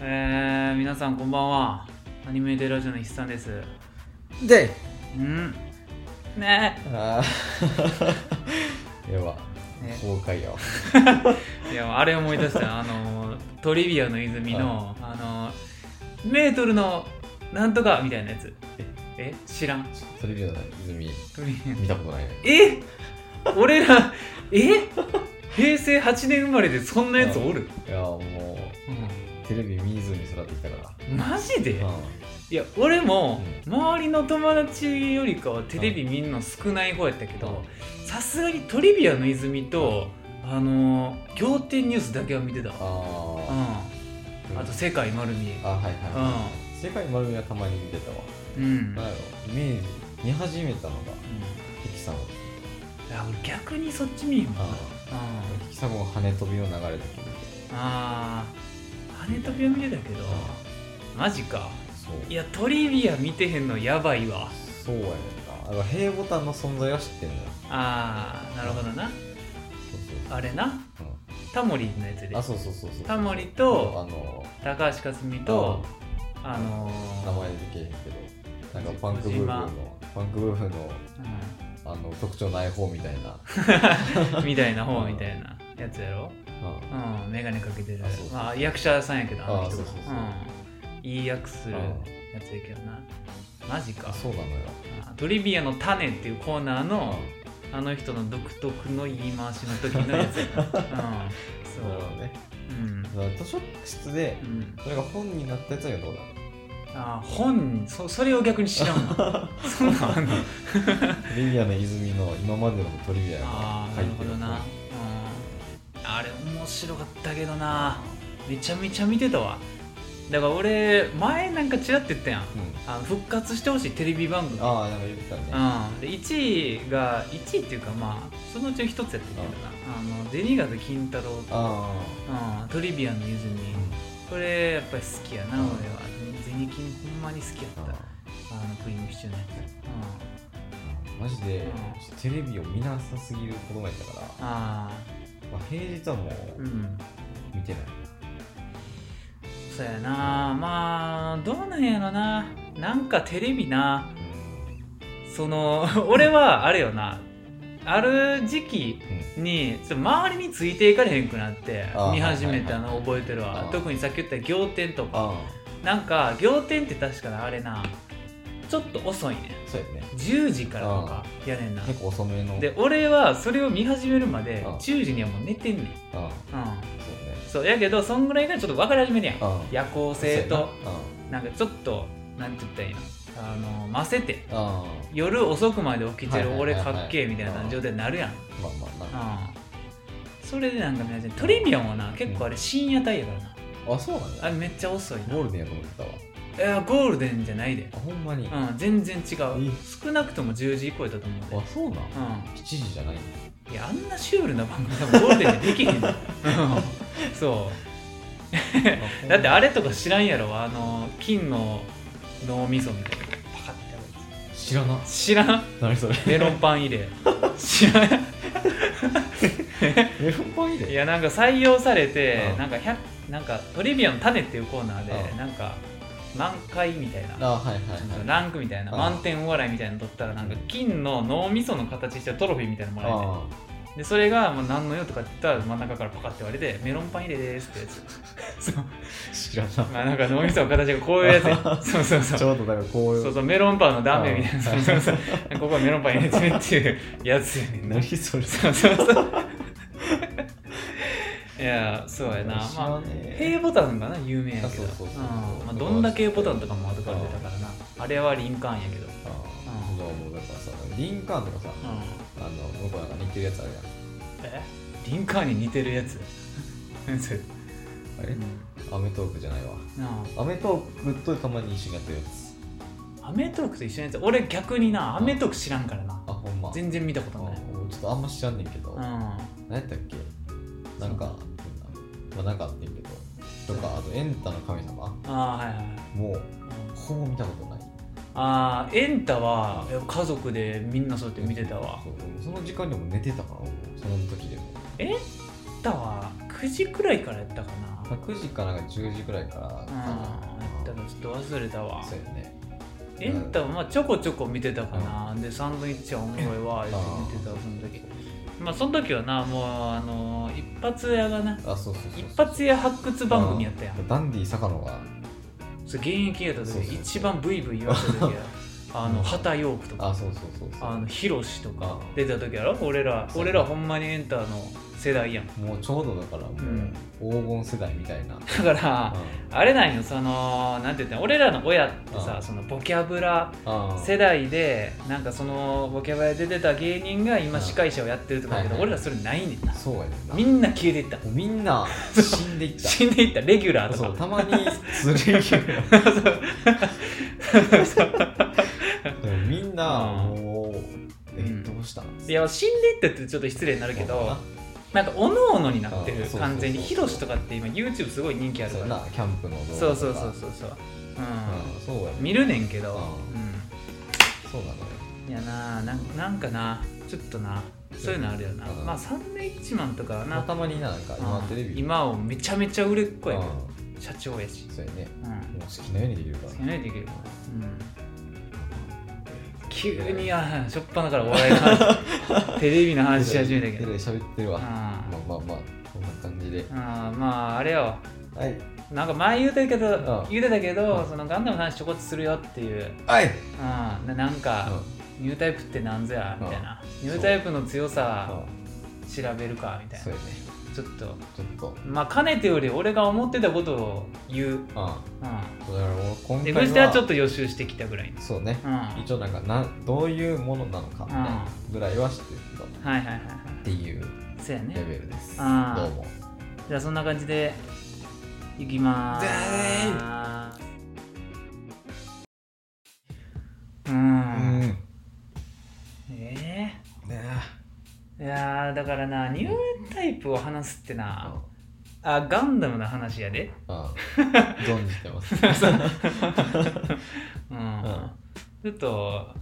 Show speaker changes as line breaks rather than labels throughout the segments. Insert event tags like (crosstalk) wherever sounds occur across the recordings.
えー、皆さんこんばんはアニメーテラジオの筆さんです
で
うんね
ああ (laughs) やば
ね
崩壊やわ
いやあれ思い出 (laughs) したあのトリビアの泉のあのメートルのなんとかみたいなやつえ知らん
トリビアの泉
トリビア
見たことないね
え俺らえ平成8年生まれでそんなやつおる、
いやもうテレビ見ずに育ってきたから
うん、マジで
うん
いや俺も周りの友達よりかはテレビ見んの少ない方やったけどさすがにトリビアの泉とあのー仰天ニュースだけは見てたわう
あ
ん
あ
あと「世界丸見え
あはいはいはい世界丸めはたまに見てたわ」
うんうん、うん、い
なんやろイメージ見始めたのがヒキサゴ
や俺逆にそっち見えんわうん
ヒキサゴが羽飛びを流れた時見て
ああ羽飛びは見てたけどマジか
そう
いやトリビア見てへんのやばいわ
そうやねんなだから平ボタンの存在は知ってんのよ
あーなるほど
そ
な
うそう
あれな
そう、うん
タモリのやつで
あそうそうそうそう
タモリと
あの
高橋克実とあのー
名前出てけへんけどなんかパンクブーム
小
のパンクブームのあの特徴ない方みたいな、
うんみたいな方みたいなやつやろ
うん
うん眼鏡かけてる
あそうそう
まあ役者さんやけどあの人が
あそうそうそう
うんいい役する
うん
やつやけどなマジか
あそうなのよ、
あトリビアの種っていうコーナー
うん
のあの人の独特の言い回しの時のやつや
(laughs)
なうん
なる
そ
ほどね
ううん
だから図書室で
うん
それが本になったやつがどうだ
あー本そそれを逆に知らん
(laughs)
わそんなんあんの
トリビアの泉の今までのトリビアが
ああな
入っ
る
て
ほ
る
どな、うん、あれ面白かったけどなめちゃめちゃ見てたわだから俺前なんかちらって言ったやん
うん、
あの復活してほしいテレビ番組
ああなんか言ってたね、
うん、で1位が1位っていうかまあそのうちの1つやったけどなあのデニガと金太郎と、
あ
うん、トリビアの泉
ー
これやっぱり好きやな、
うん
俺はゼニキンほんまに好きやった
あー
あのクリームシチューのやつ、うん
マジで
うん
テレビを見なさすぎる子供やったから、
あ
まあ、平日はも
あ
う
うん
見てない、
そうやなまあどうなんやろななんかテレビなその (laughs) 俺はあれよなある時期
うんうん
にちょっと周りについていかれへんくなって
あー
見始めたの
はいはい
覚えてるわ
あー
特にさっき言った仰天とか
あ
なんか仰天って確かなあれなちょっと遅いね
あそうやね
10時からとかやねんな
結構遅めの
で俺はそれを見始めるまで
あー
10時にはもう寝てんねん
ああ
うん
そうね
そうやけどそんぐらいがちょっと分かり始めるやん
ああ
夜行性と
そうやなあ
なんかちょっとなんて言ったらいいのあのませて
ああ
夜遅くまで起きて
は
る
いはい
俺
はいはい
かっけえみたいな状態になるやん、うん、
あまあまあな
それでなんか見始めトリビアもな結構あれ深夜帯やからな
あそうなん
あ
だ
れめっちゃ遅いな
ゴールデンやと思ってたわ
いやゴールデンじゃないで
あ、ほんまに
う
あ
ん、全然違う
え
少なくとも10時以降やったと思うで
そうなん
う
7時じゃないの
んいやあんなシュールな番組多分ゴールデンでできへんのうん (laughs) そう (laughs) だってあ
れ
れとか知らんやろあの金の脳みそみたいなパカッてやるや
知らな
つ知らん
何それ
メロンパン入 (laughs) れ知らん
メロンパン入れ
いやなんか採用されて、
うん
なんか100なんかトリビアの種っていうコーナーで、
うん
なんか満開みたいな、
あはいはいはい
ランクみたいな、
うん
満点お笑いみたいなの取ったらなんか金の脳みその形したトロフィーみたいなのもらえて、
あ
でそれがもう何の用とかって言ったら真ん中からパカって割れてメロンパン入れですってや
(laughs)
つそう
あ知らな
まあなんか脳みその形がこういうやつや
(laughs)
そうそうそう
ちょうどだからこうい
そう
う
そうメロンパンの断面みたいな
う
そうんそうそうここはメロンパン入れてるっていうやつやねんな
(laughs) 何それ
そうそうそう。 (laughs) いや、そうやな。
知ら
まあ、
ねえ
A ボタンがな、有名やけど。
あ
う
そうそうそうん
まあ、どんだけ A ボタンとかも後から出たからな。あれは林間やけど。
ああそうもうだからさリンカーンとかさ
うん。
あの向こうなんか似てるやつあるやん
え林間に似てるやつ。何それ
あれアメトークじゃないわ
な
アメトークとたまに一緒にやってるやつ
あ、アメトークと一緒のやつ。俺逆にな、アメトーク知らんからな。
あほんま
全然見たこ
あ
とない。
俺ちょっとあんま知らんねんけど、
うん。
何
あ
やったっけなんかまあなんかあってんけどとかあとエンタの神様
あ、はいはいはい。
もう
うん
ほぼ見たことない
ああ、エンタはえ家族でみんなそうやって見てたわ。
そうその時間でも寝てたから俺その時でも
エンタは9時くらいからやったかな
9時かなんか10時くらいからか
うん
な
やった
うん
かちょっと忘れたわ
そうやね
エンタはまあちょこちょこ見てたかな、でサンドイッチはおもろいわ言って見てたその時まあその時はなもうあのー一発屋がな
あそうそうそう
一発屋発掘番組やったやん
ダンディ坂野が
それ現役やった時
そうそう
一番ブイブイ言わせた
(laughs)
時やあの畑陽子とか
あそうそうそうそ
あのヒロシとか
うん
出た時やろ俺ら
そう
俺らほんまにエンタの世代やん
うもうちょうどだからも
ん
う黄金世代みたいな、
だからあれなんよそのなんて言ったん俺らの親って
う
さ
ん
そのボキャブラ
あ
世代でなんかそのボキャブラで出てた芸人が今
うん
司会者をやってるとかだけど
はいはい
俺らそれないねんな
そうやねんな
みんな消えていった
もうみんな死んでいっ
(laughs)
た
死んでいったレギュラーと
(laughs) そう
か
たまにするけどでもみんな
うん
もうえ
うん
どうしたん
いや死んでいったってちょっと失礼になるけどなんかおのおのになって
うん
る
そうそうそう
完全にヒロシとかって今 YouTube すごい人気ある
そう
か
や
ら
なキャンプの動画と
そう
か
そうそうそうそう
うんそうや
う
ね
ん見るねんけど
うそうなのよ
うんいやななんなんかなちょっとなそういうのあるよな
うん
まあサンドイッチマンとかは
まあ
な
たまにななんか今テレビ
今をめちゃめちゃ売れっ子やけど
う
社長やし
んそうやね
うん
もう好きなようにできるから
つけないといけるうん急にあしょっぱなからお笑いの
(laughs)
話テレビの話し始めたけ
テレ
ど
ビ喋ってるわま
あ
あまあまあこんな感じで
あまああれよ
はい
なんか前言うてたけ
う
ど
ん
言うてたけど
うん
そのガンダムの話ちょこっとするよっていう
はい
うんななんかニュータイプってなんぞやみたいなニュータイプの強さ調べるかみたい
そう
な
やね
ちょっ
ちょ
と
っと
まあかねてより俺が思ってたことを言ううん
あだから俺今
で
回は
グステはちょっと予習してきたぐらいです
そうね
うんはい
一応なんかなどういうものなのかみたいなぐらいは知ってるけどっ
はいはいはい
ていう
そうやね
レベルですどう
あー
も
じゃあそんな感じでいきま
ぜ
ーす。う。
うんね
え
え
えいやーだからな、ニュータイプを話すって
あ
な、あ、ガンダムの話やで。
(laughs) あ存じてます
うん。
ん
ちょっと、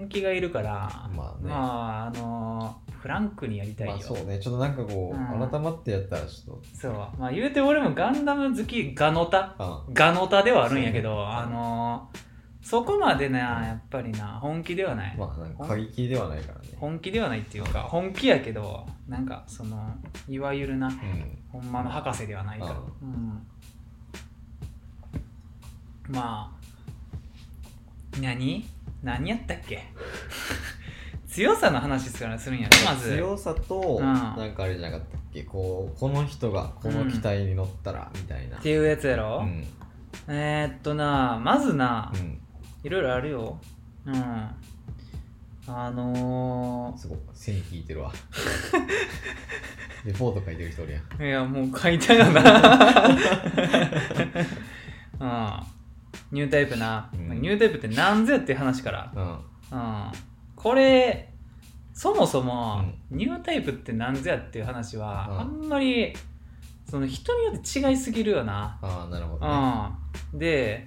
根気がいるから、
まあね
まあ、あのーフランクにやりたいよ。
まあそうねちょっとなんかこ
うん
う改まってやったらちょっと
そう。まあ言うて俺もガンダム好き、ガノタ。
あ
ガノタではあるんやけ
そう
ど、
ね
あのーそこまでな、やっぱりな、本気ではない。
まあなんか過激ではないからね
本気ではないっていうか、本気やけど、なんかその、いわゆるな、
うん
ほんまの博士ではないから。
あ
うん、まあ、何何やったっけ (laughs) 強さの話するするんやろ、まず。
強さと
うん
なんかあれじゃなかったっけこうこの人がこの機体に乗ったらみたいな
っていうやつや
う
ろ、
ん
えー、っとな、まずな、
うん
いろいろあるよ。うん。あの
すごい線引いてる (laughs) わレポート書いてる人おるやん
ー、いや、もう書いたよな。 (laughs) うん。ニュータイプな。
うん
ニュータイプってなんぜっていう話から。
うん
うん。これ、そもそも、
う
ニュータイプってなんぜやっていう話は、
うん
あんまり、その人によって違いすぎるよな。
ああなるほどね
うん。で、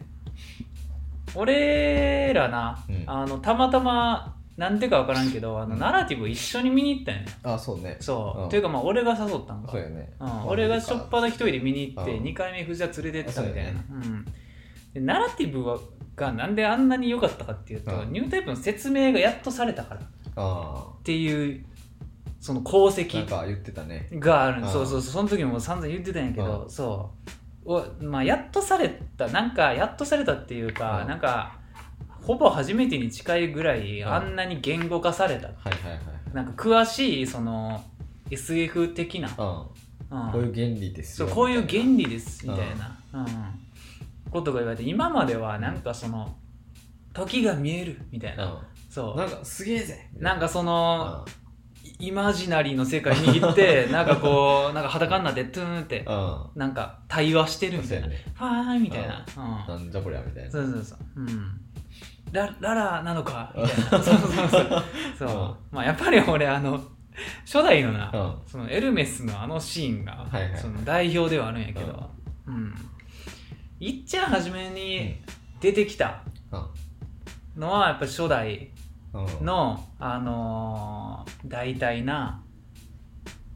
俺らな、
うん
あの、たまたま、なんてかわからんけど、あの、
うん
ナラティブ一緒に見に行ったんやね。
ああそうね
そう。
うん
というか、まあ、俺が誘ったんか。
そうやね
うん、俺がしょっぱな一人で見に行って、
うん
2回目藤田連れてったみたいな。
そうやね
うんでナラティブはがなんであんなに良かったかっていうと、
うん
ニュータイプの説明がやっとされたからっ
あ
ていう、その功
あなん
績
か言ってたね
がある、
うん
そうそうそう、その時も散々言ってたんやけど、
うん
そう。おまあ、やっとされた、なんか、やっとされたっていうか、
うん
なんか、ほぼ初めてに近いぐらい、
うん
あんなに言語化された。
はいはいはい
なんか、詳しい、その、SF 的な、
う
うん
んこういう原理です
そ
よ
うこういう
みた
原
な
理ですみたいな、うんことが言われて今まではなんかその時が見えるみたいな、
う
そ
ん
う
なんかすげえぜ
なんかそ
うん
の、イマジナリーの世界に行って
(laughs)
なんかこうなんか裸になってトゥーンって
うん
なんか対話してるみ
そう
たい
や
な
ね
ファーイみたいな、うん
なんじゃこりゃみたいな
そうそうそううんラララなのかみたい
(laughs)
なそうそうそうそう、
うん
まあやっぱり俺あの初代のな、
うん
そのエルメスのあのシーンが、
はいはいはい
その代表ではあるんやけど、うん、いっちゃん初めに出てきたのはやっぱ初代
うんうん
の、あのー大体な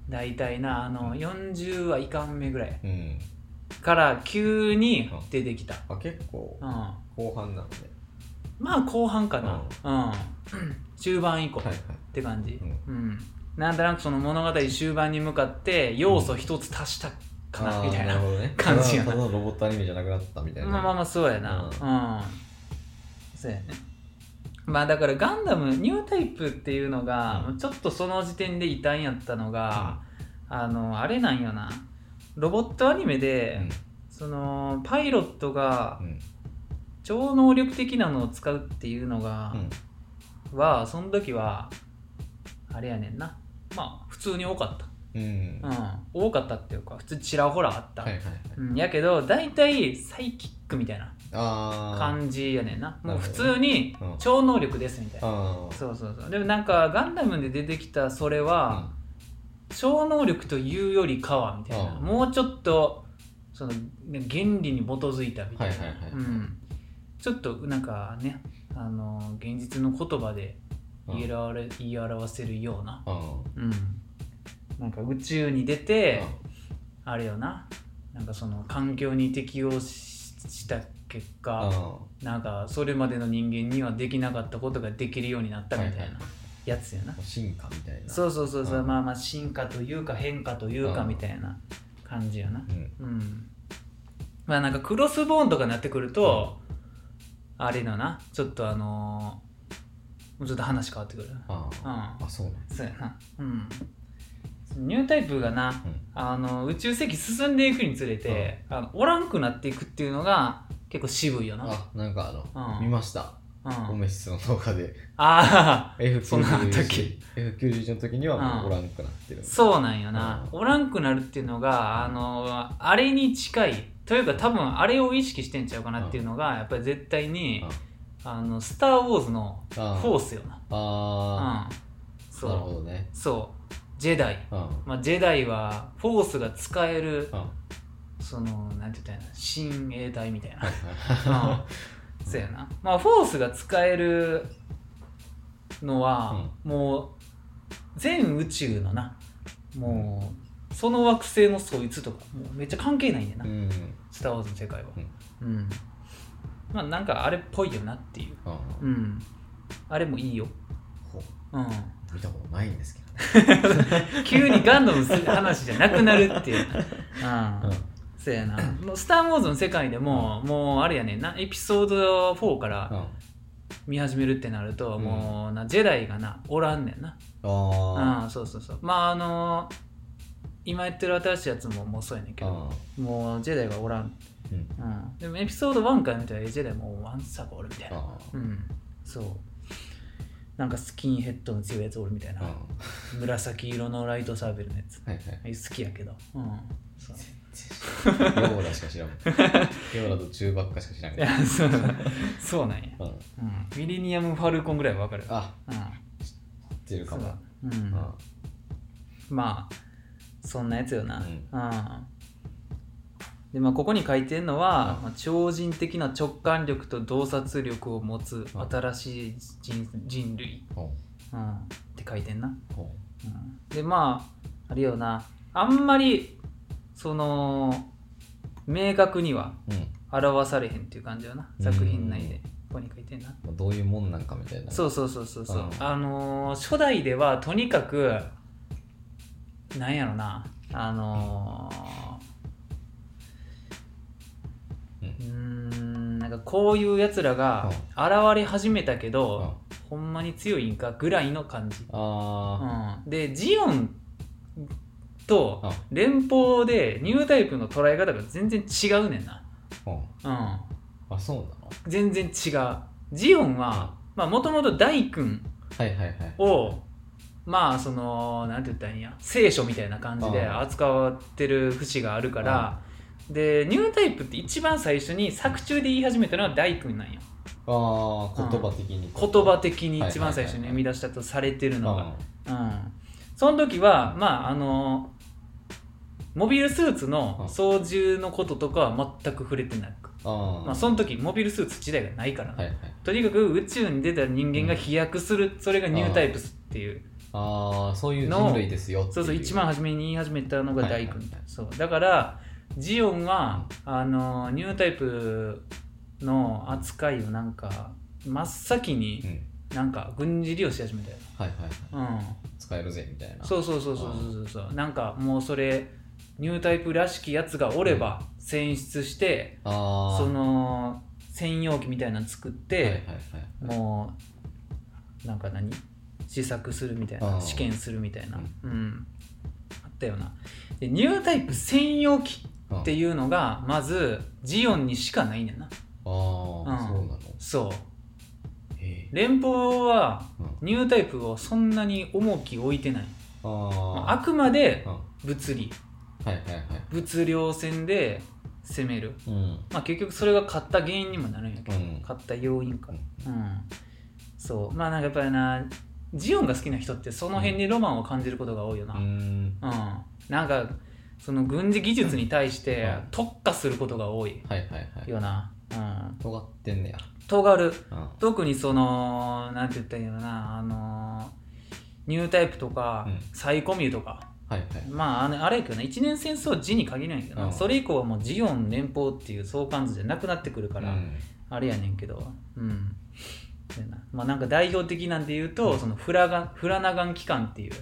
大体なあの40はいかん目ぐらい
うん
から急に出てきた、
あ結構
うん、
後半なんで
まあ後半かな、うん、 (clears throat) 中盤以降っ
はいはい
て感じ、
うん
うん、なんとなくその物語終盤に向かって要素一つ足したかな
あー
みたいな
るほどね
感じやな
ただただのロボットアニメじゃなくなったみたいな
まあまあまあそうやなうん、そうやねまあだからガンダムニュータイプっていうのが、
うん
ちょっとその時点で異端やったのが、あのあれなんよなロボットアニメで、
うん
そのパイロットが
うん
超能力的なのを使うっていうのが、
うん
はその時はあれやねんなまあ普通に多かっ
うん
た、うん、多かったっていうか普通にちらほらあった、
はいはいはい
うん、やけど大体サイキックみたいな
ああ
感じやねんなもう
なる
普
ほど
通に
うん
超能力ですみたいな
あー
そうそうそうでもなんかガンダムで出てきたそれは超能力というよりかはみたいな
うん
もうちょっとそのね原理に基づいたみたいな
はいはいはい
うんちょっとなんかねあの現実の言葉で
うん
言い表言い表せるような
うんうん
うんなんか宇宙に出てあれよななんかその環境に適応しした結果
う
なんかそれまでの人間にはできなかったことができるようになったみた
はいい
な
は
やつやな、
ん進化みたいな
そうそうそうそう、
うん
まあまあ進化というか変化というか
うん
みたいな感じやな
うん
うんまあなんかクロスボーンとかになってくると、あれのなちょっとあのーもうちょっと話変わってくる
ああ
うん
あそうなんや
そうやなうんニュータイプがな、
うん
あの宇宙世紀進んでいくにつれて、あのおらんくなっていくっていうのが結構渋いよな
あなんかあ
う
の
ん
見ました
うん、
オメシスの動画で
ああそんなんあったっけ
F91 の時にはもう
う
お
ん
らんくなってる
(laughs) そうなんよな、
う
おらんくなるっていうのがあのあれに近いというか多分あれを意識してんちゃうかなっていうのが、やっぱり絶対に
うん
「あのスター・ウォーズ」の
フ
「フォース」よな、
あ
う
あ
ん、
なるほ
そう
どね
そうジェダイ、
うんうん
まあ、ジェダイはフォースが使えるそのなんて言ったらいいの親衛隊みたいな
は
うん (laughs) そうやなまあフォースが使えるのは、もう全宇宙のなもうその惑星のそいつとかもうめっちゃ関係ないねん
い
な、
はいうん
スター・ウォーズの世界はうん、まあなんかあれっぽいよなっていう
あー
うんあれもいいよ
ほう
(laughs) うん
見たことないんですけどね
急にガンダムする話じゃなくなる (laughs) っていう、うんそうやなもうスター・ウォーズの世界でももうあれやねんなエピソード4から
うん
見始めるってなると、
うん
もうなジェダイがなおらんねんな
あ
うんそうそうそうまああのー今やってる新しいやつももうそうやねんけ
ー
ど
あ
もうジェダイがおらん、
ーうん
うん、でもエピソード1から見たらえジェダイもうワンサーおるみたいな
あ
うんそうなんかスキンヘッドの強いやつおるみたい
ー
な
うんは
紫色のライトサーベルのやつ
いはい
好きやけどうん
(laughs)
そう
ヨーダしか
(laughs)
知らん。ヨーダと中ばっかしか知らん
い。やそうそうなんや、
うん
うん、ミレニアム・ファルコンぐらいはわかる
あ、
うん
知ってるかも。
そううんまあそんなやつよな、
うん
でまあ、ここに書いてるのは、
うん
まあ超人的な直感力と洞察力を持つ
うん
新しい人人類、
ほ
うん、って書いてんな、
うほ
うん、でまああれよなあんまりその明確には
ううん
表されへんっていう感じよな作品内でここに書いてんな
まあどういうもんなんかみたいな。
そうそうそうそうそう、
うん
あのー初代ではとにかくなんやろなあのーうーんなんかこういうやつらが現れ始めたけ
うん。
ど
あ、
ほんまに強いんかぐらいの感じ、
あ
うん、でジオンと
ー。あ
連邦でニュータイプの捉え方が全然違うねんな、
うん
うん、
あ、そうなの
全然違うジオンはもともと大君
はいはいはい。
をまあそのなんて言ったらいいんや聖書みたいな感じで
ああ
扱ってる節があるからでニュータイプって一番最初に作中で言い始めたのは大君なんや
ああ、言葉的に。
言葉的に一番
はいはいはい
最初に
はい
生み出したとされてるのが、
あ
うん、その時はまああのモビルスーツの操縦のこととかは全く触れてなく、
ーあー。
まあ、その時モビルスーツ自体がないからな
はいはい。
とにかく宇宙に出た人間が飛躍するそれがニュータイプスっていう
ああそういう人類ですよってい
そうそう一番初めに言い始めたのが大工みたいな、そうだからジオンはあのニュータイプの扱いをなんか真っ先
うん
になんか軍事利用し始めたよ、
はいはいはい
うん、
使えるぜみたいな
そうそうそうそうそうそうそうなんかもうそれニュータイプらしきやつがおれば選出して
ああ
その専用機みたいなの作って、
はいはいはい
もうなんか何試作するみたいな
あー
試験するみたいなうんあったよなでニュータイプ専用機
あ
っていうのがまずジオンにしかないねんな
あー
う
そ
ん
うなの
そう
へえ
連邦は
うん
ニュータイプをそんなに重き置いてないあ
あ
くまで
あうん
物理
はいはいはい
物量戦で攻める
うん
まあ結局それが勝った原因にもなるんやけど、
うん
勝った要因かうん、そうまあなんかやっぱりなジオンが好きな人ってその辺にロマンを感じることが多いよな、
う
うん
ん
なんかその軍事技術に対して
うん
特化することが多い
はいはいはい
よな、うん、
尖ってんねや
尖る
うん
特にそのなんて言ったらいいのかなあのニュータイプとか、
うん
サイコミューとか
はいはい
まああのあれやけどな一年戦争時に限らないけどな、
うん
それ以降はもうジオン連邦っていう相関図じゃなくなってくるから、
うん
あれやねんけどうんそうやなまあなんか代表的なんで言うと、そのフラガンフラナガン機関っていう、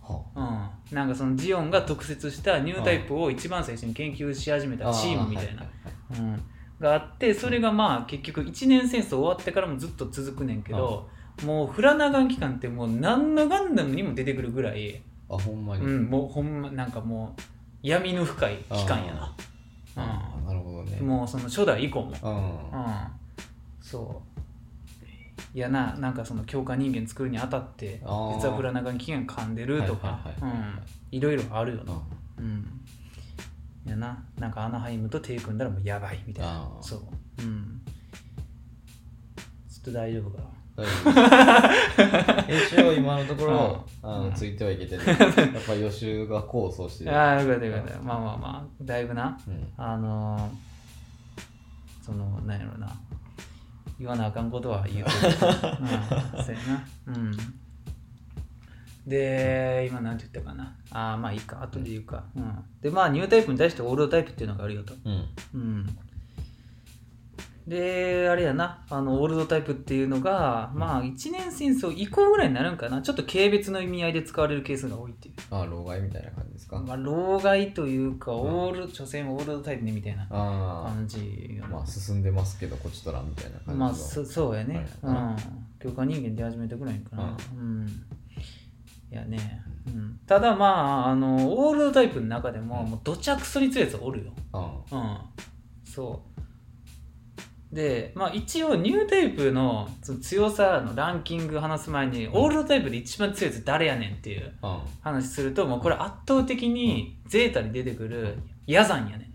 は
うん、なんかそのジオンが特設したニュータイプを一番最初に研究し始めた
あ
チームみたいな、
ははは
うん、があってそれがまあ結局1年戦争終わってからもずっと続くねんけど、もうフラナガン機関ってもう何のガンダムにも出てくるぐらい、
あほんま
う
に
ん、もうほんまなんかもう闇の深い機関やな、
あーなるほどね
うん、もうその初代以降も
うん
うんそういやななんかその強化人間作るにあたって実
あー
はフラナガン期限噛んでるとか
はいは
う
いはいはい
んいろいろあるよな
あ
うんやななんかアナハイムと手組んだらもうやばいみたいな
あー
そううんちょっと大丈夫かな
大丈夫
(laughs)
です一応今のところ、あ
うん
のついてはいけ
(laughs)
てる。やっぱ予習が功を奏してる。
ああよかったよかったまあまあまあだいぶな
うん、
あのーそのなんやろな言わなあかんことは言うてる、うん、そうやなうんで今なんて言ったかなああまあいいか後で言うか、うん、でまあニュータイプに対してオールドタイプっていうのがあるよと
うん、
うんであれやなあのオールドタイプっていうのがまあ1年戦争以降ぐらいになるんかなちょっと軽蔑の意味合いで使われるケースが多いっていう
あ老害みたいな感じですか。
まあ老害というかオール、所詮オールドタイプねみたいな
あ
感じよ
あ、
な
まあ進んでますけどこちとらみたいな感じの。
まあそそうやね、
はい
うん教科人間出始めたぐらいかな
う
うん、やね、うん、ただまああのオールドタイプの中でも,、
うん
もうどちゃくそに強いやつおるよ
あ
うんそうでまあ一応ニュータイプのその強さのランキング話す前に、オールドタイプで一番強いやつ誰やねんっていう
あ、あ
話するともうこれ圧倒的にゼータに出てくるヤザンやね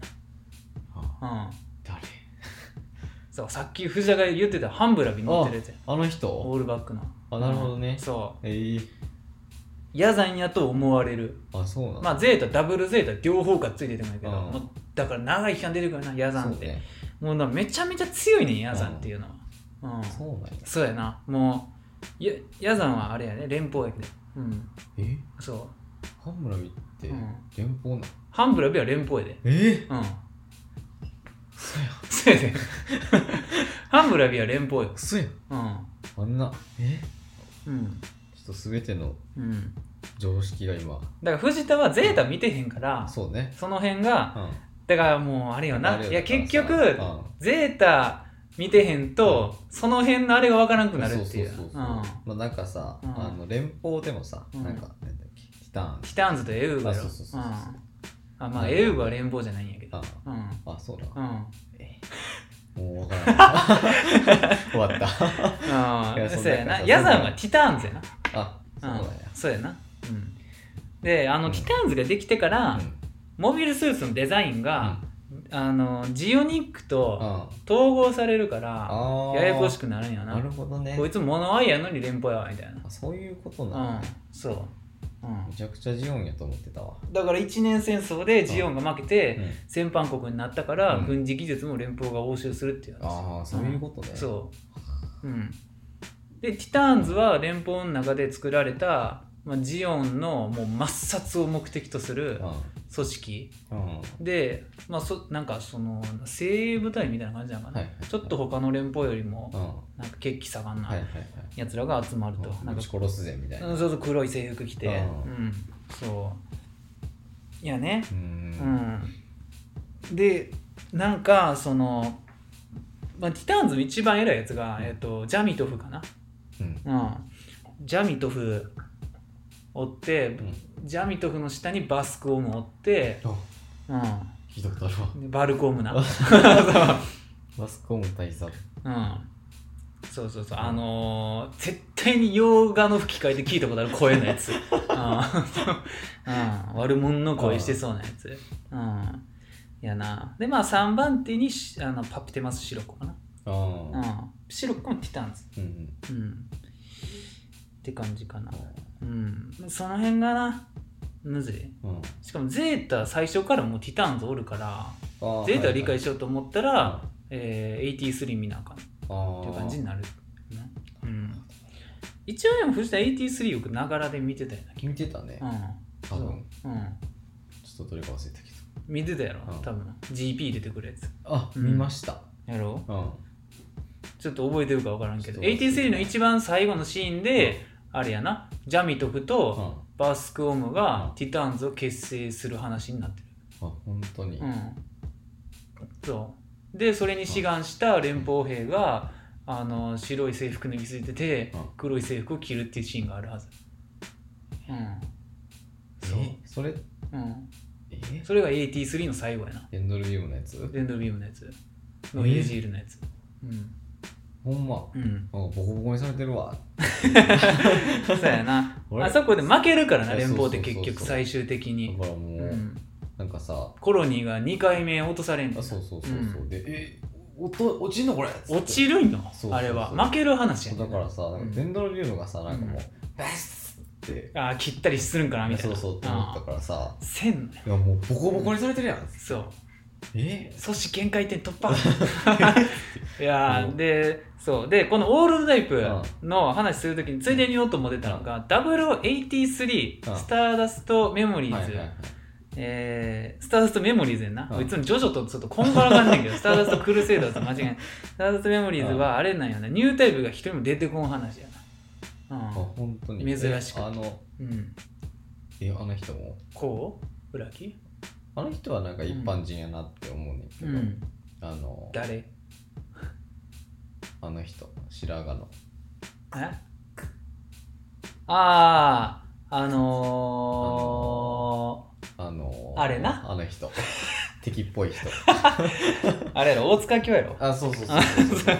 あ、あ
んなうん
誰？
そうさっき藤田が言ってたハンブラビ乗ってるやつや
あの人？
オールバックの
あなるほどね
うんそ
ええ
うヤザンやと思われる
あそうなの。
まあゼータダブルゼータ両方がついててもいいけど、
うん
もうだから長い期間出てくるなヤザンっ
そう
て、
ね。
もうなめちゃめちゃ強いねんヤザンっていうのは、うん
そうなんや。
そうやなもうやヤザンはあれやね連邦やけどうん
え、
そう
ハンムラビって
うん
連邦なの？
ハンブラビは連邦やで
え、
うん
嘘や。
そうやでハンブラビは連邦よ
嘘や。
うん
あんな、え、
うん
ちょっとすべての
うん
常識が今、
だから藤田はゼータ見てへんから
そうね。
その辺が
うん。
だからもうあれよな
あれ
い
よ
や結局
だからさうん
ゼータ見てへんとその辺のあれがわからんくなるっていう
そうそうそうそう
うん
まあなんかさ、
うん
あの連邦でもさ、
うん
なんかなんだっけティターン
ティターンズとエウーバ
あ
よ
そうそうそうそう
うんあま
う
あ
ん
エウーバは連邦じゃないんやけど
あ
うん
あそうだ、
うん
もう分からん (laughs) 終わったい
あ
や
あ
そんな
そうやな
そんな
ヤザンはティターンズやな
あそうだ
ん
よ、
そうやなうんであの
うん
ティターンズができてから
うん
モビルスーツのデザインがあのジオニック
うん
と
あ
統合されるから
あー
ややこしくなるんや
な
な
るほどね
こいつモノアイやのに連邦やわみたいな
あそういうことなの
うん
ね、
そう、
めちゃくちゃジオンやと思ってたわ、
だから1年戦争でジオンが負けて
うん
戦犯国になったから
うん
軍事技術も連邦が押収するっていう話、
ああそういうことね、
そううんでティターンズは連邦の中で作られたまあ、ジオンのもう抹殺を目的とする
う
組織
んうん
で、まあ、そなんかその精鋭部隊みたいな感じなのかな、
はいはい
ちょっと他の連邦よりも
うんは
なんか血気盛ん
いは
ない
はい
やつらが集まると、
うん
なん
ぶ
か
ち殺すぜみたいな
うんそうそう黒い制服着て、
う
うん、そういやね
う
うんんでなんかその、まあ、ティターンズの一番偉いやつが、えっとジャミトフかな、
うん
うん、ジャミトフおって、
うん
ジャミトフの下にバスクオムおって、
あ
う
聞いたことあるわ
ん、でバルコムな
あ
そう
マスコム大佐
うんそうそうそうあのー絶対に洋画の吹き替えで聞いたことある声の
(laughs)
やつ、うんうん、悪者の声してそうなやつ、うん、やなでまあ3番手にしあのパプテマスシロコかな、う
ああ
ん、シロコもティターンズ、
うんうん
うん、って感じかなうんその辺がなむずい
うん
しかもゼータ最初からもうティターンズおるから
あー
ゼータ理
はい
解しようと思ったら、えー、83見なあかんって
はい
いう感じに
あ
なるなうん一応でも藤田83よくながらで見てたよ
ー見てたね
な
多分
うん、うん、
ちょっとどれか忘れたけど
見てたやろ
うん
多分 GP 出てくるやつ
あ
うん
見ました
やろ
うん
ちょっと覚えてるか分からんけ
ちょっと
ど
忘れてた
83の一番最後のシーンで、あれやなジャミトフ
うん
と
あ
バスクオムが
うん
ティターンズを結成する話になってる
本当に
うん、そうでそれに志願した連邦兵があの白い制服脱ぎ捨てて
うん
黒い制服を着るっていうシーンがあるはず、うんそう
えそれ
うん、
え
それが AT3 の最後やな
エンドルビウムのやつ
レンドルビームのやつの
え
イージールのやつうん
ほんま
う
あ
ん
ボコボコにされてるわ
そうやな
(laughs) 俺
あそこで負けるからな
そうそう
連
そうそ
邦
う
って結局最終的
だ
に、
からも
う、
うんなんかさ
コロニーが2回目落とされんねん
あそうそうそうそううでえ音落ちんのこれ
落ちるん
そ
よ
うそうそう
あれは負ける話や
そう
ね
だ
ん
からさなんかデンドロビウムがさなんかもう
う
バスって
あー切ったりするんかなみたい
そう
な
そうって思ったからさ
うんせんのよ
いやもうボコボコにされてるやん
そう
え
阻止限界点突
(laughs)
破いやーでそうでこのオールドタイプの話するときについでに言おうと思ってたのが
う
0083
ん
スターダストメモリ
はい
ー
はい
ズ
はい
えースターダストメモリーズやんな
うん
こいつもジョジョとちょっとこんがらがんねんけどスターダストクルセイダーズと間違いないスターダストメモリーズはあれなんやなニュータイプが一人も出てこん話や
あ
な
本当に
珍しく
えあの
うん、うん、
えあの人も
こう裏木
あの人はなんか一般人やなって思うねんけ
う
ど、
ん
あの
誰
あの人白髪の
えあああの
あの
あれな
あの人敵っぽい
(laughs)
人
ー、あれやろ大塚明やろ
あそうそうそうそうそう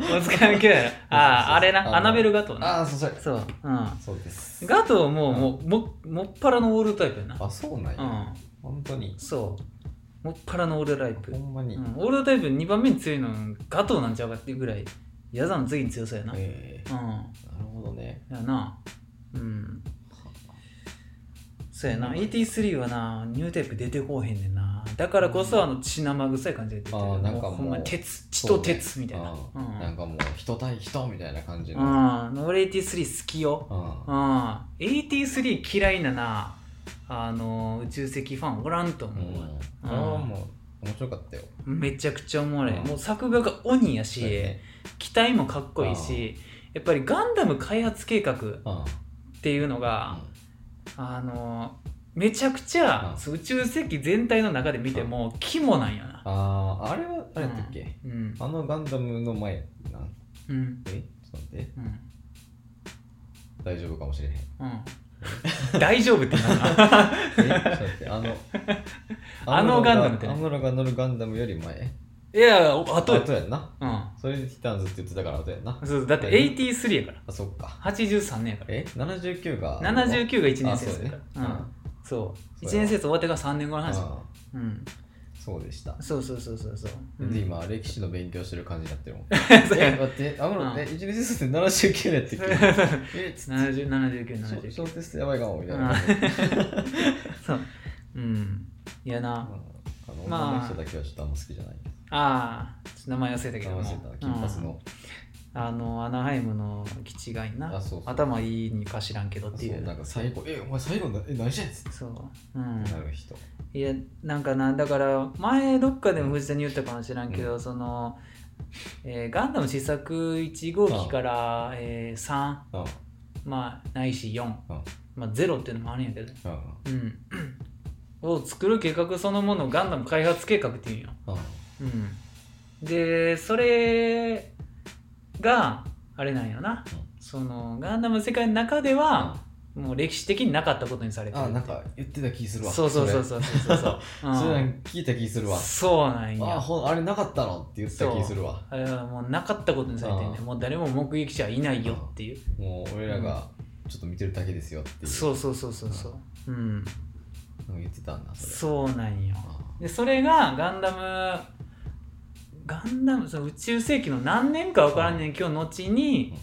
大塚明
(laughs)
やろあああれ
あ
な
の
アナベルガトーな
あそうそれ
そううん
そうです
ガトーももうももっぱらのオールタイプやな
あそうなんや、
う
本当に
んそうもっぱらのオールタイプ、
ほんまに、
うん、オールタイプ2番目に強いのガトーなんちゃうかっていうぐらいヤザの次に強さやな、
ええなるほどね
うんやなうんそうやな ET3 はなニューテープ出てこうへんねんなだからこそあの血生臭い感じで出てる
あーなんかもう
ほんまに鉄血と鉄みたいな
そうねうんなんかもう人対人みたいな感じ
う
の、うん
ん、うん、俺 ET3 好きようん ET3 嫌いななあの宇宙石ファンおらんと思うわ、
あれはもう面白かったよ、
めちゃくちゃおもろい、
うん
もう作画が鬼やし、
そうやね
機体もかっこいいしやっぱりガンダム開発計画っ
うん
ていうのが、あのめちゃくち
う
ゃ
ん
そう宇宙世紀全体の中で見ても肝なんやな。
あああれはあれだったっけ、
うん。
あのガンダムの前なん
うん。
えちょっと待って
うん。
大丈夫かもし
(laughs)
れへんえ
うん、 (laughs) 大丈夫って
(laughs) ち
な。
ょっと待ってあの
(laughs) あのガンダムって
アムロが乗るガンダムより前
いや、あとや。
やんな
うん。
それでティターンズって言ってたから後やんな
そうそうだって83やから。
あそっか
83年やから。
え79が
79が1年
あ
生
そう
や
ね
か
う
ら。うんん。そう。
そうやわ
1年生終わってから3年後の話。
あ
うん。
ーそうでした
そうそうそうそうそう。うん
で今歴史の勉強してる感じになってるもん
(laughs) そう
え
や
待ってアム
う
ロ
ん
え1年生って79やってっ
(laughs)
けえつって
70 79、
小
79。
小テストやばいかもみたい
うん
な
そう。うん。いやな。
あの
まあ
女の人だけはちょっとあんま好きじゃない
ああ、ちょっと名前忘れたけど
合
も。
わせた金髪の、
うあのアナハイムの基地がいいな
あそうそう
頭いいにか知らんけどってい
そう
う
なんか最後えお前最後なえ何してんす
そううん
なる人
いやなんかなだから前どっかでも藤田に言ったかもしれんけど、その、えーガンダム試作1号機から、えー3
あ
まあないし4、
あ
まあ、0っていうのもあるんやけど
あ
うんを作る計画そのものをガンダム開発計画っていうんよ、
ああ
うん、でそれがあれなんやな、
う
そのガンダムの世界の中では、もう歴史的になかったことにされてる
あなんか言ってた気するわ
そうそうそうそうそうそうう
そ
ん
れそれなんか聞いた気するわ
そうなん
あ
や
ほんあれなかったのって言った気するわ
あれはもうなかったことにされてんね
うん
もう誰も目撃者はいないよっていう
もう俺らがちょっと見てるだけですよっていう
そうそうそうそうそううん
なんか言ってたんだそれ
そうなんよ
あ
でそれがガンダムガンダムその宇宙世紀の何年か分からんねん今日後に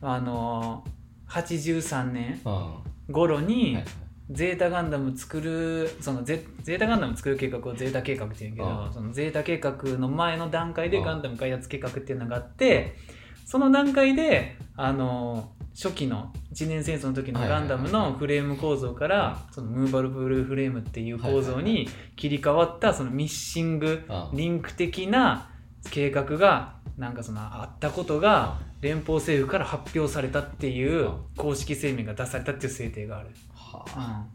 あの83年
ああ
頃
あ
に
はい
ゼータガンダム作るそのゼゼータガンダム作る計画をゼータ計画って言うんやけ
う
ど
ん
そのゼータ計画の前の段階で
うん
ガンダム開発計画っていうのがあってその段階であの初期の一年戦争の時の
はいはい
ガ
は
ン
い
ダムのフレーム構造からそのムーバルブルーフレームっていう
は
構造
いはいは
に切り替わったそのミッシング
あ
リンク的な計画がなんかそのあったことが連邦政府から発表されたっていう
うん
公式声明が出されたっていう制定がある。
は
う
あ
ん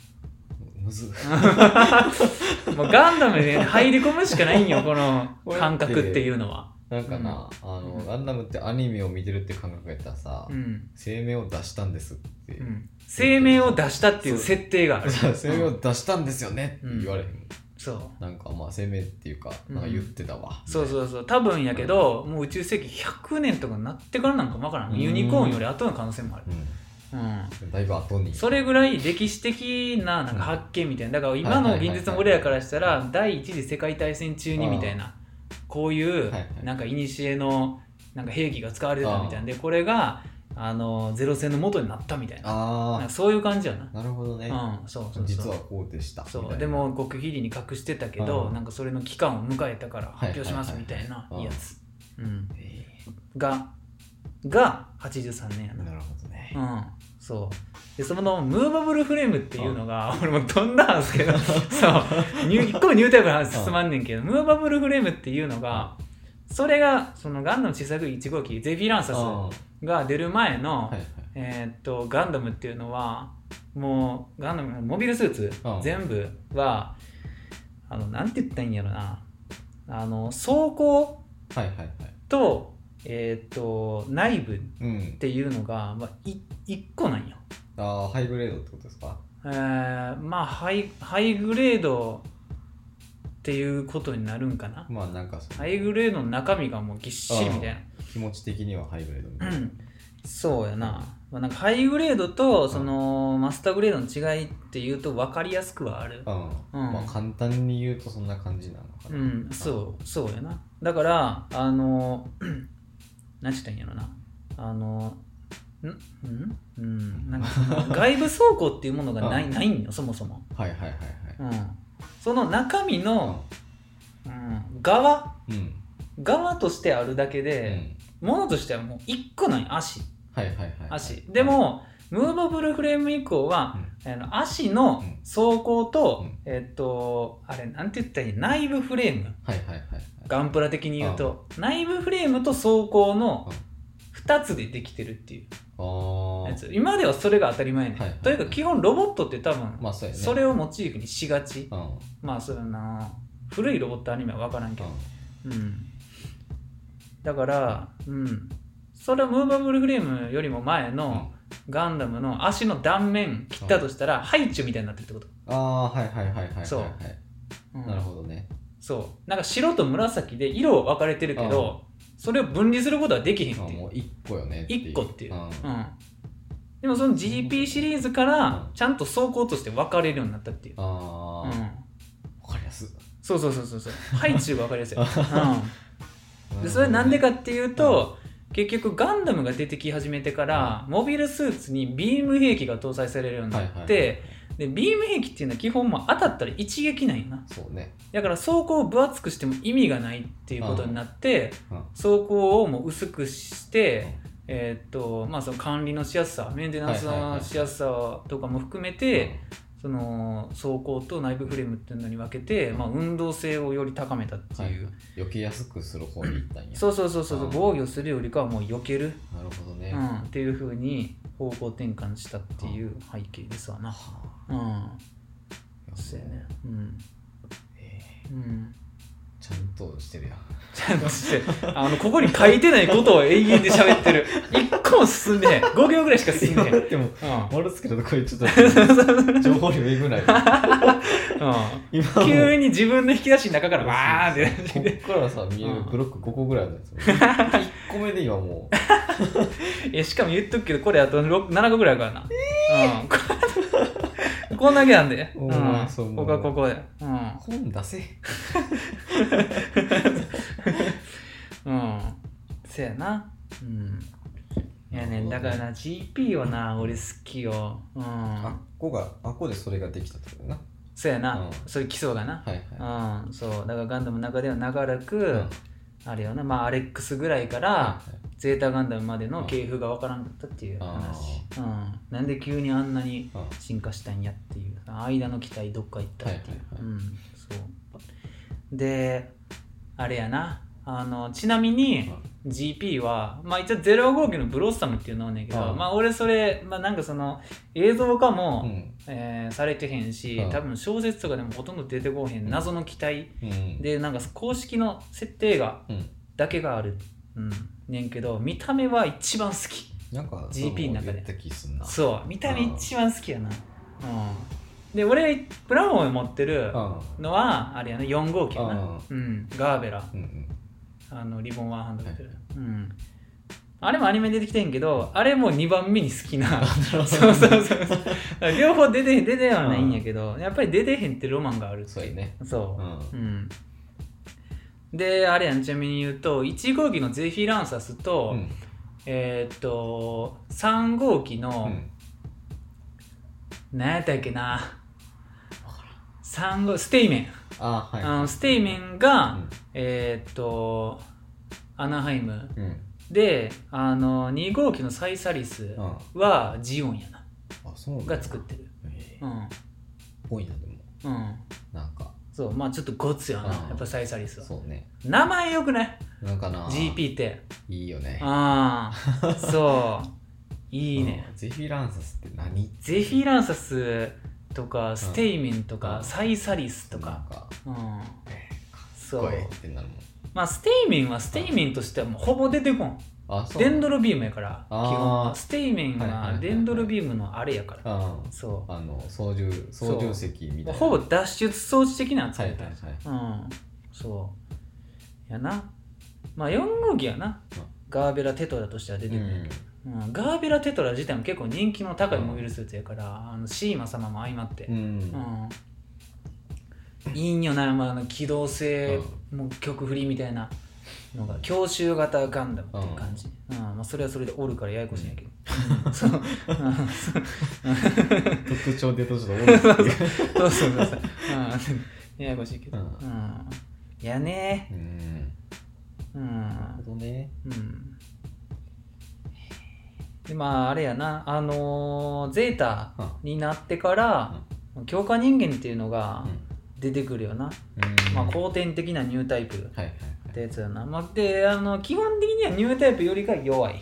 むずっ
(laughs) もうガンダムに入り込むしかないんよ、この感覚っていうのは。
なんかな、あの、ガンダムってアニメを見てるって感覚やったらさ、
うん。
声明を出したんですって、 (laughs)
うん。声明を出したっていう設定がある。
声明を出したんですよねって言われへん、
そう。
なんかまあ声明っていうかなんか言ってたわ、
そう
う
そうそう。多分やけど、もう宇宙世紀100年とかになってからなんかわから
うん
ん。ユニコーンより後の可能性もある。うん。
ん、だいぶ後に
それぐらい歴史的ななんか発見みたいな。だから今の現実の俺らからしたら、第一次世界大戦中にみたいな。こういう
はいはい、
なんか古のなんか兵器が使われてたみたいなんで、これが、あの、ゼロ戦の元になったみたいな。なん
あ
かそういう感じやな
あ。なるほどね、
うん、そうそうそう
実はこうでしたみ
そ
た
う
いな
でも極秘裏に隠してたけど、
うん
なんかそれの期間を迎えたから
はい
発表しますみたいな
はいはい
やつ、うん、
え
がが83年や
ー
な
なるほどね、
うんそうでそのムーバブルフレームっていうのが俺も飛んだんで
(laughs)
すけどそうニュ一個もニュータイプの話進まんねんけど、ムーバブルフレームっていうのがそれがそのガンダム小さく1号機ゼフィランサ
あ
スが出る前の、
はいはい
えーっとガンダムっていうのはもうガンダムのモビルスーツ
うん
全部はあのなんて言ったらいいんやろなあの装甲
はいはいはい
と,、えーっと内部っ
うん
ていうのが、まあ、い一個なんよ、
ああハイグレードってことですか
えーまあハイハイグレードっていうことになるんかな
まあなんかその
ハイグレードの中身がもうぎっしりみたいな
気持ち的にはハイグレードみた
う
いな、
んそうやな,、まあ、なんかハイグレードとそのマスターグレードの違いっていうと分かりやすくはある
うん
うん
まあ簡単に言うとそんな感じなのかな、
うんそうそうやなだからあの (clears throat) 何て言ったらいいんやろなあのんんうんなんかその外部走行っていうものがない,、
うん
ん、ないんよそもそも、
はいはいはいはい
うん、その中身の、うん、側
うん、うん
側としてあるだけで、ものとしてはもう1個なんよ足
はいはいはいはい
足でもムーバブルフレーム以降は、あの足の走行と、
うん
えっとあれなんて言ったらいい内部フレーム
はいはいはいはい
ガンプラ的に言うと内部フレームと走行の
うん
2つでできてるっていう
あー
やつ今ではそれが当たり前ね、
はいはい
というか基本ロボットって多分、
まあそうやね
それをモチーフにしがち
うんうん
まあそうやな古いロボットアニメは分からんけどうん、だから、うん、それはムーバブルフレームよりも前のガンダムの足の断面切ったとしたらハイチュウみたいになってるってこと、
ああーはいはいはいはいはい
そう
はい
うん
なるほどね
そうなんか白と紫で色を分かれてるけどそれを分離することはできへん
まあ
っていう
もう一個よね
1個っていう、
う
うんんでもその GP シリーズから
うん
ちゃんと走行として分かれるようになったっていう、
あ
う
あ
ん、
わかりや
(laughs)
す
そうそうそうそうそうハイチュウが分かりや
(laughs)
すい、う
い
ん、でそれなんでかっていうと結局ガンダムが出てき始めてからモビルスーツにビーム兵器が搭載されるように
は
ないっ
はい
て、
はい
でビーム兵器っていうのは基本まあ当たったら一撃なんやな
そうね
だから装甲を分厚くしても意味がないっていうことになって
うん
装甲をもう薄くして、
うん
えーっとまあ、その管理のしやすさメンテナンスのしやすさとかも含めて、その走行と内部フレームっていうのに分けて、
うん
まあ、運動性をより高めたって
うんはい
いう、
避けやすくする方に行ったんや
そうそうそうそう
うん
防御するよりかはもう避ける、
なるほど
う
ね、
ん、っていうふうに方向転換したっていう背景ですわなうんそうやねうん
え
うん (laughs)
ーちゃんとして (laughs) るやん
ちゃんとしてあのここに書いてないことを永遠で喋ってる (laughs) 一個も進んでへん5秒ぐらいしか進んでへん、うん
でも丸つけたとこにちょっと
(laughs) う
情報量えぐ (laughs) ない
ん、
今も
急に自分の引き出しの中からわーって
こっからさ見えるブロック5個ぐらいあるん (laughs) ですよ1個目で今もう
いやしかも言っとくけどこれあと6 7個ぐらいあるからな、うんこれ、こんだけなんで、
お
うん、
前そう思う
ここはここでうん、
本出せ
うん、せやなうんいやねんだからな GP はな俺好きようん
あっこがあっこでそれができたってことだな
そやな、
うん
そういう基礎がな、
はいは
うんそうだからガンダムの中では長らく、
いうん
あれよなまあアレックスぐらいから、
はい
ゼータガンダムまでの系譜がわからんかったっていう話、うん、なんで急にあんなに
はい
進化したんやっていう間の期待どっか行ったっていう、
はいはいはい
うんそうであれやなあのちなみに GP は、まあ、一応059のブロッサムっていうのはねんけど、
うん
まあ俺それ、まあ、なんかその映像化も、
うん
えーされてへんし、
うん
多分小説とかでもほとんど出てこへん謎の機体
うん
でなんか公式の設定が
うん
だけがある、うん、ねんけど見た目は一番好き
なんか
GP の中で
そう言った気すんな
そう見た目一番好きやなうんで俺ブラボーを持ってる
う
のはあれやな4号機やなうんガーベラ
んうん
あのリボンワンハンド持ってる、うんあれもアニメ出てきてんけどあれも2番目に好き (laughs) な
うん
そうそうそうそう両方出てへん出てはないんやけどやっぱり出てへんってロマンがある
そうやね
そうう、
ん
うんであれやんちなみに言うと1号機のゼフィランサスと、
うん
えーっと3号機
う
の、
ん
何やったっけな産後ステイメン、
あはい
あのステイメンが、
うん
えーっとアナハイム
うん
であの2号機のサイサリス
うんあ
はジオンやな
そうなんだ
が作ってる
え
う
ー
ん
ぽいなでも
うん
なんか
そうまあちょっとゴツや
う
な
ん
やっぱサイサリスは
そうね
名前よくない
なんかな
GP って
いいよね
あ
(laughs)
あそういいね
うんゼフィランサスって何
ゼフィランサスとかステイメンとか、
うん
サイサリスと
なん
か
か
うん
えー
そ
かっこ
う
いいってなるもん
まあステイメンはステイメンとしてはもうほぼ出てこん
あそう
デンドロビームやから基
あー
本はステイメン
はいはいはい
は
はい
デンドロビームのあれやから、
あ
そ
あの操縦操縦席み
う
た
も
いうな
ほぼ脱出装置的な扱
はい
い
はい
だ、
はい
うんそうやなまあ4号機やな
うん
ガーベラテトラとしては出て
う
くる
ん、
うんガーベラテトラ自体も結構人気の高いモビルスーツやから、あのシーマ様も相まって
う、ん
うん、いいんよな、まああの、機動性もう曲振りみたいなのが強襲型ガンダムっていう感じ、うんまあ、それはそれでおるからややこしいんやけど、そううん
特徴でとちょっと多いですけど
(laughs) そうそうそうそう、うん、ややこしいけど、
う
うんんやね
うん
うん、
なるほどね
うん、でまああれやなあのーゼータになってから、強化人間っていうのが出てくるよな、
うん
まあ、
うん
後天的なニュータイプっ
はいはい
てやつやな、まあ、であの基本的にはニュータイプよりか弱い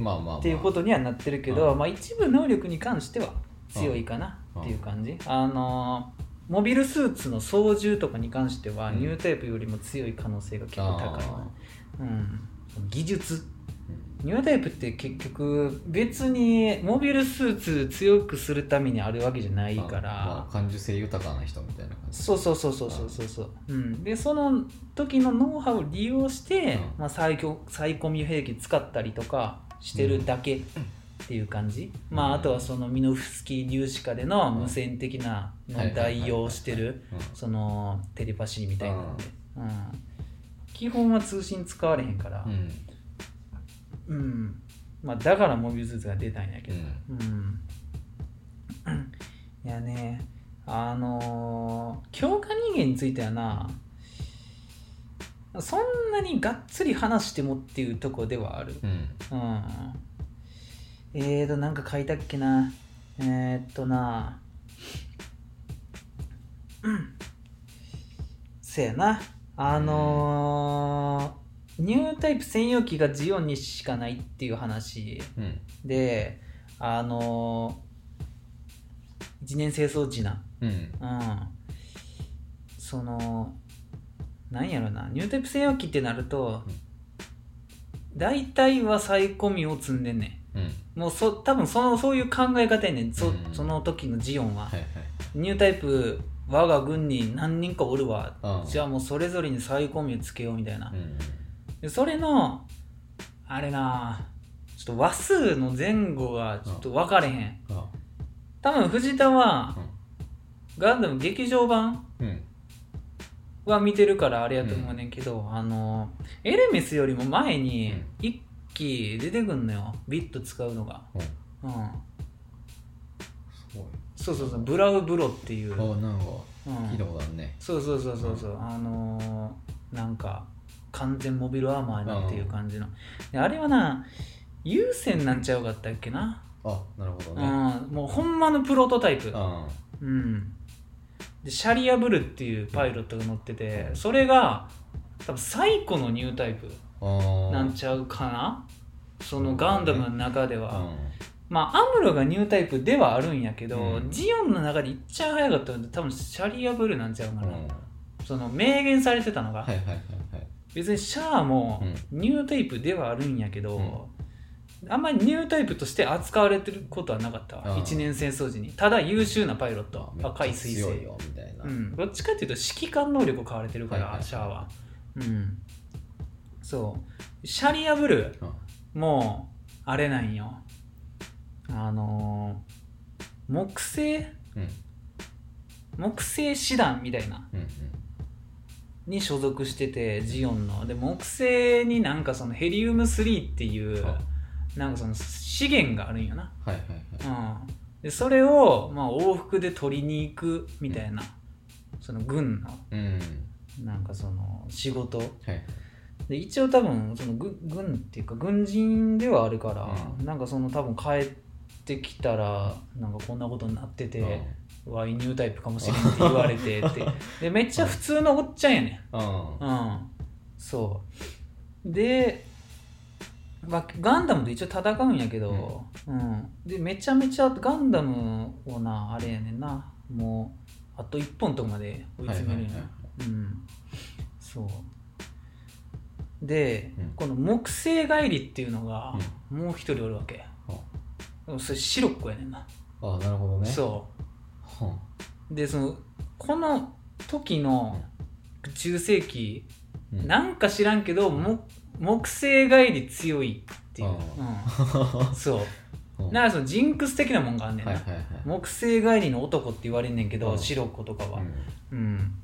まあまあまあ
っていうことにはなってるけど、まあ、一部能力に関しては強いかな
うん
っていう感じあのモビルスーツの操縦とかに関しては
うん
ニュータイプよりも強い可能性が結構高いなうん、技術ニュータイプって結局別にモビルスーツ強くするためにあるわけじゃない
い
から、
まあ、感受性豊かな人みたいな感じ
そうそうそうそうそうそうそう、うん、でその時のノウハウを利用して、
うん
まあ、最強最コミュ兵器使ったりとかしてるだけっていう感じ、
うん
まああとはそのミノフスキー粒子化での無線的な
はい
の代用をして
はい
るそのテレパシーみたいなんで、うん基本は通信使われへんから
うん、
うん、まあ、だからモビルスーツが出たんやけ
う
ど、
ん
うんいやねあのー強化人間についてはなそんなにがっつり話してもっていうとこではある
うん
うんえーとなんか書いたっけなえー、っとなうんせやなあのーニュータイプ専用機がジオンにしかないっていう話
うん
であのー、一年清掃時な
うん
うんそのなんやろなニュータイプ専用機ってなると
うん
大体はサイコミを積んでんね
うん
んもうそ多分そのそういう考え方やねんそ,、
うん
その時のジオンは、
はいはい
ニュータイプ我が軍に何人かおるわ、
うん
じゃあもうそれぞれにサイコミをつけようみたいな
う、ん
でそれのあれなちょっと和数の前後がちょっと分かれへん
あ
多分藤田はガンダム劇場版
うん
は見てるからあれやと思うねんけど、あのエレメスよりも前に
うん
一機出てくんのよビット使うのが、
うん
うん、
すごい
そうそうそうブラウブロっていう、うん、
あなんか聞いたことあるね
そうそうそうそうそうあのーなんか完全モビルアーマーになっていう感じの、であれはな優先なんちゃうかったっけな、
あなるほど
う
ね
ん、もうほんまのプロトタイプ
あ
うん、でシャリアブルっていうパイロットが乗っててそれが多分最古のニュータイプ
あー
なんちゃうかなそのガンダムの中では、
うん
まあアムロがニュータイプではあるんやけど、
うん
ジオンの中でいっちゃ早かったので多分シャリアブルなんちゃうかな、
うん
その明言されてたのが、
はいはいはいはい
別にシャアも
う
ニュータイプではあるんやけど、あんまりニュータイプとして扱われてることはなかったわ、
あー
一年戦争時にただ優秀なパイロット
めっちゃ
赤い彗
強
星
いよみたいな
うん、どっちかっていうと指揮官能力を買われてるから、
はいはい
シャアは。うん。そう。シャリアブル、
うん
もう、あれなんよ。あのー木星
うん
木星師団みたいな、
うん
に所属してて、ジオンの。で、木星になんかそのヘリウム3っていう
あ、
なんかその資源があるんよな。
はいはいはい
うん。で、それを、まあ、往復で取りに行くみたいな、その軍の、
うん
なんかその仕事。
はい
で一応多分その軍軍っていうか軍人ではあるから、
うん
なんかその多分帰ってきたらなんかこんなことになってて、ワイニュータイプかもしれんって言われて
(laughs)
ってでめっちゃ普通のおっちゃんやね
うんうん
んうんそうで、まあガンダムと一応戦うんやけど、うんでめちゃめちゃガンダムをなあれやねんなもうあと1本とかまで追い詰めるんやな、
はいはいはい
うん、そうで、
うん
この木星帰りっていうのがもう一人おるわけ、でもそれシロッコやねんな、
あなるほどね
そ
は
うでそのこの時の中世紀、
あうん
なんか知らんけども木星帰り強いっていう、うん、そう
(laughs) うん
なんかそのジンクス的なもんがあんねんな、
はいはいはい
木星帰りの男って言われんねんけど、
うん
シロッコとかは、
う
うん、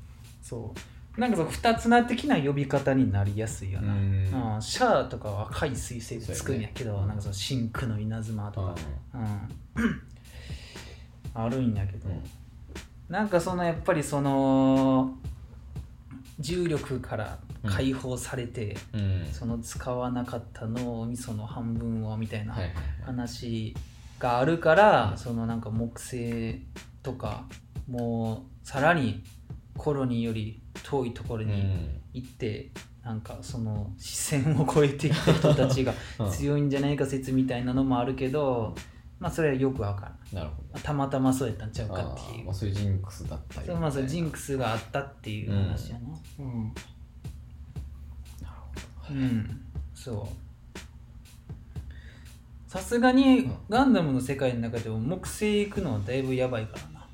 そうなんかその二つ名的な呼び方になりやすいよな、うん
ん
シャアとかは赤い彗星でつくんやけど、
そうやね
なんかその真空の稲妻とか、うん (coughs) あるんやけど、
うん
なんかそのやっぱりその重力から解放されて、
うん
その使わなかった脳みその半分をみたいな、
はいはいはい
話があるから、
うん
そのなんか木星とかもうさらにコロニーより遠いところ
う
に
ん
行って、なんかその視線を超えてきた人たちが
(laughs) うん
強いんじゃないか説みたいなのもあるけど、まあそれはよくわからん
なるほ
たまたまそうやったんちゃう
ど
かって
あー
いう
まあそういうジンクスだった
そうまあそれジ
ン
ンクスがあったっていう話やなうん、うん
なるほ
そうさすがに
うん
ガンダムの世界の中でも木星行くのはだいぶやばいからな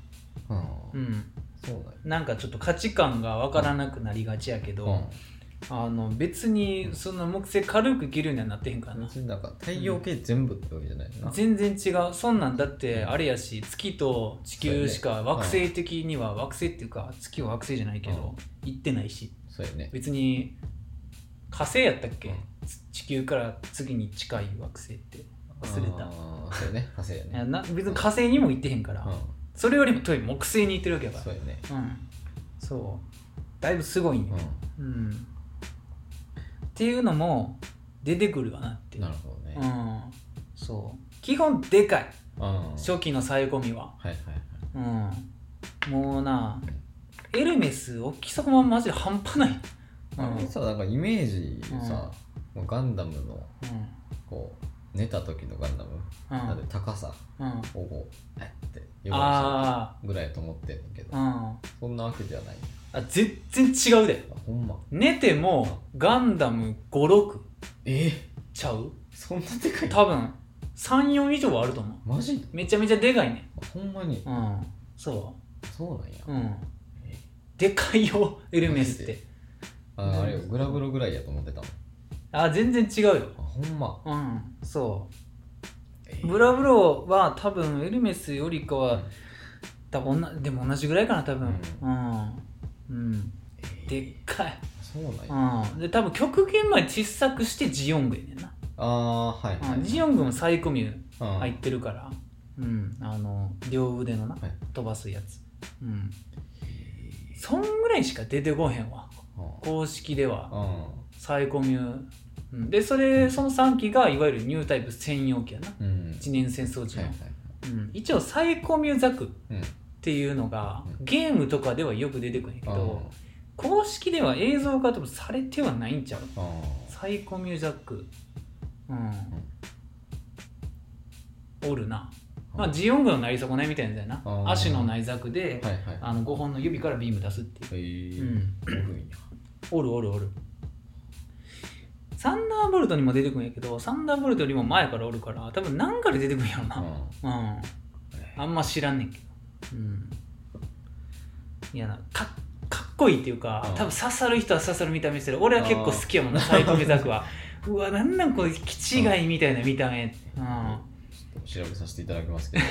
ど
う
うん
ん
そうだよ
なんかちょっと価値観がわからなくなりがちやけど、あの別にその木星軽く生きるようにはなってへんからな
別になんか太陽系全部ってわけじゃないよな
全然違うそんなんだってあれやし月と地球しか
そうやね
惑星的には惑星っていうか月は惑星じゃないけど行ってないし
そうやね
別に火星やったっけ、
うん
地球から次に近い惑星って忘れた
あーそうやね火星や
いや
ね
な別に火星にも行ってへんから、
う
それよりもとに木星に行ってるわけだか
そうやね
らうんそうだいぶすごいんよ、
う
うんっていうのも出てくるわなってい
ん
う
なるほど
う
ね
んそう基本でかい
うんはい
初期の最後ミは
はいはい
うんもうなエルメス大きさがマジで半端ないうん、
あれさなんかイメージさ、もうガンダムのこう寝た時のガンダム、
うん
なんで高さ
うんうん
をこうえって呼ば
あ
れるぐらいやと思ってんねんけど
あう
そ
ん
んなわけではない
あ全然違うで
あほんま
寝てもガンダム56
え
ちゃう
そんなでかい
多分34以上はあると思う
マジ
めちゃめちゃでかいね
あほんまに
うんそ
そうなんや、
ううん
え
でかいよエルメス
マ
って
ああれよグラブロぐらいやと思ってたもん
あ全然違うよ
あほんま
うんそう
え
ブラブロは多分エルメスよりか
う
は
ん
多分おんなでも同じぐらいかな多分うん、うん、
え
でっかい、
そうなんや、あ
うん、で多分極限まで小さくしてジヨングやねんな、
あーはいは
う
い、
ん、ジヨングもサイコミュ
うん
入ってるからうんあの両腕のな、
はい
飛ばすやつうんそんぐらいしか出てこへんわ公式では
う
サイコミュ、うん、でそれその3機がいわゆるニュータイプ専用機やなん
うん
一年戦争時
はい
の、
はい
うん、一応サイコミュザクっ
うん
ていうのが
う
ゲームとかではよく出てくるんやけど、公式では映像化とかされてはないんちゃう
あーあ
サイコミュージャックうん、おるなまあジオングのなり損ねみたいなやつや
あー
な足の内ザクで、
はいはい
あの5本の指からビーム出すっていう
へえ
うん
おるんや
おるおるおるサンダーボルトにも出てくるんやけどサンダーボルトよりも前からおるから多分何かで出てくるんやろな、
うん
うん、あんま知らんねんけど、うん、いやなかかっこいいっていうか、
うん
多分刺さる人は刺さる見た目してる俺は結構好きやもんな
あー
サイコミザクは (laughs) うわなんなんこれキチガイみたいな見た目、うん、
ちょっと調べさせていただきますけど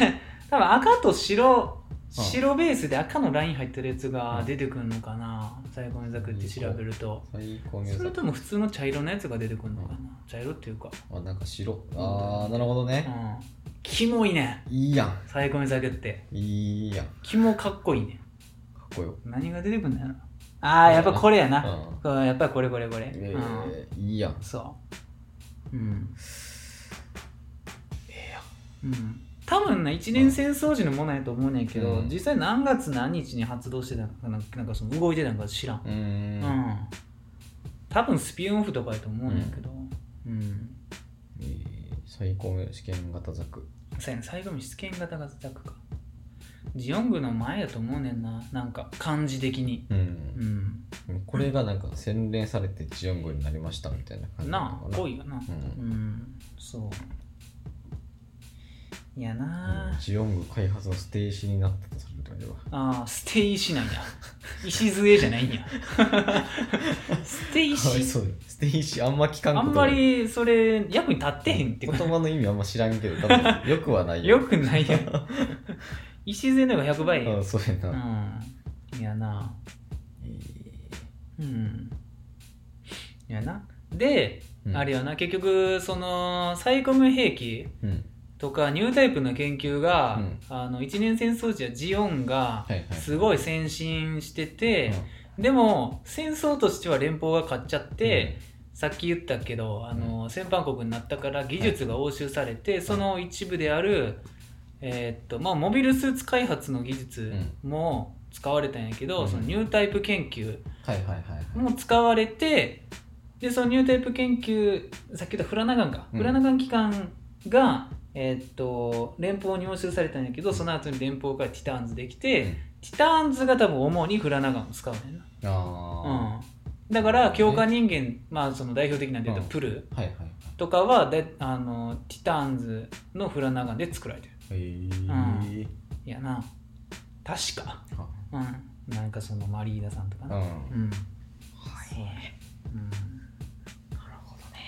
多分赤と白白ベースで赤のライン入ってるやつが出てくるのかな、サイコミザクって調べると、
最高ミュ
それ
ージ
とも普通の茶色のやつが出てくるのかな、茶色っていうか、
あなんか白ああなるほど
う
ね
ん、キモいね
いいやん
サイコミザクって
いいやんか
キモかっこいいね
っこよ
何が出てくんだよなあーやっぱこれやな、
うん
うん、やっぱりこれこれこれ、
え
うん、
ーいいやん
そううんええやうん多分な一年戦争時のものやと思うねんけど、
うん
実際何月何日に発動してたのかななんかその動いてたのか知らん
うー
うんん、多分スピンオフとかやと思うねんけどうん、
えー最高の試験型ザク
そうやね最後に試験型がザクかジオングの前やと思うねんななんか感じ的に
う
うんん
これがなんか洗練されてジオングになりましたみたいな感じ
なあ
のか
ぽいよな
う
うんんそういやな
ジオング開発のステージになったとするとでは
ああーステイ
(laughs)
しなんや礎じゃないんやステイ
かわい
し
そうにステージあんま聞かん
あんまりそれ役に立ってへんって
言
こと
葉の意味あんま知らんけど多
(laughs)
分よくはない
よくないやん
(laughs)
礎の方が100倍や
うんそうやな、
うんいやなうんいやなで、
うん
あれよな結局そのサイコム兵器
うん
とかニュータイプの研究が、
うん
あの一年戦争時はジオンが
はいはい
すごい先進してて、でも戦争としては連邦が勝っちゃって、さっき言ったけどあの、戦犯国になったから技術が押収されて、その一部である、えーっとまあ、モビルスーツ開発の技術も使われたんやけど、
うん
そのニュータイプ研究
はいはいはいはい
も使われてでそのニュータイプ研究さっき言ったフラナガンか、
うん
フラナガン機関が、えーっと連邦に押収されたんやけどその後に連邦からティターンズできて、
うん
ティターンズが多分主にフラナガンを使うねんな、
あ
うん、だから強化人間、まあ、その代表的なんで言うと
うん
プル
あはいはいはい
とかはであのティターンズのフラナガンで作られてる
へえ
いやな確か、
は
うん、なんかそのマリーダさんとか
う
な、
ん
うん。はい。うん。なるほどね。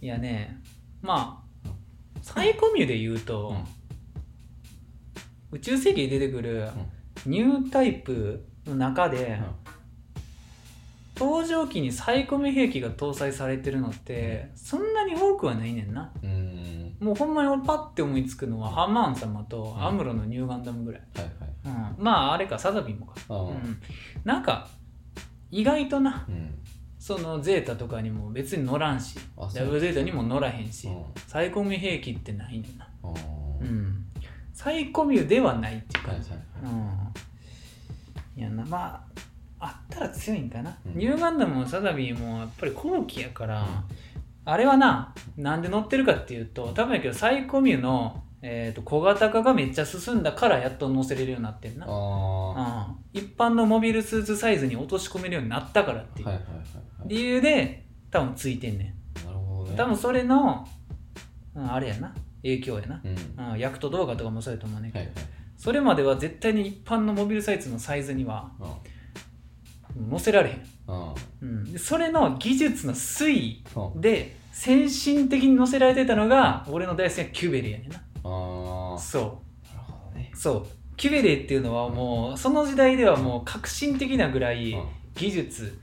いやね、まあ、サイコミュで言うと、宇宙世紀に出てくるニュータイプの中で、登場機にサイコミュ兵器が搭載されてるのって、そんなに多くはないねんな。
うんうん
もうほんまに俺パッて思いつくのはハマーン様と
うん
アムロのニューガンダムぐらい、
はいはい
うん、まああれかサザビーもか、
ああ
うんなんか意外とな
うん
そのゼータとかにも別に乗らんし
あそう
ダブルゼータにも乗らへんし
うん
サイコミュ兵器ってないねんな、
ああ
うん、サイコミュではないっていう
はいは
感
い
じ、
はい
うん、いやなまああったら強いんかな、
うん
ニューガンダムもサザビーもやっぱり後期やから、あれはななんで乗ってるかっていうと多分やけどサイコミュの、えー、と小型化がめっちゃ進んだからやっと乗せれるようになってんな、うん、
あ
一般のモビルスーツサイズに落とし込めるようになったからっ
ー
ていう、
はいはいはいはい
理由で多分ついてんね
なるほど
ん
ね
多分それの、うん、あれやな影響やな
う、ん
うん、ヤクト動画とかもそうやと思うねんけ
は
ど、
いはい
それまでは絶対に一般のモビルサイズのサイズには
あ
載せられへん、
あ
うん、でそれの技術の推移
ああ
で先進的に載せられてたのが俺の大好きなキュベレやねんな
あ
そ
ーなるほどね
うそうキュベレっていうのはもうその時代ではもう革新的なぐらい
うん
技術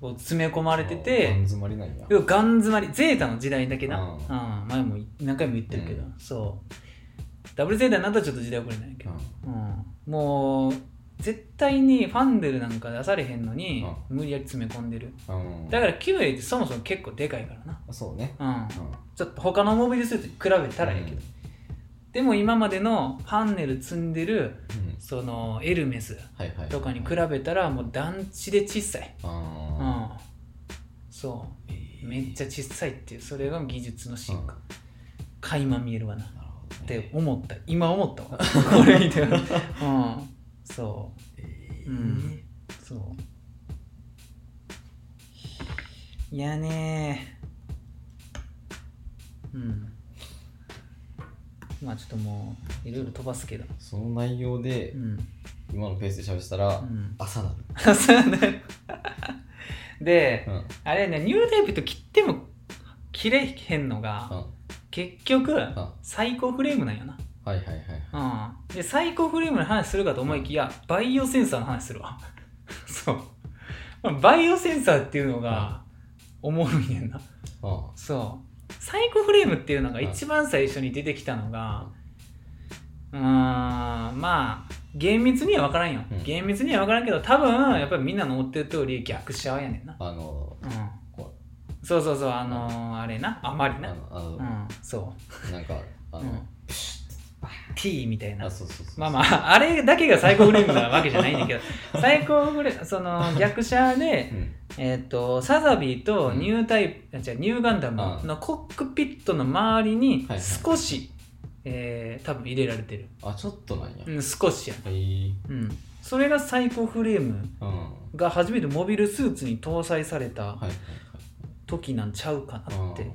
を詰め込まれて
あー
て
缶詰まりないや
要はガン詰まりゼータの時代だけな、
うん
うん、前も何回も言ってるけど、
う
そうダブルゼータになったらちょっと時代遅れないけど、うん、もう絶対にファンデルなんか出されへんのに無理やり詰め込んでる
うんうん
だからキュベレってそもそも結構でかいからな
そうね
うん
うん
ちょっと他のモビルスーツに比べたらやけど、でも今までのパンネル積んでる
うん
そのエルメス
はいはい
とかに比べたらもう団地で小さい、う
あ
ん、そうめっちゃ小さいっていうそれが技術の
ー
進
うん
化、垣間見えるわなっ
なるほどね
て思った今思
(laughs)
ったわこれ見てうんそ
え
う
ー
うんそういやねーうんまあちょっともういろいろ飛ばすけど
その内容で
うん
今のペースで喋ってたら
うん (laughs)
朝なる
そうねで
うん
あれねニュータイプと切っても切れへんの
うん
が結局
うん
最高フレームなんよな
はいはいはいはい
うん、で最高フレームの話するかと思いきやバイオセンサーの話する
(laughs)
わそうまあバイオセンサーっていうのがおもろいねんな
あ
そうサイコフレームっていうのが
はい
一番最初に出てきたのがうーんまあ厳密には分からんよ、
うん
厳密には分からんけど多分やっぱりみんなの追ってる通り逆シャワやねんな、
あの
うん、
こ
そうそうそうあのーあれなあまり
う
な
あ、のあ
う
の
ん、そう
なんかあ
うん
の
T みたいな
あそうそうそう
まあまあ、あれだけが最高フレームなわけじゃないん
(laughs)
だけど、最高フレーム、その逆車で
う、ん
えっと、サザビーとニュータイプ、あ違う、ニューガンダムのコックピットの周りに
はいはい
少し、えー多分入れられてる。
あちょっとなんや
うん、少しや。
はい
うん。それが最高フレーム
うんは
が初めてモビルスーツに搭載された
いはいはい
時なんちゃうかなって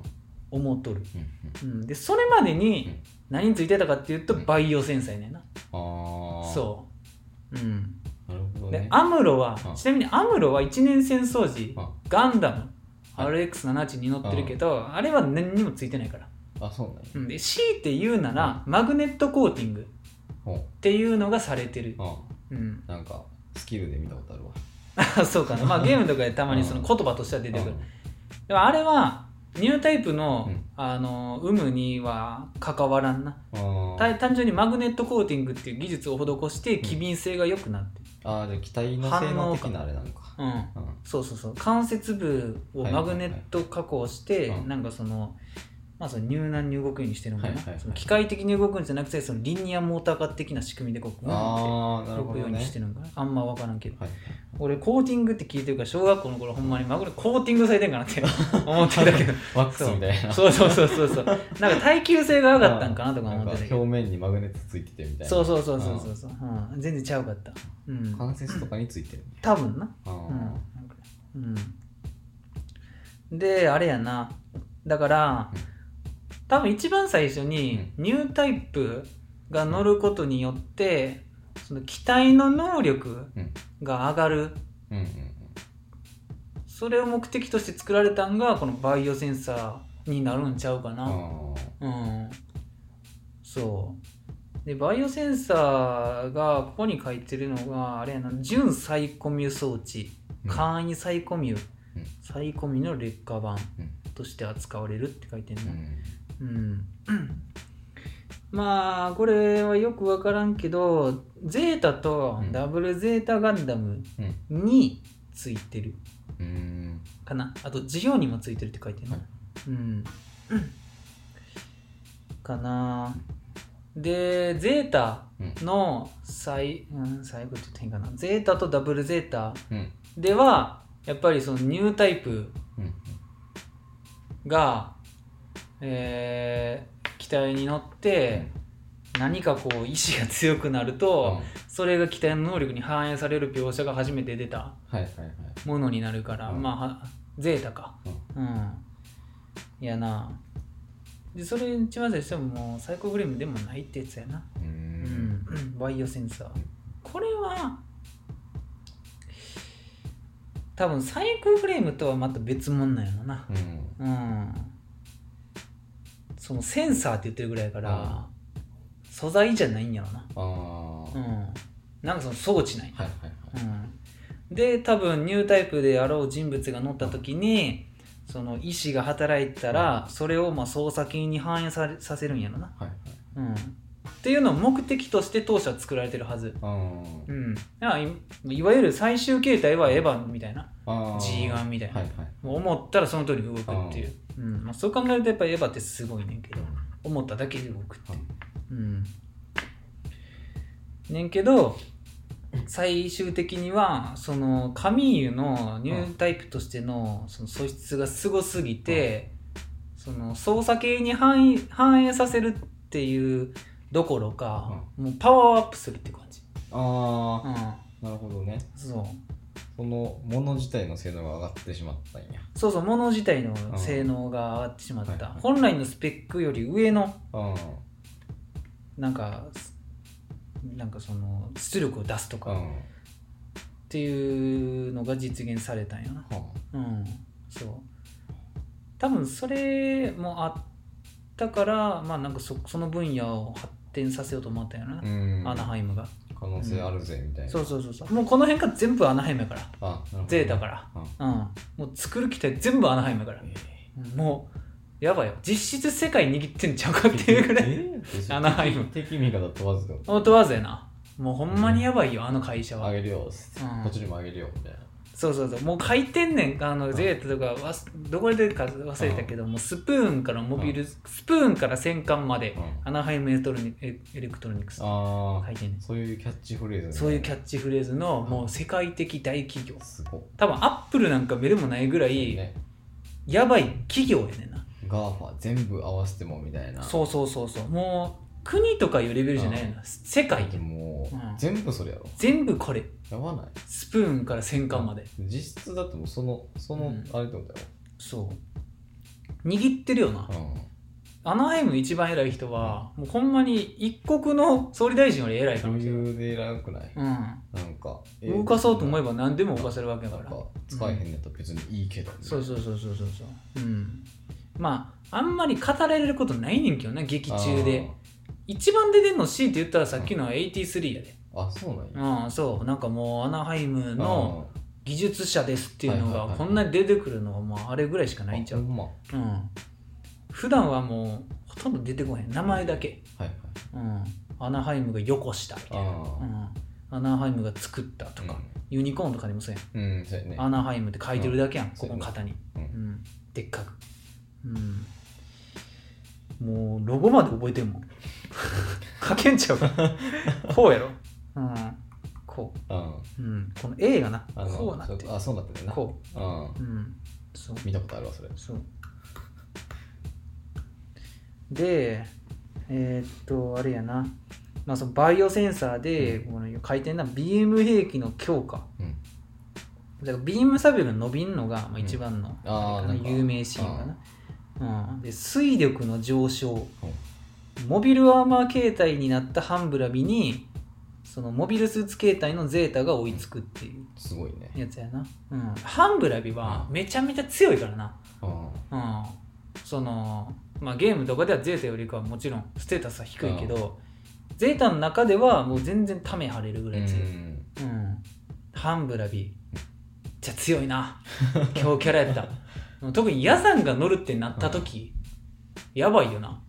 思っとる。
うん
うん、で、それまで
う
に
ん
何についてたかっていうと、
うん
バイオセンサーやねんな。
うんああ
そう。うん。
うなるほど
で
ね
アムロは
うん
ちなみにアムロは1年戦争時
あ
ガンダム
は
RX78 に乗ってるけどあれは何にもついてないから、
あそうなんや
うん、で強いて言うならマグネットコーティングっ
ほう
ていうのがされてる、
あ
うん、
なんかスキルで見たことあるわ
あ (laughs) そうかなまあゲームとかでたまにその言葉としては出てくるでもあれはニュータイプの,、
うん
あの有無には関わらんな
あ
た単純にマグネットコーティングっていう技術を施して機敏性が良くなってる、
あーじゃあ機体の性能的なあれなのか
うん、
うん
そうそうそう関節部をマグネット加工して、
いはいはい
なんかその,、まあ、その柔軟に動くようにしてるのかな、
はいはいはい
その機械的に動くんじゃなくてそのリニアモーター化的な仕組みでこうグーンっ
ああ
て
なる
動
ほ
くよ
ど
うに
ね
してるのかなあんま分からんけど
はい
俺コーティングって聞いてるから小学校の頃ほんまにマグネットコーティングされてんか
(laughs)
なって思ってたけど
ワックスみたいな
そうそうそうそうそうなんか耐久性が上がったんかなとか思ってた
なん
け
か
ど
表面にマグネットついててみたいな
そうそうそうそうそうそう、うん、全然ちゃうかった、うん、
関節とかについてるね
多分な
あ
うんなんかうん、であれやなだから
うん
多分一番最初にニュータイプが乗ることによってその機体の能力
うん
が上がる
ーうんうん
それを目的として作られたんがこのバイオセンサーになるんちゃうか
う
な、
んあ
うん、そうでバイオセンサーがここに書いてるのがあれやな純サイコミュ装置
ー
簡易サイコミュ、
うん
サイコミュの劣化版
うん
として扱われるって書いてる
う
の、
ん
うん、まあこれはよく分からんけどゼータと
うん
ダブルゼータガンダム
うん
についてる
うーん
かなあとジオにもついてるって書いてるな、
はい
うんかなでゼータ
うん
の最,、うん、最後って言っていいんかなゼータとダブルゼータ
うん
ではやっぱりそのニュータイプ
うん
が、えー機体に乗って何かこう意志が強くなる
うん
と、それが機体の能力に反映される描写が初めて出た
はいはいはい
ものになるから、
うん
まあはゼータかうんいやなでそれ一番最初はもうサイコフレームでもないってやつやな
うー
うんん、バイオセンサーこれは多分サイコフレームとはまた別物なんやろな
うん
うんそのセンサーって言ってるぐらいやから、素材じゃないんやろな
ああは
う
い
んなんかその装置ない、
はいはい
うん、で多分ニュータイプであろう人物が乗った時にその意志が働いたらそれをまあ操作機に反映されさせるんやろな、
はいはい
うん、っていうのを目的として当初は作られてるはず
あー
うん、だからいいわゆる最終形態はエヴァみたいな
あー
G ガンみたいな
はいはい
もう思ったらその通り動くっていう、うんまあ、そう考えるとやっぱりエヴァってすごいねんけど思っただけで動くっていう、うん、ねんけど最終的にはそのカミーユのニュータイプとしてのその素質がすごすぎて、その操作系に反映反映させるっていうどころか、もうパワーアップするって感じ、
あ
うん、
あなるほどね
そう
そのもの自体の性能が上がってしまったんや
そうそう物自体の性能が上がってしまった、
うんはい
本来のスペックより上の
あ
なんかなんかその出力を出すと
あう
かっ
んは
ていうのが実現されたんやな
あ
うんそう多分それもあったからまあなんかそその分野を発展させようと思ったんやな
う、ん
アナハイムが
可能性あるぜみたいな
そうそうそうそうもうこの辺から全部アナハイムやから
あなるほど
ゼータから
うん
うんもう作る機体全部アナハイムやからもうやばいよ実質世界握ってんちゃうかっていうぐらい
い
アナハイム
敵味方問わずってこと
本当わずやなもうほんまにやばいよあの会社は
あげるよ、
ん
こっちにもあげるよみたいな
そうそうそうもう書いてんねんあのゼータとかわすどこで出るか忘れたけどもうスプーンからモビルスプーンから戦艦まで
うん
アナハイムエトロニエエレクトロニクス書
ああ
いてんねん
そういうキャッチフレーズね
そういうキャッチフレーズのもう世界的大企業
すごい
多分アップルなんか目でもないぐらい
ね
やばい企業やねんな
ガーファ全部合わせてもみたいな
そうそうそうそうもう国とかいうレベルじゃないよな世
だ
界
ってもう、
うん
全部それやろ
全部これ
やばない
スプーンから戦艦まで
実質だってもうそのその、
うん
あれってことや
そう握ってるよな
ろ、うん
アナハイム一番偉い人は、もうほんまに一国の総理大臣より偉いか
余
ら
裕でいらなくない、なんか、
うん、動かそうと思え
ば
ば何でも動かせるわけだ
な
か
ん
ら
か使えへんやったら別にいいけど、
そうそうそうそうそうそううんまああんまり語られることないねんけどな劇中で一番出てんの C って言ったらさっきの83やで
あーあそうなんや
うんそうなんかもうアナハイムの
あ
技術者ですっていう
はい
の
はい
が
はい
こんなに出てくるのはもうあれぐらいしか
ー
ないんちゃ
あ
う
ほんまは
うん普段はもうほとんど出てこへん名前だけ
いはい
うん、アナハイムがよこしたみたいな、
あ
うん、アナハイムが作ったと
と
か、ユニコーンとかでもそうやん、
うん、うん、そうやね
アナハイムって書いてるだけや
う
ん、
ん
ここの肩に、
そうやね
うんでっかく、うん、もうロゴまで覚え
(laughs)
てんもん書けんちゃうかこうやろ、うん、こ
うん
う、うん、この A がな
あの
こうなってる
あそうなってるな
こ
う、うん
う、うん、そう
見たことあるわそれ
そうでえーっとあれやな、まあ、そのバイオセンサーで、この回転なビーム兵器の強化
うん
だからビームサビルが伸びんのが、まあ、一番の、
あー
あれか
な
な
んか
有名シーンかな、うん、で水力の上昇
ほう
モビルアーマー形態になったハンブラビにそのモビルスーツ形態のゼータが追いつくっていう
すごいね
やつやな、うん、ハンブラビはめちゃめちゃ強いからな、
うん
うん、その、まあ、ゲームとかではゼータよりかはもちろんステータスは低いけど、ゼータの中ではもう全然ため張れるぐ
う
らい強い、うん
ん
ハンブラビじゃ
(laughs)
あ強いな強キャラやった特にヤザンが乗るってなった時、やばいよな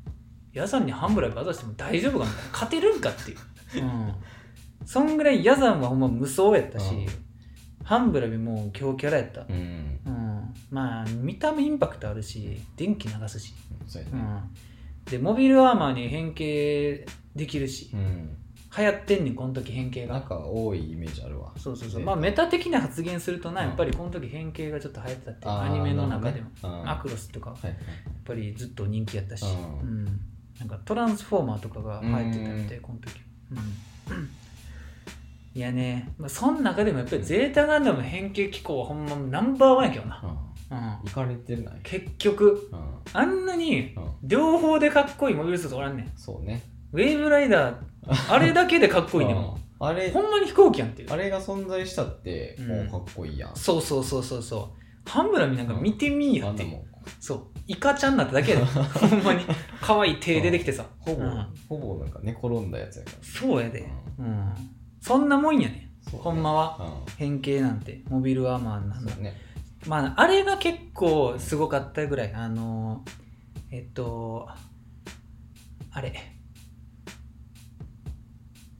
ヤザンに半ぐらいかざしても大丈夫かな勝てるんかって
(laughs)
いう、うん、そんぐらいヤザンはほんま無双やったし、
うん
ハンブラビも強キャラやった、
うん
うん、まあ見た目インパクトあるし電気流すし、
そうや
う
ね
ん、でモビルアーマーに変形できるし
うん
流行ってんねんこの時変形
な
が
んか多いイメージあるわ
そうそうそう
ね
まあメタ的な発言するとな
うん
やっぱりこの時変形がちょっと流行ってたっていう
あー
アニメの中でも、
なるほどねうん
アクロスとかや
はいはい
っぱりずっと人気やったし、
う
うん
ん
なんかトランスフォーマーとかが流行ってたみたいこの時うん、いやね、まあ、その中でもやっぱりゼータガンダムの変形機構はほんまナンバーワンやけどな、うん、
行かれてない
結局
うん
あんなに
うん
両方でかっこいいモビルスーツおらんねん
そうね
ウェーブライダーあれだけでかっこいいねんも
うん (laughs) あ
う
れ
ほんまに飛行機やんっていう
あれが存在したってもうかっこいいやん
そうそうそうそうそう半村見なんか見てみいや
あ
っ
ん
て
な
いう、
もん
そうイカちゃんなった
(laughs)
だけやでほんまに可愛い手出てきてさ
ほぼ
うん
ほぼなんか寝転んだやつやから
そうやでうんそんなもんやね
そうね
ほんまは
うん
変形なんてモビルアーマーなんだ
そうね
まああれが結構すごかったぐらいあのえっとあれ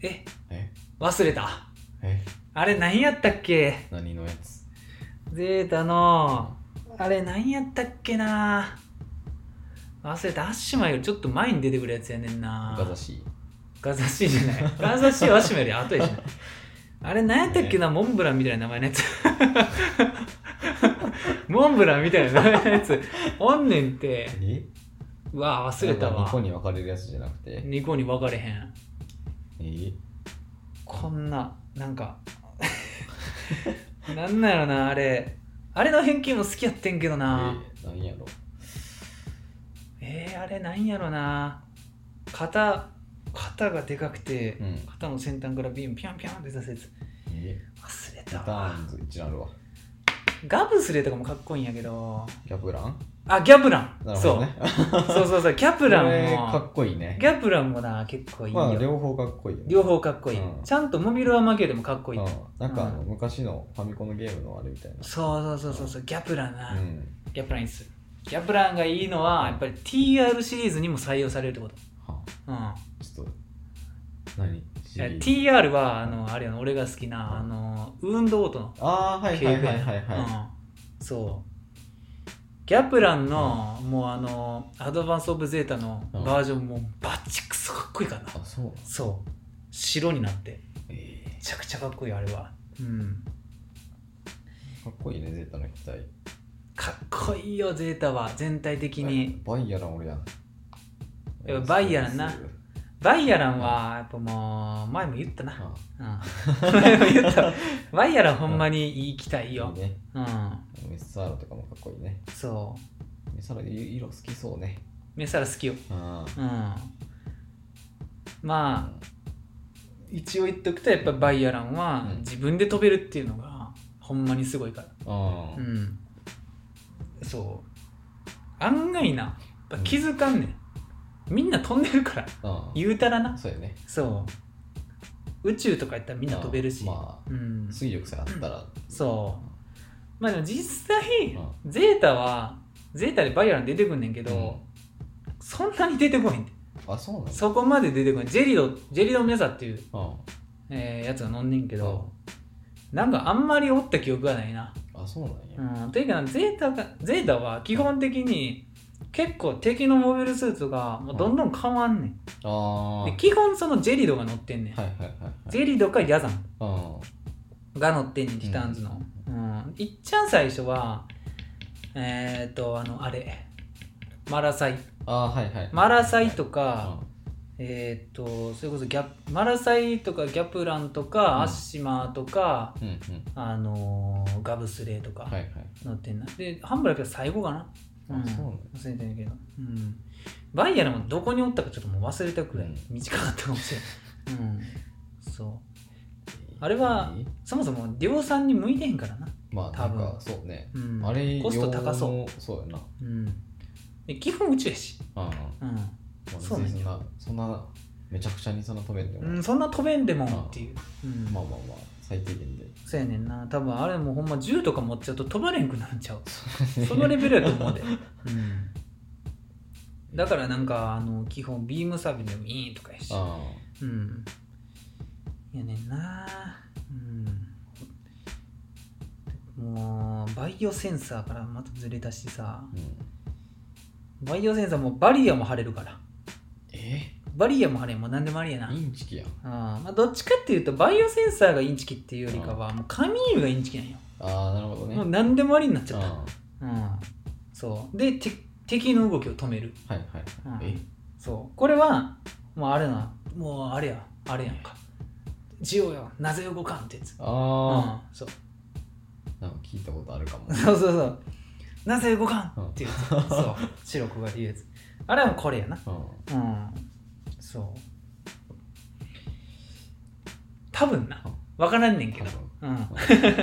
え
え
忘れた
え
あれ何やったっけ
何のやつ
ゼータのあれ何やったっけな忘れたアッシュマンよりちょっと前に出てくるやつやねんな
ガザシー
ガザシーじゃないガザシーはアッシュマンより後やしない (laughs) あれ何やったっけな、モンブランみたいな名前のやつ (laughs) モンブランみたいな名前のやつおんねんって
え
うわ忘れたわ
日本に分かれるやつじゃなくて
2個に分かれへん
え
こんななんか (laughs) なんなんやろなあれあれの変形も好きやってんけどな、
え何やろ
えー、あれなんやろな肩肩がでかくて、
うん
肩の先端からビームピャンピャンって出すやつ
え
忘れ
リタ
たわ
ーンズ一覧あるわ
ガブスレとかもかっこいいんやけど
キャプラン
あギャプラン、
なるほ
そ
ど
う
ね
そうそうそうキャプラ
(laughs) これ
ン
か
も
っこいいね
ギャプランもな結構いいよ、
まあ両方かっこいいよね
両方かっこいい、
うん
ちゃんとモビルアーマー系でもかっこいい、
うん
そう
なんかあの昔のファミコンのゲームのあれみたいな
そうそうそうそうギャプランな、
うん
ギャプランいいっすギャプランがいいのはやっぱり TR シリーズにも採用されるってこと、
は
うん、
ちょっと何
いや TR はあのあれやな俺が好きなあの運動との
ああはいはいはいはいは
うん、そうギャプランの、もうあのアドバンス・オブ・ゼータのバージョンもバッチクソかっこいいからない
あそうなの
そう白になって
え
めちゃくちゃかっこいいあれはうん
ーかっこいいねゼータの機体
かっこいいよゼータは全体的に
バイヤラン俺やん
やっぱバイヤランなバイアランはやっぱもう前も言ったな、
あ
うん、前も言ったバイアランほんまにいい機体
いい
よ
ね
うん
メスサーラとかもかっこいいね
そう
メスサーラ色好きそうね
メサラ好きよ
あ
うんま
あ
あ一応言っとくとやっぱバイアランは
うん
自分で飛べるっていうのがほんまにすごいから
あ
う
ー
んそう案外なやっぱ気づかんねんみんな飛んでるから
あー
言うたらな
そうやね
そう宇宙とかやったらみんな飛べるし、
あーま
うん
あ水力さえあったら
そうまあでも実際、
う
ゼータはゼータでバイアラン出てくんねんけど、
うん
そんなに出てこへんて
あそうなの
そこまで出てこへんジェリドジェリドメザっていう
あ
えーやつが飲んねんけど、なんかあんまりおった記憶がないな。
ーあそうなんや
うん、というかゼータが、ゼータは基本的に結構敵のモビルスーツがもうどんどん変わんねん。
ああは
で
い
基本そのジェリドが乗ってんねん。
はいはいはい
ジェリドかヤザン
あ
が乗ってんねん、ティターンズの。うん、いっちゃん最初は、えー、っと、あの、あれ、マラサイ。
ああーはいはい
マラサイとか、
う
えー、っと、それこそギャマラサイとかギャプランとか、
うん
アッシマーとか、
んうんうん
あのーガブスレーとか
はいはい
乗ってんな、でハンブラーけど最後かな、うん、
あそうなんや
忘れてるけど、うん、バイヤルもどこにおったかちょっともう忘れたくらい
うん
短かったかもしれ
(laughs)
ない、うん、そうあれは
えー
そもそも量産に向いてへんからな、
まあ
多
な
分
んかそうね
うん、
あれ
コスト高そう
そうやな
う、うん、で基本宇宙やし、
あ
うん
あ
そうなん
別にそん
や
なそんなめちゃくちゃにそんな止めんでも、
うん、そんな飛べんでもっていう、うん
まあまあまあ最低限で
そうやねんな多分あれもうほんま銃とか持っちゃうと飛ばれんくなっちゃうそのレベルやと思うで、うん、だからなんかあの基本ビームサビでもいいとか
(laughs)
やし
あ
うんいやねんなうんもうバイオセンサーからまたずれたしさ
ー、うん、
バイオセンサーもバリアも晴れるから
え
バリアも晴れんもう何でもありやな
インチキやん
あまあ、どっちかっていうとバイオセンサーがインチキっていうよりかはもうカミーユがインチキなんよ、
ああなるほどね
もう何でもありになっちゃった
あ
うんそうでて敵の動きを止める
ーはいはい、
うんそうこれはもうあれなもうあれやあれやんかジオよなぜ動かんってやつ
え
うん
ああ、
そう (laughs)
なんか聞いたことあるかも
そうそうそうなぜ動かんっていうやつ、そう白子が言うやつあれはもうこれやな
うん
うんそう多分な分からんねんけどうん (laughs)
うん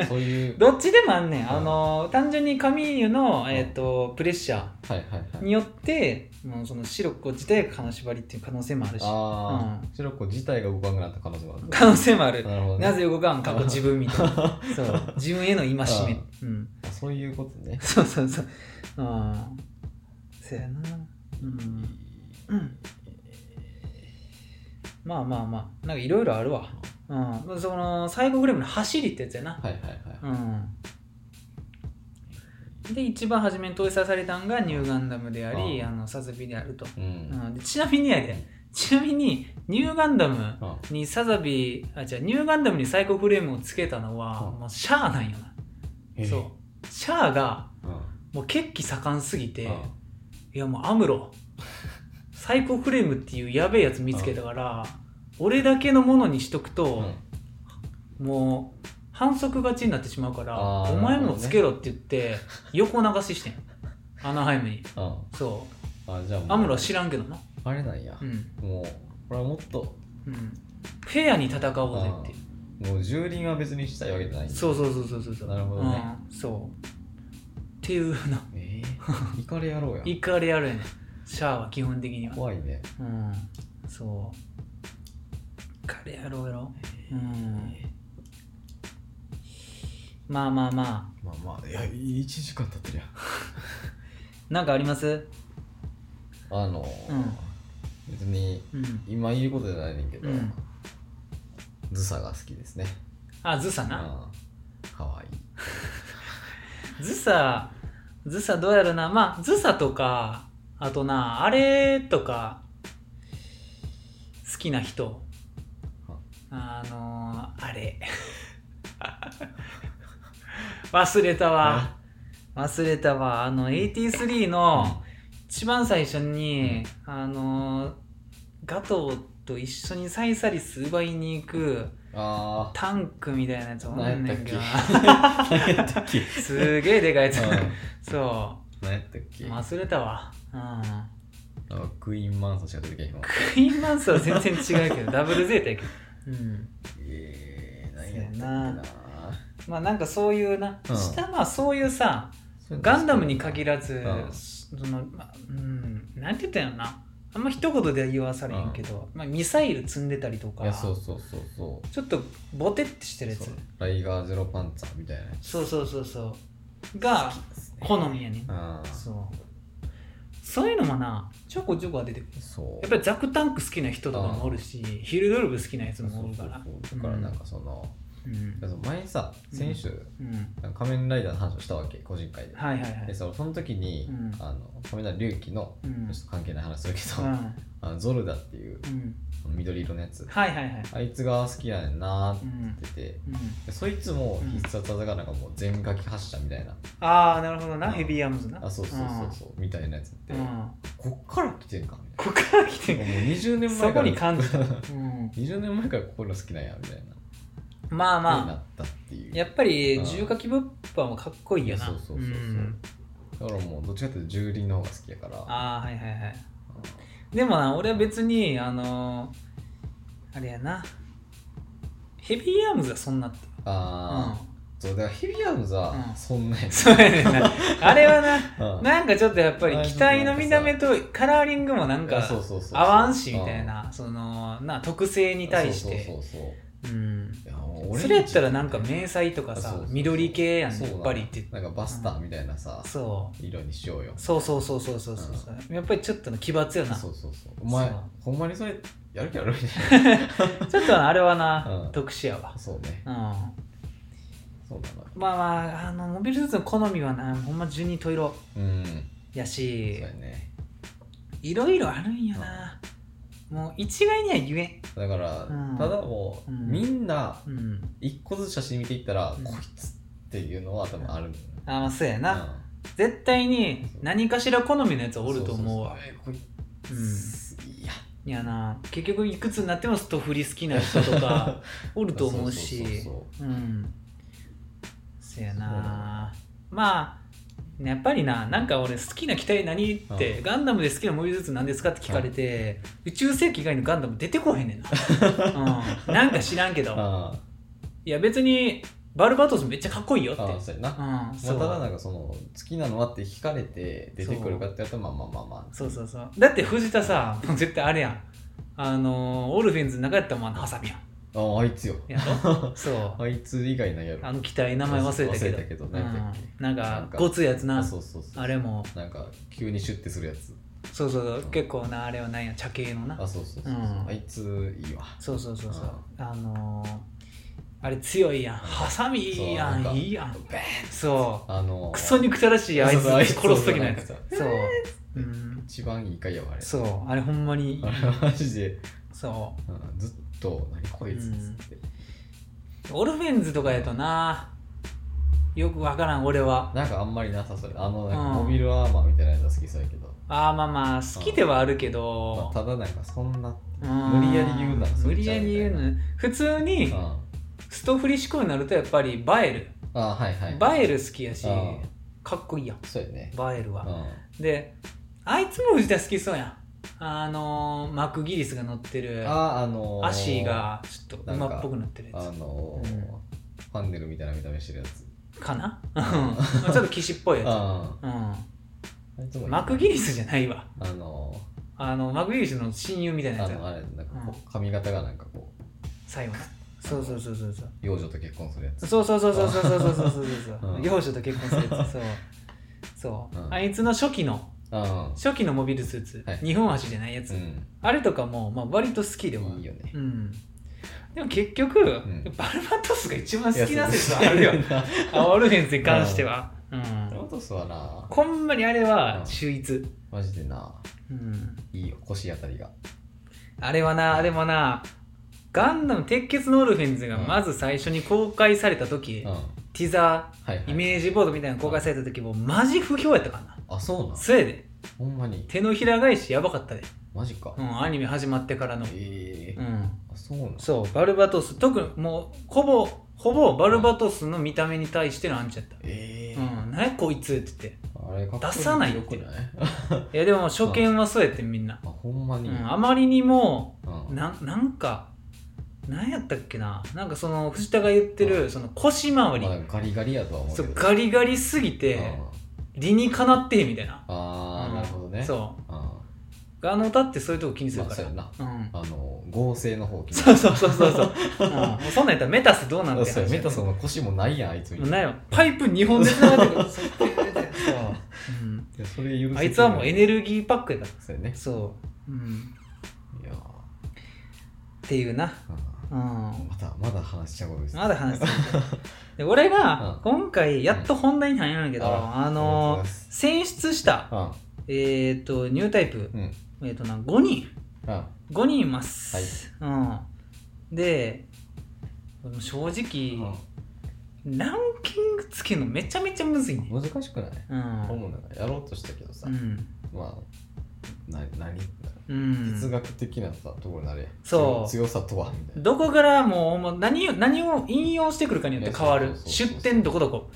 そういう
どっちでもあんね
うん
ん、あの単純にカミーユの、えー、とプレッシャ
はいはいはい
ーによって、もうそのシロッコ自体が金縛りっていう可能性もあるし
ああ、白子自体が動かなくなった可能性もあ
(laughs)
る。
可能性もある
なるほど、ね。
なぜ動かん過去自分みた
(laughs)
いなそう自分への戒めうん
そういうことね。
そうそうそううんそうやなうん、うん、まあまあまあなんかいろいろあるわうんその最後フレームの走りってやつやな
はいはいはい。
うん、で一番初めに投射されたんがニューガンダムであり
あ
あのサズビであると、
う。
うんん、でちなみにやでちなみにニューガンダム
あ
にサザビあじゃニューガンダムにサイコフレームをつけたのは、
うん
もうシャアなんよな、そうシャアが
うん。うん。
もう血気盛んすぎて、いやもうアムロサイコフレームっていうやべえやつ見つけたから、俺だけのものにしとくと、
うん
もう反則勝ちになってしまうから
あー
お前もつけろって言って横流ししてんアナハイムに
あ
そう
あ、じゃあもう
アムロは知らんけどな
あれなんや
う。ん
もう、これはもっと、
うんフェアに戦おうぜってい
もう蹂躙は別にしたいわけじゃない。。
うそううそうそうそうそうそう
なるほどね
うん、そうっていう (laughs) な
ええ。イカレやろう
(laughs)
や。
怒りあるやねんシャアは基本的には
怖いね。
うんそう彼やろうやろうんまあまあまあ
まあまあ、いや、1時間経ってるやん。
なんかあります
あの、別に、
うん
今言うことじゃないねんけど
うん、
ズサが好きですね。
あズサ
うん
な、
かわいい。
ズサ、ズサどうやろな。まあ、ズサとか、あとな、あれとか、好きな人
は。
あのー、あれ。 (laughs) 忘れたわ。忘れたわ。あの、AT3 の一番最初に、あのー、ガトーと一緒にサイサリス奪いに行く
あ
タンクみたいなやつおんねんけどな。
あ。何やったっけ
(laughs) すげえでかいやつ。
う
そ
ん。何やったっけ
う忘れたわ、うん、
あのクイーンマンソンしか出てけへんわ。
クイーンマンスは全然違 (laughs) うけどダブルゼータやけど、うん、
えー、何
や
や
っ
ったたっ
っけ
け
な
な。
まあなんかそういうな、
うん
下まあそういうさガンダムに限
ら
らず、
うん
その、まあうん、なんて言ったんやろなあんま一言では言わされへんけど、まあ、ミサイル積んでたりと
い
か
や、そうそうそうそう。
ちょっとボテってしてるやつ
そうライガーゼロパンツァーみたいなやつ。
そうそうそうそうが好みやねん
ああ、
そうそういうのもなちょこちょこは出てくる
そう。
やっぱりザクタンク好きな人とかもおるし、ヒルドルブ好きなやつ
そうそ
もお
う
る
そうだか
から。
らなんかその、
うん
だからその前さ、先週、
うん
なんか仮面ライダーの話をしたわけ、個人会で。
はいはいはい
で、。そのその時に、
うん
あの仮面ライダー龍騎の、
うん
ちょっと関係ない話するけ
う
ど、
ん
あのゾルダっていう、
うん
あの緑色のやつ。
はいはいはい。
あいつが好きやねんなーっ
う
て
ん
言ってて、
うん
でそいつも必殺技がなんかもう全書き発射みたいな、
ああ、なるほど
う
な、
ん
ヘビーアームズな。
あそうそうそうそうみたいなやつって、
うんうん
こっから来てんかみ
こっから来
た
て
いな
る。
もう20年
そ
前
こ
か
に
ら (laughs)
感じた。うん
20年前からこういうの好きなんやみたいな
まあ
にな
ま
ったっていう
あ、やっぱり重火器物販もかっこいいよな。
そうそうそうそう、
ん
だからもうどっちかっていうと重輪の方が好きやから
ああ、はいはいはい。でもな、俺は別に、あのー、あれやな、ヘビーアームズはそんなって。
あ
うん
ーそうだからヘビアームズは
うん
そんなやつ、
そうやねんな。あれはな、
うん
なんかちょっとやっぱり機体の見た目とカラーリングもなん
いや
か
そうそうそう
合わんしみたいな、そのな特性に対して
そうそうそうそう
うん
いや俺
それやったらなんか迷彩とか
あそう
さ
そうそう
緑系やん
そう
や
だ
っぱりって
なんかバスターみたいなさ、
そ
色にしようよ
うそうそうそうそうそうそうやっぱりちょっとの奇抜よな
そうそうそうお前
そう
ほんまにそれやる気あるみ
ちょっとあれはな
うん
特殊やわ
そうね
うん
そうだな
まあまああのモビルスーツの好みはなほんま十二十色
うん
や
そう
し
やね
いろいろあるんやなもう一概には言えん
だから、
うん
ただもう、
うん
みんな
うん
一個ずつ写真見ていったら、
うん
こいつっていうのは多分あるんだよね
あまあそうやな、
うん
絶対に何かしら好みのやつはおると思うわ
そそそえこいつ、いや
いやな結局いくつになってもストフリ好きな人
(laughs)
とかおると思
そうそ
う
うそう
し
そう
うんそや
そうだ
なまあやっぱりななんか俺好きな機体何って
うん
ガンダムで好きなモビルスーツ何ですかって聞かれて宇宙世紀以外のガンダム出てこへんね
(laughs)
んな、うん、なんか知らんけど
あ
いや別にバルバトスめっちゃかっこいいよって
あああそうやな、
うん
ま
そ
あ、
う
ただなんかその好きなのはって聞かれて出てくるかってやったらまあまあまあまあ
そうそうそうだって藤田さもう絶対あれやん (laughs) あのーオルフェンズの中やったらもんあのハサミやん
ああいつよ
や
(laughs)
ろそう
あいつ以外なんやろ
あの機体名前忘れたけど
忘れたけど何やったっ
うんなん
なん
か
か
ごついやつな
あそうそうそう
あれも
なんか急にシュッてするやつ
そうそうそう結構なあれはなんや茶系のな
あそうそうそう、
うん
あいついいわ
そうそうそうそうあのーあれ強いやんハサミや
そうなんか
んいいやん
ベーン
そ
あの
うクソ憎たらしいあいつ
そうそうあいつ
殺す時のや
そ
つそうううん
一番いい回やわあれ
そうあれほんまに
あれはマジで、
そう
うん、ずっと何こいつっつって、
オルフェンズとかやとなよくわからん俺は
なんかあんまりなさそうあのなんか
うん
モビルアーマーみたいなやつは好きそうやけど、
あーまあまあ好きではあるけ
ま
ど
あ、、ただなんかそんな
うん
無理やり言うなそ
無
れ
理
ちゃ
や
う
り
みた
言
いうな
な普通に
あ
ストフリ志向になるとやっぱり映える、
あはいはい
映える好きやし
うん
かっこいいやん
そうやね
映える
う
は、
ん
であいつも藤田好きそうやんあのーマクギリスが乗ってる
ああのー、
足がちょっと
なんか
馬っぽくなってるや
あのー
うん
ファンネルみたいな見た目してるやつ
つかなうんちょっと騎士っぽいや
あ
つ、うん、
あいつもいいな
マクギリスじゃないわ
あの
あの、マグリーシュの親友みたい
ー
なや
あ
つ
の
や
あれなんかこう
う
髪型がなんかこう
最後の。そうそうそうそうそう。
幼女と結婚するやつ
そうそうそうそうそうそうそうそうそう
うん
幼女と結婚するやつ。そう。そう、
うん
あいつの初期の、
あ
初期のモビルスーツ、
はい
日本足じゃないやつ。
あうん
あれとかも、まあ、割と好きではある。
いいよね
うん。でも結局、
ん
バルバトスが一番
いや
好きな
そう
説はあるよ
そう。
(laughs)
や
あオルフェンスに関しては。う
なロ
ん。
トスはな
こんまにあれ
う
は
ん
秀逸。
マジでな
うん。
いいよ腰あたりが
あれはな、でもな、ガンダム、鉄血のオルフェンズが
うん
まず最初に公開された時、
うんは
ティザ
いはい
ー、イメージボードみたいなの公開された時、もうマジ不評やったからな。
あそうなん
そやで、
ほんまに
手のひら返しやばかったで。
マジか
うん、アニメ始まってからの。
ええ
うん。
あそうなん
そう、バルバトス、特にもう、ほぼ、ほぼバルバトスの見た目に対してのアンチやった。
ええ
うん、何やこいつって言っ
あれかっこ
出さない
よ
よ
くない
て。いや、でも初見はそうやってみんな。
あほんま
う
に
ん、あまりにも、
うん
ななんかなんやったっけななんかその藤田が言ってるその腰回り
まあガリガリやとは思うけ
そ
ど
うガリガリすぎ
うん
て理にかなってへんみたいな
ああ、
うん
なるほどねう、
そ
ん、あ
うあの歌ってそういうとこ気にするか
まあそ
ら
うやな
うん
の合成の方を
そうそうそうそうそううんもうそんなんやったらメタスどうなんて
そうやメタソンの腰もないやんあいつみ
もう
た
ないよパイプ2本でつながってる (laughs) そう、うん
いやそれ許せ
あいつはもうエネ
ル
ルギーパックやか
ギーそうやね
らそう、うん、
いやー、
っていうなうん
うん、またまだ話しちゃうことです
まだ話すで俺が今回やっと本題に入るんやけど、
うん
あ
ありがとうござい
の
ま
ー
す
選出した、
あ
えー、とニュータイプ、
うん
えー、とな5人
あ
5人います、うん、で俺も正直、ランキングつけるのめちゃめちゃむずいね
うん難しくない
うん
思うなんかやろうとしたけどさ、
うん
まあな何
うん
哲学的なさところになれやん
そう
強さとはみたいな
どこからもうもう何を何を引用してくるかによって変わ
いや
る
そうそうそうそう
出典どこどこ、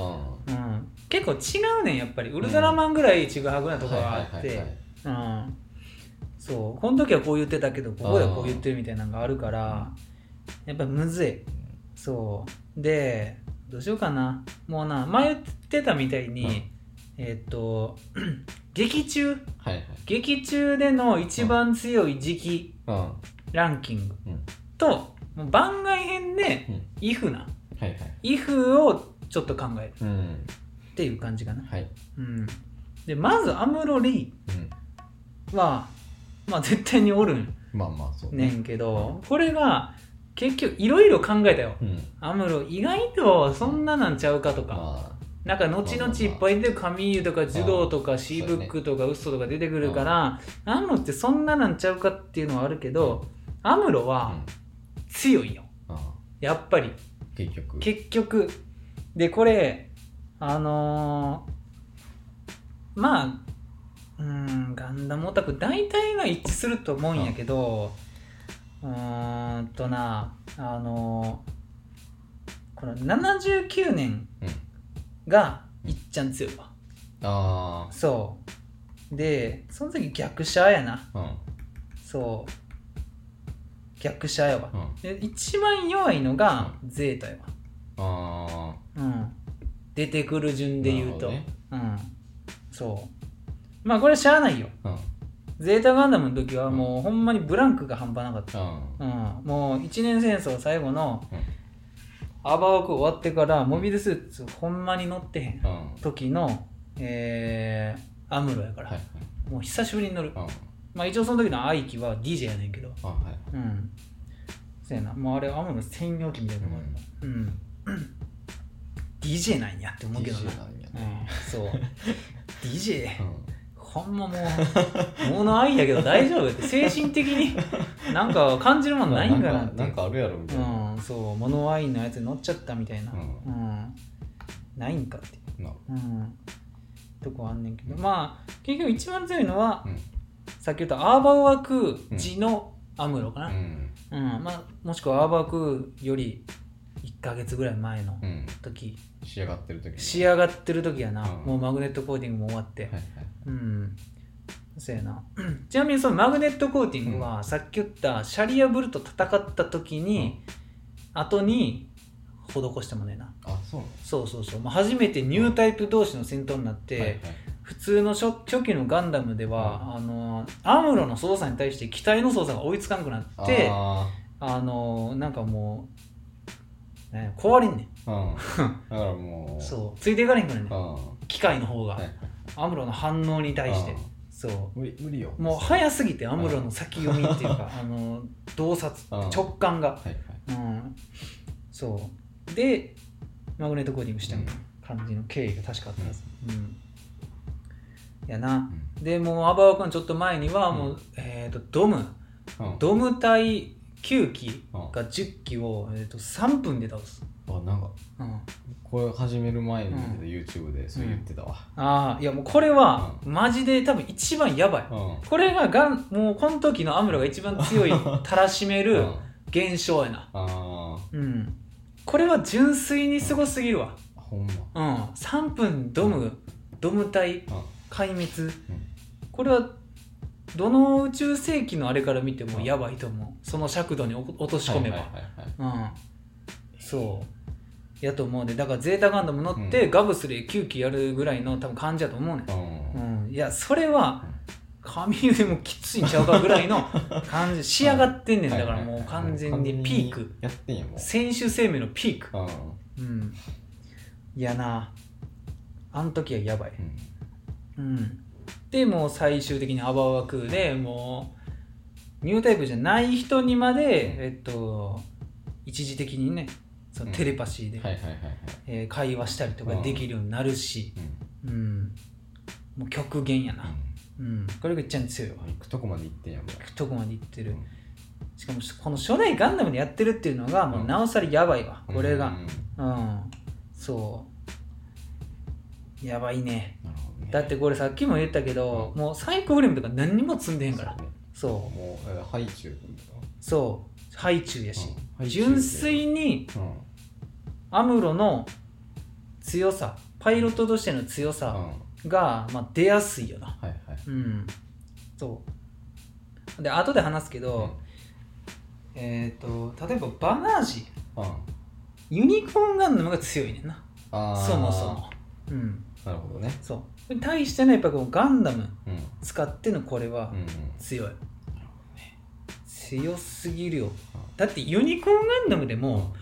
うん
うん、結構違うねんやっぱりウルトラマンぐらいちぐはぐなとこ
はい
があ
はい
っ
はいは
て
い
うんそうこの時はこう言ってたけどここではこう言ってるみたいなのがあるからやっぱむずいそうでどうしようかなもうな前言ってたみたいに、
うん
えっと (clears throat) 劇中
はいはい
劇中での一番強い時期
うん
ランキング
うん
と、もう番外編で
うん
「if な
はいはい
「if」をちょっと考える
うん
っていう感じかな、
はい
うん、でまずアムロ・レイ
うん
は、まあ、絶対におるん
まあまあそう
ねんけどこれが結局いろいろ考えたよ
うん
アムロ意外とそんななんちゃうかとか
まあ
なんか後々いっぱい出てくるカミーユとかジュドーとかシーブックとかウッソとか出てくるからアムロってそんななんちゃうかっていうのはあるけどアムロ
う
は
ん
強いよ
あ
やっぱり
ー結局
結局でこれあのーまあうーんガンダムオタク大体が一致すると思うんやけどうーんとなあのーこの79年
うん
がいっちゃん強いわ
あ
そうでその時逆者やな
あ
そう逆者やわ
うんうん
で一番弱いのがゼータやわ
あ
うん、出てくる順で言うと、
なる
うんそうまあこれしゃあないよ
あうん
ゼータガンダムの時はもうほんまにブランクが半端なかった、
うん
うん、もう1年戦争最後の
うん
アバオク終わってからモビルスーツほんまに乗ってへん
うんは
時のえー、アムロやか
い
ら、
はい
もう久しぶりに乗る
うんあ
まあ一応その時のアイキは DJ やねんけど
はい
うん。そうやな。もうあれ、アムの専用機みたいなのもあるな。うん。DJ なんやって思うけど
DJ
な。
なんや
う
ね
ん、
(laughs)
そう。DJ、
うん
ほんまもう、物ありやけど大丈夫やって、精神的になんか感じるもんないんかなって。
なんかあるやろみたいな、
うん、そう、物ありのやつに乗っちゃったみたいな。う。
うん
ないんかって。
な
うん。とこあんねんけど、まあ、結局一番強いのは、
うん
さっき言ったアーバウアクジのアムロかな。
うん
うんまあ、もしくはアーバークーより1ヶ月ぐらい前の
うん
時、
仕上がってる時に
仕上がってる時やな、
うん
もうマグネットコーティングも終わって、
はい
うんそうやな (clears throat) ちなみにそのマグネットコーティングは、さっき言ったシャリアブルと戦った時に、後に施したもんねな
はいあそうなの
そうそうそう、まあ、初めてニュータイプ同士の戦闘になって、
はいはい
普通の初初期のガンダムでは、あのアムロの操作に対して機体の操作が追いつかなくなって
あ
あのなんかもう、ね、壊れんね
(laughs) ーうん
ん
だからもうう
そうついていかれんからね
うんん
機械の方が、
はい
アムロの反応に対して
うん
そ
無理無理よ
うもう早すぎてアムロの先読みっていうかあの洞察
うん
直感が
はいはい
うんそうでマグネットコーディングしたみたいな感じの経緯が確かあったはずうんやなでもうアバオくんちょっと前にはもう、
うん
えっ、とドム
うんうん
ドム対9機
うん
が10機を、えー、と3分で倒す、
あなんか
うん、
これ始める前に
うん
YouTube でそう言ってたわ
ああいやもうこれはマジで多分一番やばい
うんうん
これががんもうこの時のアムロが一番強いたらしめる現象やな
あ
うんこれは純粋にすごすぎるわ
ーほんま
うん3分ドムドム対
うん
壊滅これはどの宇宙世紀のあれから見てもやばいと思うその尺度に落落とし込めば、
はいはいはいはい
うんそうやと思うでだからゼータガンダム乗って、ガブスで9機やるぐらいの多分感じやと思うねん
うん
うん、いやそれは髪でもきついんちゃうかぐらいの (laughs) 感じ仕上がってんねんだからもう完全にピーク
やってんやもう
選手生命のピーク
うん
うんいやなあん時はやばい
うん
うんでもう最終的にアバオワクーでもうニュータイプじゃない人にまで、えっと一時的にねそのテレパシーで、
はいはいはいはい
えー会話したりとかできるようになるし、
うん
うん、もう極限やな、
う
うん、これが一番強いわ
ん行くとこまで行ってんやもう
行くとこまで行ってる、
うん
しかもこの初代ガンダムでやってるっていうのがもう
うん
なおさらやばいわ、これ
うん
が
なる
うん、そうやばいね
ほどね
だってこれさっきも言ったけど、
う
もうサイコフレームとか何にも積んでへん
そ
から
うね
そう
もうえーハイチュウ君とか
そうハイチュウやし、
うん
純粋に
うん
アムロの強さパイロットとしての強
うん
さ
は
が、まあ、出やすいよない
はい
うんそうで後で話すけど、えー、と例えばバナージ
うん
ユニコーンガンダムが強いねんな
あー
そもそもうん
なるほどね
そうそれに対してのやっぱこのガンダ
う
ム
ん
使ってのこれは
うんうん
強い、強すぎるよだってユニコーンガンダムでも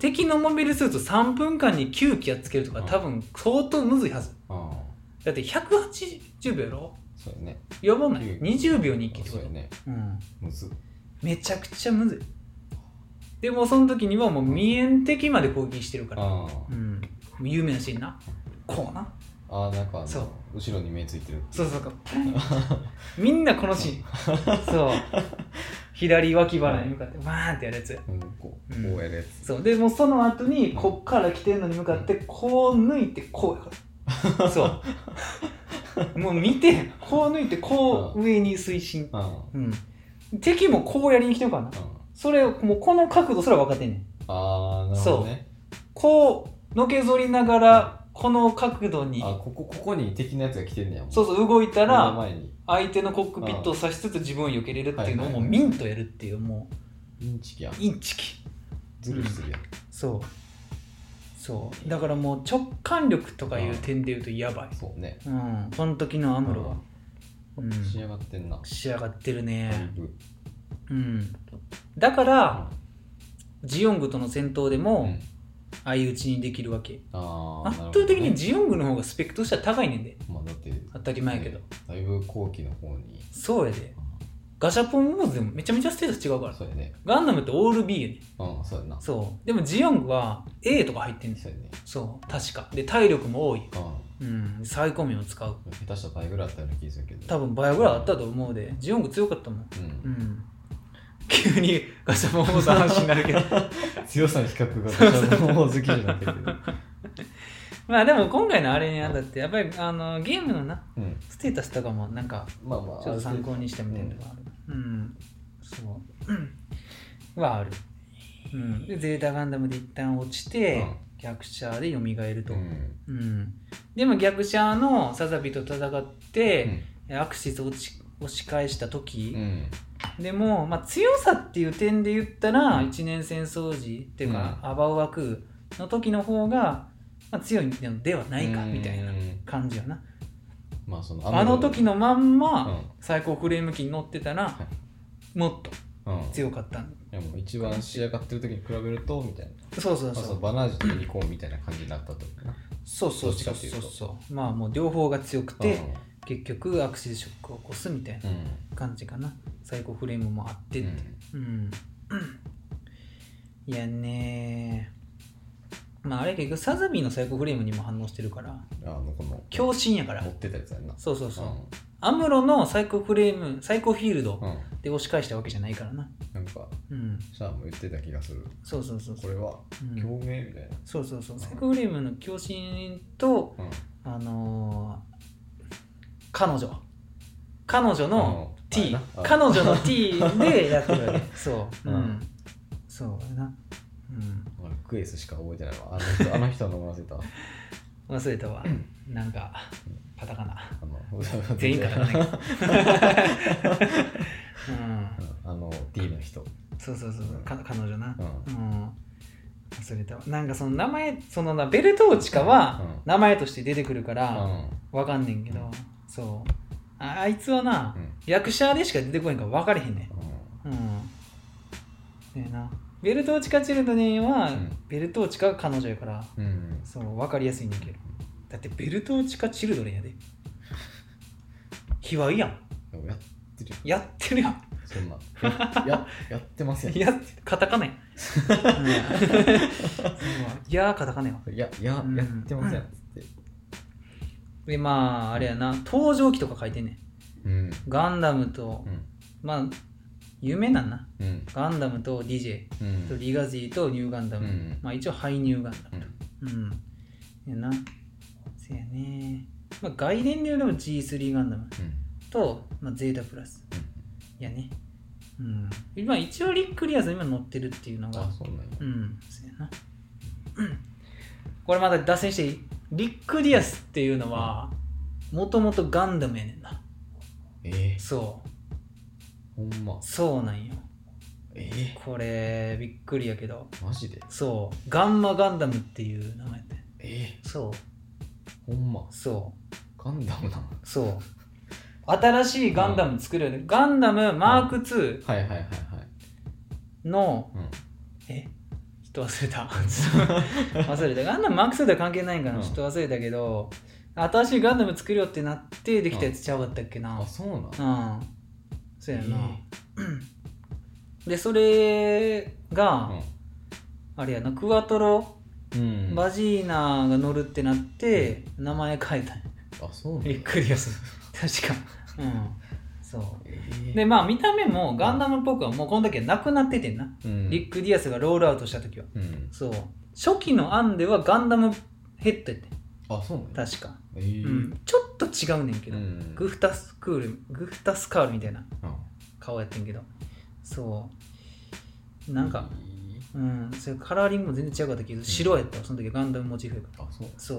敵のモビルスーツ3分間に9機やっつけるとか
うん
多分相当むずいはず
ああ
だって180秒やろ
そうやね
やばない
うん
20秒に1機ってこ
そう
と
やね
うん
むず
めちゃくちゃむずいでもその時にはもう未縁敵まで攻撃してるから
あ
うん有名なシーンなこうな
あああなんかあの
そう
後ろに目ついてる
そうそうそうプンみんなこのシーンそう左脇腹に向かってバーンってやるやつ
うんこう
うん
こうやるやつ
そうでもうその後にこっから来てんのに向かってこう抜いてこうやからそ
(laughs)
うもう見てこう抜いてこう上に推進
ああ
うん敵もこうやりに来てるからな
あ
それをもうこの角度すら分かってんねん
ああなるほどね
こうのけぞりながらこの角度に
あここここに敵のやつが来てんねやもん
そうそう動いた
目の
ら
前に
相手のコックピットを刺しつつ自分を避けれるっていうのを
はい
も
は
う
いはい
ミントやるっていうも
インチキやん
うインチキ
ずるしてるやん
そうそうだからもう直感力とかいう点で言うとやばい
そうね
うんこの時のアムロは、うん、
仕上がってんな
仕上がってる
だい
ね
ぶ
うんだからジオングとの戦闘で
う
も
ん
相打ちにできるわけ
ああ
圧倒的にジオングの方がスペックとしては高いねんで
まあだって
当たり前やけど、
ねだいぶ後期の方に
そうやで
あ
ガシャポンもでもめちゃめちゃステータス違うか
あ
ら
そうやね
ガンダムってオール B やね
うんそうやなそ
そうでもジオングは A とか入ってんねん
うやね
そう確かで体力も多い
あ
うんサイコミを使う
あ下手したら倍ぐらいあったような気がするけど
多分倍ぐらいあったと思うでジオング強かったもん
う
うんん急にガシャポン王さん話にな (laughs) るけど
強さの比較が私はもう好きじゃなくて
まあでも今回のあれにあだってやっぱりあのゲームのな
うん
ステータスとかもなんか
まあまあ
ちょっと参考にしてみてるとかあるうん、そう、うん、はあるうんでゼータガンダムで一旦落ちて、
うん
逆シャアで蘇ると、
う
うん
ん
でも逆シャアのサザビと戦って、
うん
アクシスを押し押し返した時
う、ん
でも、まあ、強さっていう点で言ったら、
うん
一年戦争時っていうか、
う
アバウアクの時の方が、まあ、強いのではないかみたいな
うん
感じよな、
まあその
あの時のまんま、
うん
最高フレーム機に乗ってたら、
は
もっと
うん
強かったん
いやもう一番仕上がってる時に比べるとみたいな
そうそう
ま
そ
あ、そううバナージュとユニコーンみたいな感じになったとかな
そうそう
どっち
そ
か
う
っていう
そ
と
うそうまあもう両方が強くて、結局アクシデショックを起こすみたい
うん
な感じかな、最高フレームもあって
う
っ
ん
てうん、いやねーまああれ結局サザビーの最高フレームにも反応してるから
あのこの
強振やから
持ってたやつやんな
そうそうそう、アムロの最高フレーム最高フィールド
うん、うん、
で押し返したわけじゃないからな
なんか
うん
シャアも言ってた気がする
そうそうそうそ
こ
う、
れは
うん
共鳴みたいな
そうそうそう最高フレームの強振と
うん
あのー、彼女彼女の
うんあれ
T
なうん
彼女の T でやってるわけそう、う
(laughs) うんん、
そうやな、うん、
俺クエスしか覚えてないわあの人あの人の忘れたわ
忘れたわなんかカタカナ
あの
(laughs) 全員カタカナや
う
(laughs)
んあの T の人
うんそうそうそうか彼女な
うん
うん忘れたわなんかその名前そのなベルトーチカは
うん
名前として出てくるか
う
ら
ん
わかんねんけどそうああいつはな、
うん
役者でしか出てこへんから分かれへんね
う
ん
ん
うん。ねえな。ベルトーチカチルドネンは、
うん
ベルトーチカが彼女やから、
うん
そう、分かりやすいねんけど。だってベルトーチカチルドレンやで。卑猥やん。
でもやってるよ
やってるやん。
そんな (laughs) やややってますやん
やってる。カタカナやん。うんそういやー、カタカナやん。
いやいや、
うん
やってませんっつって、
で、まあ、あれやな。登場記とか書いてんねん。
うん
ガンダムと
う、ん
まあ、有名なんな。
うん
ガンダムと DJ
うん
とリガゼーとニューガンダム。
うん
まあ、一応、ハイニューガンダム。
うん
うん。やな。せやね。まあ、外伝で言うのも G3 ガンダムと、まあ、ゼータプラス。やね。うん。今、一応リックリアス今乗ってるっていうの
あ
が。
そうなんや
うん。せやな。うんこれまた脱線していいリックリアスっていうのは、もともとガンダムやねんな。
ええ
そう。
ほんま
そうなんよ。
ええ
これ、びっくりやけど。
マジで
そう。ガンマガンダムっていう名前やって。
ええ
そう。
ほんま
そう。
ガンダムなの
そう。新しいガンダム作るよね。ガンダムマーク2
はいはいはいはい
の
うん
えちょっと忘れたちょっと忘れたあんなマックスでは関係ないんかな、
うん
ちょっと忘れたけど新しいガンダム作るよってなってできたやつちゃうかったっけな
あそうなん
うんそうやな、
え
でそれが、
う
あれやなクワトロ、
んうん
バジーナが乗るってなって、名前変えたんや
あそうなん
びっくりやする確かうんそう
え
でまあ見た目もガンダムっぽくはもうこの時はなくなっててんな、
うん
リック・ディアスがロールアウトした時は
うん
そう初期の案ではガンダムヘッドやってん
あそうなん
確か、
えー
うん、ちょっと違うねんけ
う
ど、
ん
グフタスクールグフタスカールみたいな
うん
顔やってんけどそうなんかうんそれカラーリングも全然違うかったけど白やったわその時はガンダムモチーフやから
あそう
そ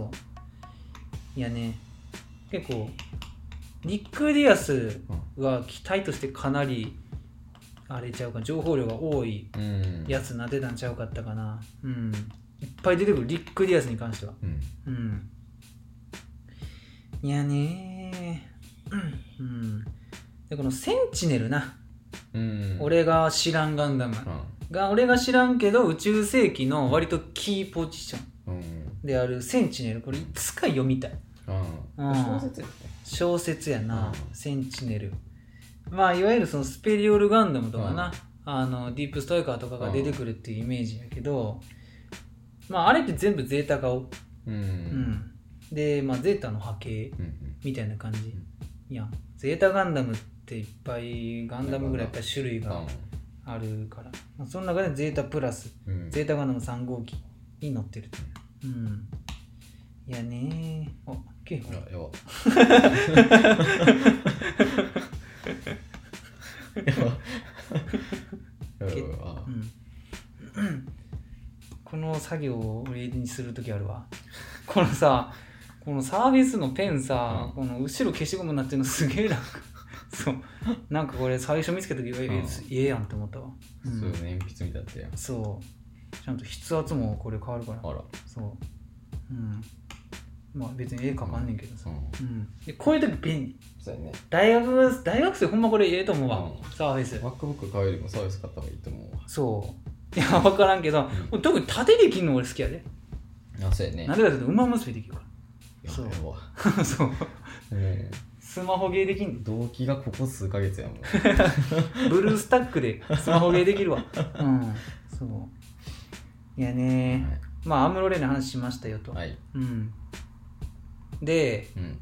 ういやね結構ニック・ディアスは期待としてかなりあれちゃうか情報量が多い
うん
やつになってたんちゃうかったかなうんいっぱい出てくるリック・ディアスに関しては
うん
うんいやねうん、うん、でこのセンチネルな、
うん
俺が知らんガンダムが俺が知らんけど宇宙世紀の割とキーポジション
うんうん
であるセンチネルこれいつか読みたい
うん
うん
小説やっ
小説やな、
うん
センチネルまあいわゆるそのスペリオルガンダムとかな、あのディープストイカーとかが出てくるっていうイメージやけど、まああれって全部ゼータ顔、
たうん
うん、で、まあ、ゼータの波形
うんうん
みたいな感じ、
ん
いやゼータガンダムっていっぱいガンダムぐらいやっぱり種類があるから、まあ、その中でゼータプラス
うん
ゼータガンダム3号機に乗ってるとうんいやねーあケイホ
いややばやばやばあ
うん、 (clears throat) この作業を俺にする時あるわこのさこのサービスのペンさ、この後ろ消しゴムになってるのすげえ楽 (laughs) そうなんかこれ最初見つけた時え
うん
ええやんって思ったわ、う、
そういうん鉛筆みたいだったやん
そうちゃんと筆圧もこれ変わるから
あら
そううんまあ別に絵描かんねんけどさ、
うん
うん、でこういう時便利
そうやね
大学大学生ほんまこれええと思う
う
わ、
ん
サーフェイス
MacBook 買うよりもサービス買った方がいいと思うわ
そういや分からんけど
ん
特に縦で切るの俺好きやで
あそうやね
なんでかというと馬結びできるか
や
そう
やば
(laughs) らそう
も
スマホゲーできん
う動機がここ数ヶ月やもん
のブルースタックでスマホゲーできるわ (laughs) うんそういやねまあアムロレイの話しましたよと、
はい
うんで
うん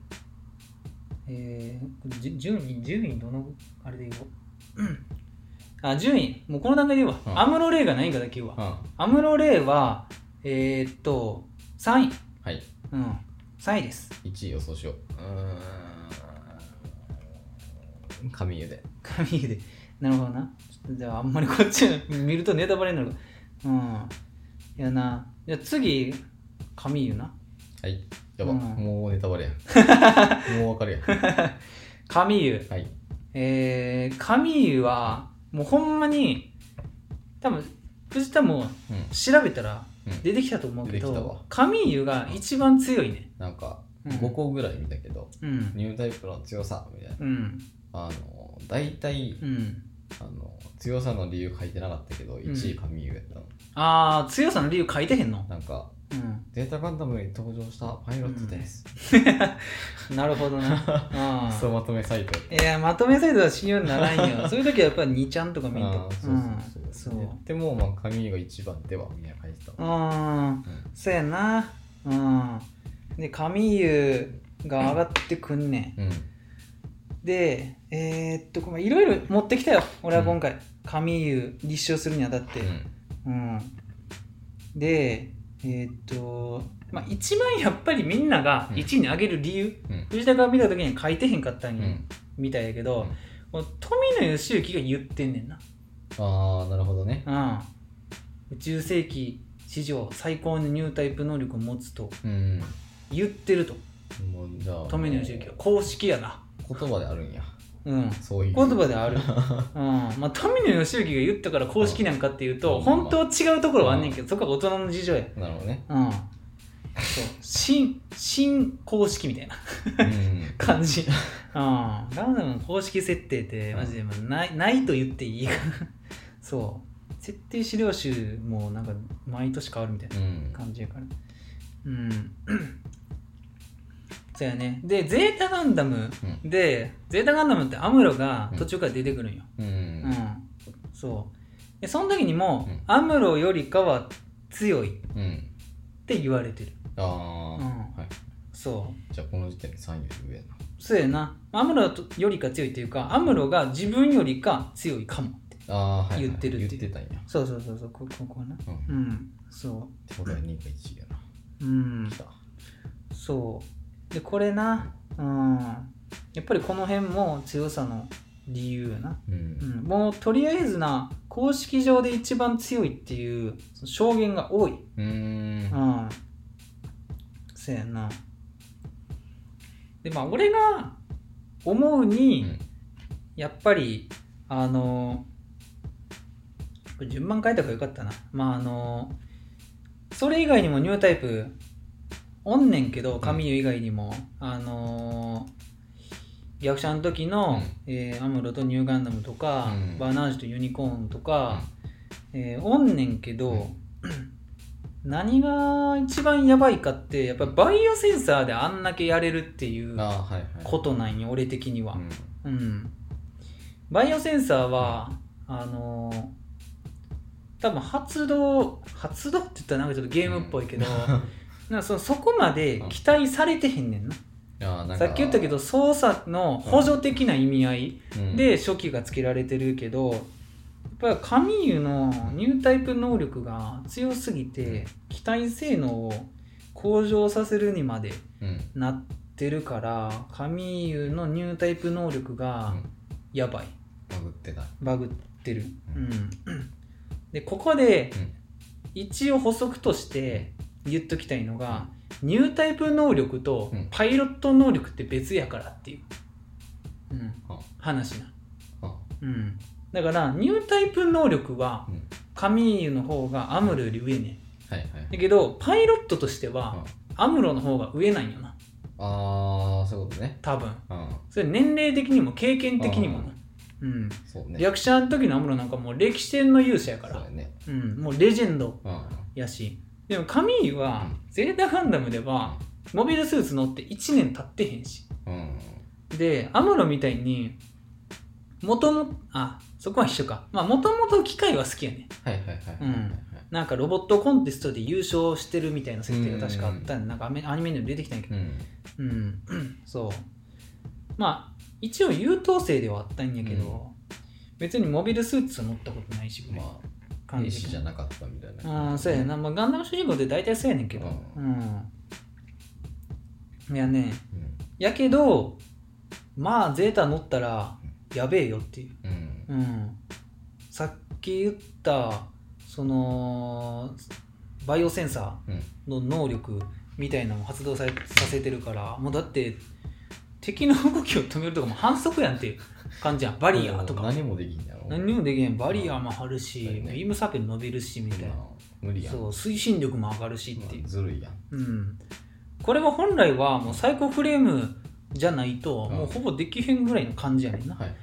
えー、じ順位順位どのあれで言おううんあ順位もうこの段階で言うわ、
うん
アムロレイが何位かだけ言うわ、
は
アムロレイはえー、っと3位
い
うん3位です
1位予想しよううーん神湯で
紙でなるほどなちょっとじゃああんまりこっち見るとネタバレになるからうんいやなじゃあ次紙言うな
はいやば、
うん
もうネタバレやん (laughs) もうわかるやん
紙言う
はい
えー、紙言うはもうほんまに多分藤田も
う
調べたら
ん、うん、
出てきたと思うけ
出てきたわ
ど紙言うが一番強いね
なんか
うん
5個ぐらい見たけど、
うん
ニュータイプの強さみたいな
うん
あの大体、
うん
あの強さの理由書いてなかったけど1位神湯やったの、
ああ強さの理由書いてへんの
なんか
うん (laughs)
データガンダムに登場したパイロットです、
なるほ
(laughs)
どなうん
そうまとめサイトやった
いやまとめサイトは信用になら
(laughs)
んよそういう時はやっぱり2ちゃんとか見ん
あ
と
ーそうそうそう、
うん
ねでもまあ紙が一番ではみたいな感じだった
う、んそうやなうんで神湯が上がってくんね
うん、
んでえー、っとこれいろいろ持ってきたよ俺は今回、神湯立証するにあたってうん、でえー、っとまあ一番やっぱりみんなが1位に上げる理由、
うんうん
藤田が見た時に書いてへんかったん
う
や、
ん、
みたいやけど、この富野義行が言ってんねんな
ああなるほどね
うん、宇宙世紀史上最高のニュータイプ能力を持つと
うん
言ってると
もうじゃあ
富野義行は公式やな
言葉であるんや
うん
そういう
言葉である、うんまあ、富野義行が言ったから公式なんかっていうと
うん
本当は違うところはあんねんけどそこは大人の事情や
なるほど
(laughs)
ね
うんそう新新公式みたいな (laughs)
うん
感 (laughs) じうんガンダムの公式設定ってマジでまあないないと言っていい (laughs) そう設定資料集もなんか毎年変わるみたいな
うん
感じやからうんそうやねでゼータガンダムで、ゼータガンダムってアムロが途中から出てくるんよ、
うん
うんそうでその時にも、
うん
アムロよりかは強いっ
うん
て言われてる
ああ、
うん
はい
そう
じゃあこの時点で3より上やな
そうやなアムロとよりか強いというかアムロが自分よりか強いかもって
ああー、はいはい、
言ってるっていう
言ってたんや
そうそうそうそうこここはな
うん
うんそ
ってことは2か1やな
ううん
来た
そうでこれなうんやっぱりこの辺も強さの理由やな、
う
うんん、もうとりあえずな公式上で一番強いっていうその証言が多い
うん
うんんそうやなでまあ俺が思うに、
うん
やっぱりあのこれ順番変えた方がよかったなまああのそれ以外にもニュータイプおんねんけど神湯以外にも、あの役者の時の、えーアムロとニューガンダムとか、
うん
バーナージュとユニコーンとか、えーおんねんけど、
う
(clears throat) 何が一番やばいかってやっぱバイオセンサーであんだけやれるっていう
ああはいはい
ことなんよ俺的には
う、ん
うん、バイオセンサーはあのー多分発動発動って言ったらなんかちょっとゲームっぽいけど、なんかそそこまで期待されてへんねんな
あーなんか
さっき言ったけど操作の補助的な意味合い
うん
で初期がつけられてるけどやっぱり神湯のニュータイプ能力が強すぎて期待性能を向上させるにまで
うん
なってるから神湯のニュータイプ能力が
うん
やばい
バグってた
バグってる、う、
うん
(coughs) でここで
うん
一応補足として言っときたいのが、ニュータイプ能力と
うん
パイロット能力って別やからっていう、うん、
あ
話な、
あ
うん、だからニュータイプ能力は
うん
カミーユの方がアムロより上ね
はいはい
だけどパイロットとしてはアムロの方が上なんよな
ああそういうことね
多分
うん
それ年齢的にも経験的にもな
あ、
うん、
そうね
役者の時のアムロなんかもう歴史戦の勇者やか
そう
ら
や、ね
うん、もうレジェンド
うん
やしでもカミーユは
う
ゼータガンダムではモビルスーツ乗って1年経ってへんし
うん
でアムロみたいにもともあそこは一緒かまあもともと機械は好きやね
はいはいはいはいはいはい
なんかロボットコンテストで優勝してるみたいな設定が確かあったんなんかアメアニメにも出てきたんやけど
うん
うん、そうまあ一応優等生ではあったんやけど、
うん
別にモビルスーツ乗ったことないしぐらい
まあ
感
兵
じ
士
か
じ
な
ゃなかったみたいな
ああそうやな、まあ、ガンダム主人公って大体そうやねんけどう、
うん
いやね
うん
やけどまあゼータ乗ったらやべえよっていう、
うん
うん、さっき言ったそのバイオセンサ
うん
ーの能力みたいなのを発動ささせてるからもうだって敵の動きを止めるとかも反則やんっていう感
(laughs)
じやんバリアーと
もう
か
何もできんやろ
何にもできへんバリアーも張るし、
うん
ビームサーペル伸びるしみたいな
まあ無理やん
そう推進力も上がるしっていう
まあ、ずるいやん
うん、これは本来はもう最高フレームじゃないと
うん
もうほぼできへんぐらいの感じやねんな、
はい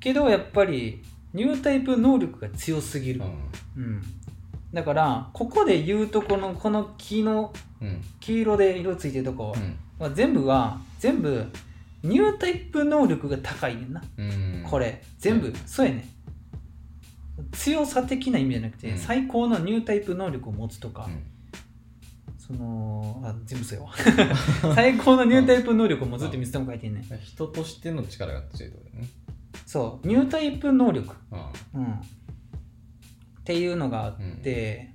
けどやっぱりニュータイプ能力が強すぎる
う、ん
うん、だからここで言うとこのこの木の
うん
黄色で色ついてるとこ
うん
は全部は全部ニュータイプ能力が高いねんな
うん
これ全部、
うん
そうやねん強さ的な意味じゃなくて、
うん
最高のニュータイプ能力を持つとか、
うん
そのあ全部そうよ (laughs) 最高のニュータイプ能力を持つって水友書いてんねん
人としての力が強いってことだよね
そうニュータイプ能力、
うん
うん、っていうのがあって、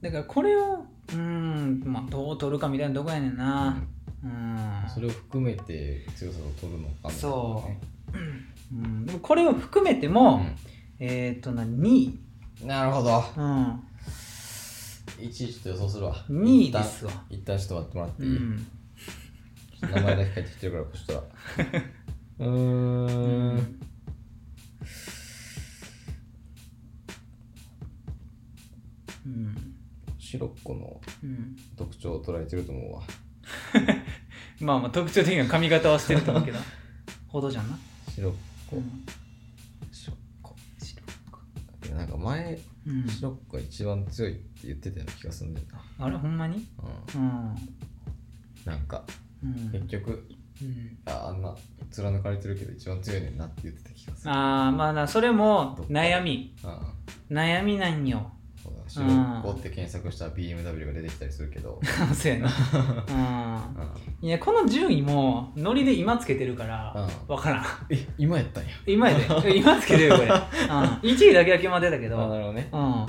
だからこれをうーんまあどう取るかみたいなとこやねんなうん、
それを含めて強さを取るのか
そううん、でもこれを含めても、えっ、とな2位、
う、なるほど
う
1
ん、
位ちょっと予想するわ
2位ですわ
一旦一旦ちょっと待ってもらって
う
いい、
ん、
ちょっと名前だけ書いてきてるからこっち
(laughs)
とらうーん
うん
シロッコの
うん
特徴を捉えてると思うわ
まあまあ特徴的な髪型はしてると思う
(laughs)
けどほどじゃんな、
シロッコ、
うん
シロッコ
白
えけどなんか前
うん、
シロッコが一番強いって言ってたような気がするんだよな、
あれほんまに
う
うん
ん、なんか
うん
結局
うん
ああんな貫かれてるけど一番強いねんなって言ってた気がする
ああまあなそれも悩み
うん
悩みなんよ (laughs)
そうだシロッコって検索したら BMW が出てきたりするけど、
そう
う
や
(laughs)
な、
ん、
うん、いやこの順位もノリで今つけてるから
う
わからん
え今やったんや
今やで (laughs) 今つけてるよこれ、うん、1位だけは決まってたけ
あな
ど、
るほどね
うん、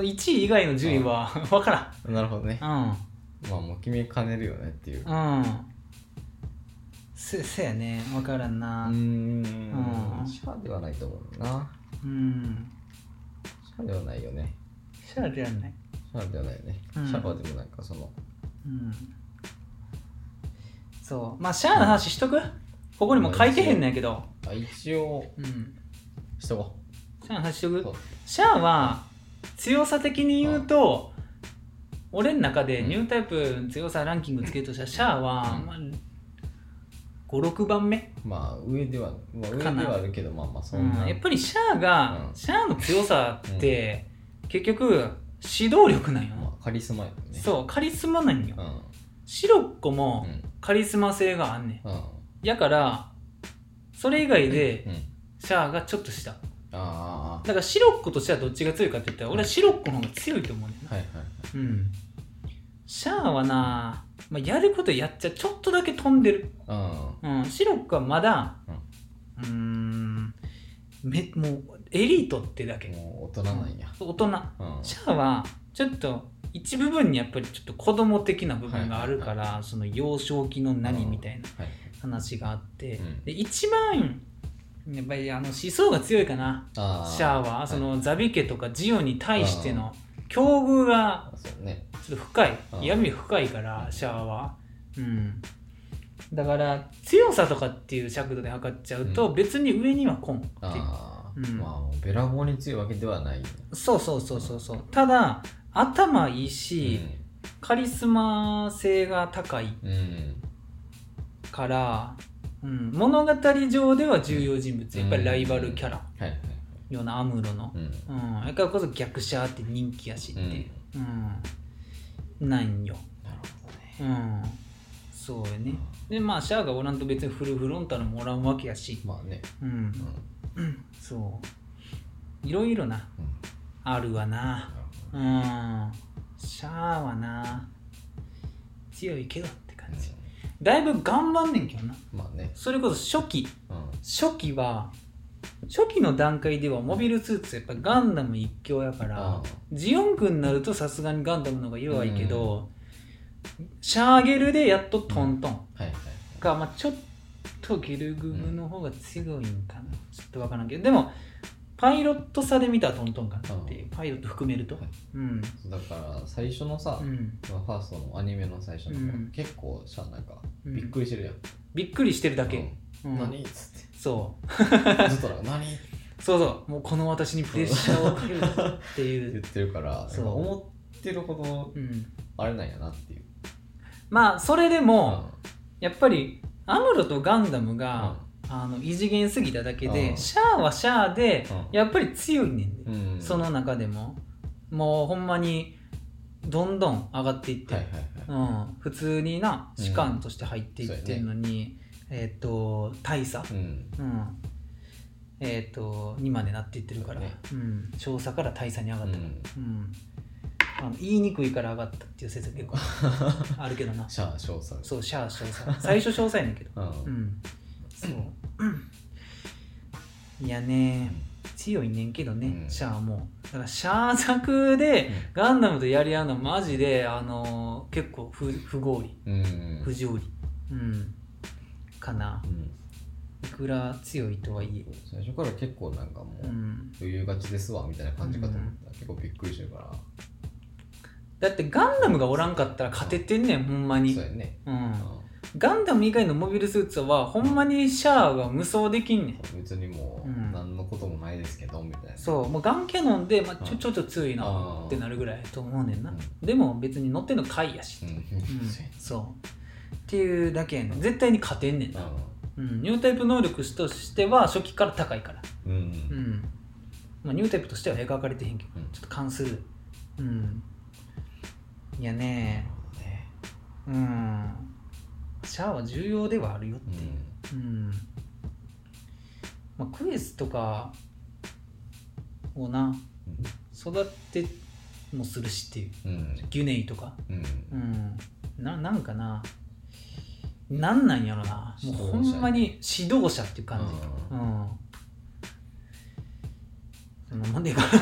1位以外の順位はわか
なるほどね
らんうん
まあもう君兼ねるよねっていう
うんせせやね分からん
う
な
ー
うん
んシャアではないと思うな
うん
シャアではないよね
シャアではない
シャアではないよね、
うん
シャアでもなんかその
うんそうまあシャアの話しとく、ここにも書いてへんねんけど、
あ一応
うん、
しとこ
シャアの話し
う
と
そう
くシャアは強さ的に言うと、俺の中でニュータイプの強さランキングつけるとしたらシャアは、
うん
まあ、56番目、
まあ上では、まあ、上で
かな
はあるけどまあまあそ
うん
な、
ん、やっぱりシャアが、
うん
シャアの強さって、結局指導力なんよな、
まあカリスマやもんね
そうカリスマなんよ、
うん
シロッコ
うん
もカリスマ性があんねん
うん
やからそれ以外で
うん
シャアがちょっとしただ
あ
からシロッコとしてはどっちが強いかって言ったら俺はシロッコの方が強いと思うねん
あはいはい
なうんシャアはな、まあ、やることやっちゃちょっとだけ飛んでる、
はい
うん、シロッコはまだうーんめもうエリートってだ
うん
け
もう大人なんや
大人
うん
シャアはちょっと一部分にやっぱりちょっと子供的な部分があるから、その幼少期の何みたいな
はい
話があって、
うん
で一番やっぱりあの思想が強いかな
あ
シャア
ア
はそ
は
のザビ家とかジオに対しての境遇が
そうね
ちょっと深い
うん
闇深いからシャアはうんだから強さとかっていう尺度で測っちゃうと
う
別に上には来んっていう
ああ、
うん
まあべらぼうに強いわけではない、ね、
そうそうそうそうそうただ頭いいし、カリスマ性が高い
うん、うん、
から、うん、物語上では重要人物、やっぱりライバルキャラ
はいはい
ようなアムロの、
うん
うん、だからこそ逆シャーって人気やしって
うん
いう、うん、ないんよ、
なるほどね
うん、そうやねでまあシャアがおらんと別にフルフロンタルもおらんわけやし、
まあね
う
うん
ん、そういろいろな
うん
あるわ
なる
なうんシャアはな強いけどって感
ほど
じ
ね
だいぶ頑張んねんけどな
うんまあね
それこそ初期
うん
初期は初期の段階ではモビルスーツやっぱガンダム一強やから
あ
ジオン君になるとさすがにガンダムの方が弱いけど、シャーゲルでやっとトントン
はいはい
か、まあ、ちょっとゲルググの方が強いんかなちょっと分からんけどでもパイロット差で見たらトントンかなっていうパイロット含めると
はい
うん
だから最初のさ、
うん
まあファーストのアニメの最初の、
うん
結構シャアなんか
うん
びっくりしてるやん、
びっくりしてるだ
う
け、
ん
うん
何っつっ
そ
てずっとなんか何って
うそうそうもうこの私にプレッシャーをかけるなってい
言っ
う、
てるから
そう
思ってるほど
うん、
あれなんやなっていう
まあそれで
う
も、やっぱりアムロとガンダムが、あの異次元すぎただけで、
うん
シャアはシャアで、
うん
やっぱり強いねんで、
んうん
その中でももうほんまにどんどん上がっていって、
はいはいはい
うん、普通にな
うん
士官として入っていってるのに、えっ、と大佐、
うん
うんえっ、とにまでなっていってるから、
そうね
うん、少佐から大佐に上がったか
うん
ら、うんあの言いにくいから上がったっていう説が結構あるけど
(laughs)
な
シャア少佐
そう、シャア詳細。最初詳細やねんけど。
うん
うん。そう。いやね、強いねんけどね、
うん
シャアも。だから、シャア作でガンダムとやり合うのはマジで、あのー結構不不合理、
うんうん
不条理。うん。かな。
うん
いくら強いとはい
最初から結構なんかも
え。う。
うん余裕勝ちですわみたいな感じかと思ったら結構びっくりしてるから
だって、ガンダムがおらんかったら勝ててんねん、ほんまに
そう。やね
う
うん
ん。ガンダム以外のモビルスーツは、ほんまにシャアが無双できんねん。
別にもう
うん
何のこともないですけどみたいな
そうもうガンキャノンで、まあ、ち
う
ょ
ん
ちょっと強いな
あー
ってなるぐらいと思うねんな、
う
でも別に乗ってんの回や
う
し、
ん
うん
そうや
そうっていうだけやねん絶対に勝てんねんな、
ね
うん、ニュータイプ能力としては初期から高いから
(laughs) うんう
うんんまあ、ニュータイプとしては描かれてへんけど
うん
ちょっと関するうんいやね
ね
うんシャアは重要ではあるよっていう、うんまあ、クエスとかをな育てもするしっていう
うんうん
ギュネイとか
うん
うんななんかななんなんやろなもうほんまに指導者っていう感じ
う
うんんそんなもんでいいか (laughs) な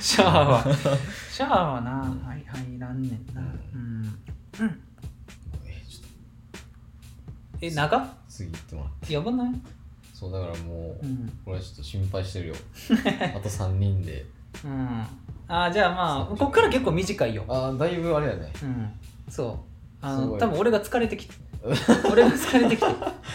シャアは (laughs) シャアはなはいはいらんねんなうん、うん、
えちょっ
え長っ
と次行ってもらって
やばない
そうだからも
う
うん俺はちょっと心配してるよあと3人で
うん、あーじゃあまあこっから結構短いよ、
ああだいぶあれやね
うん、そうあ
す
の
ごい
多分俺が疲れてきて (laughs) 俺が疲れてきて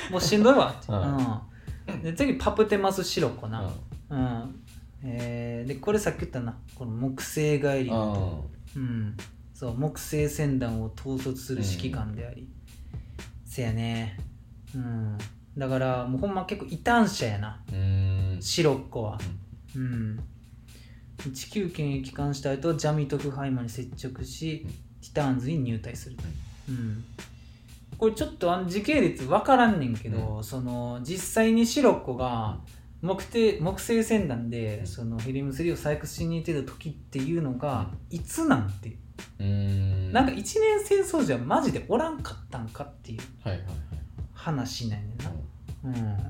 もうしんどい (laughs) わって、
は
うん、で次パプテマスシロコ
うん
な、うんえーでこれさっき言ったなこの木星帰りの、
あ
うん、そう木星船団を統率する指揮官であり、せやねうんだからもうほんま結構異端者やな
ーうーん
シロッコは、うん、地球圏へ帰還した後ジャミ特派員に接触し、
うん
ティターンズに入隊する、うん、これちょっとあの時系列分からんねんけど、その実際にシロッコが木星木星船団で
うん
そのヘリウム3を採掘しに行ってた時っていうのがいつなんて、
うーん
なんか一年戦争じゃマジでおらんかったんかっていう
はいはいはい
話なんやねんな。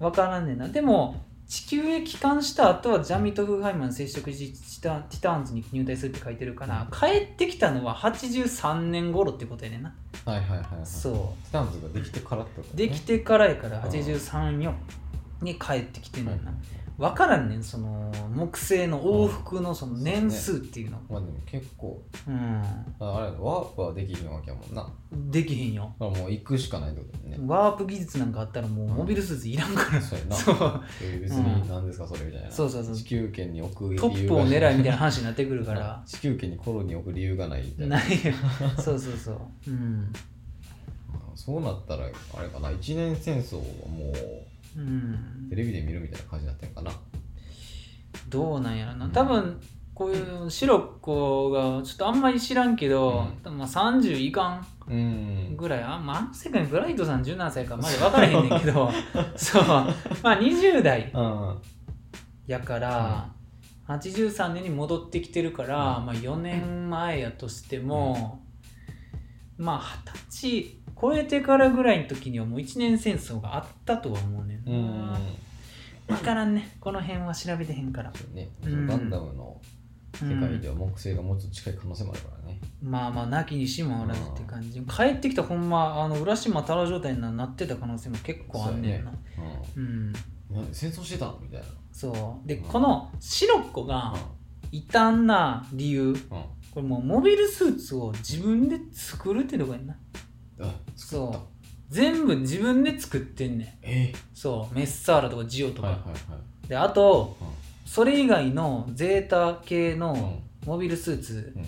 うん、分からんねんなでも地球へ帰還した後はジャミト・フーハイマン接触しティタティターンズに入隊するって書いてるから帰ってきたのは83年頃ってことやねんな
はいはいはいはいス
そ
タンズができてからってこと
う
ね
できてからやから834に帰ってきてんねんな分からんねんその木星の往復のその年数っていうの
まあでも結構
う
ああれやろワープはできるわけやもんなだか
んできへんよ
らもう行くしかないってことだよね
ワープ技術なんかあったらもうモビルスーツいらんから、
そうやな
そう
えー別に何ですかそれみたいな
そうそうそう
地球圏に置く理由
ト
が
ップを狙いみたいな話になってくるから
あ地球圏にコロに置く理由がないみたいな
ないよそうそうそううん、
うんそうなったらあれかな一年戦争はもう
うん
テ、レビで見るみたいな感じになってんかな
どうなんやろな
うん
多分こういうシロッコがちょっとあんまり知らんけど、
うん
多分まあ30いかん
うん
ぐらいあ,、まあ、あの世界にブライトさん17歳かまで分からへんねん
(laughs)
けどそうまあ20代
うん
やから、83年に戻ってきてるから、
うん
まあ、4年前やとしても、まあ二十歳超えてからぐらいの時にはもう一年戦争があったとは思うねん
うん
な、分からんねこの辺は調べてへんから、
そうね
うん
ガンダムの
うん
世界では木星がもうちょっと近い可能性もあるからね
まあまあなきにしもあらずって感じ帰ってきたほんまあの浦島太郎状態にななってた可能性も結構あんねんなううん
うん戦争してたみたいな
そうで、
うん
このシロッコが異端な理由
うんうん
これもうモビルスーツを自分で作るってとこやんな
あ作
そ
った
う全部自分で作ってんねん
え
そうメッサーラとかジオと
ー
か、
はいはいはい
であと
うん
それ以外のゼータ系の
う
モビルスーツ
ん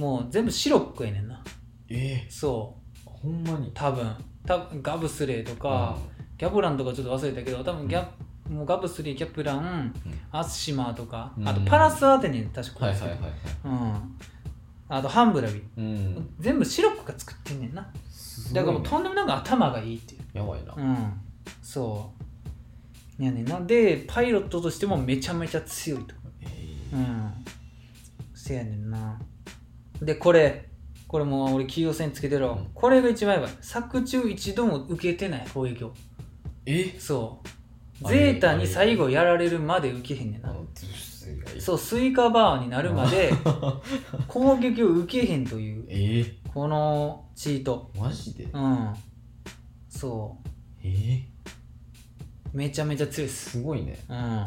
うん
もう全部シロッコやねんな
え
そう
ーほんまに
多分多分ガブスレーとか、ギャブランとかちょっと忘れたけど多分ギャ、もうガブスレーギャブラン、
うん
アッシマーとか、
うん
あとパラスアテネ確
うん
か
はい
に
はいはいはい
うん、あとハンブラビ、
うん
全部シロックが作ってんねんな
すご
だ
い
からもう
ね
とんでもなく頭がいいっていう
やばいな
うんそういやねんなでパイロットとしてもめちゃめちゃ強いと
えー
うんせやねんなでこれこれもう俺企業戦つけてるわ、
うん
これが一番やばい作中一度も受けてない攻撃を
え
そう
あれ
ゼータに最後やられるまで受けへんねん
あ
な
のドゥスがいい
そうスイカバーになるまで攻撃を受けへんという
えー
このチート
マジで
うんそ
えー
うめちゃめちゃ強いっす
すごいね
うん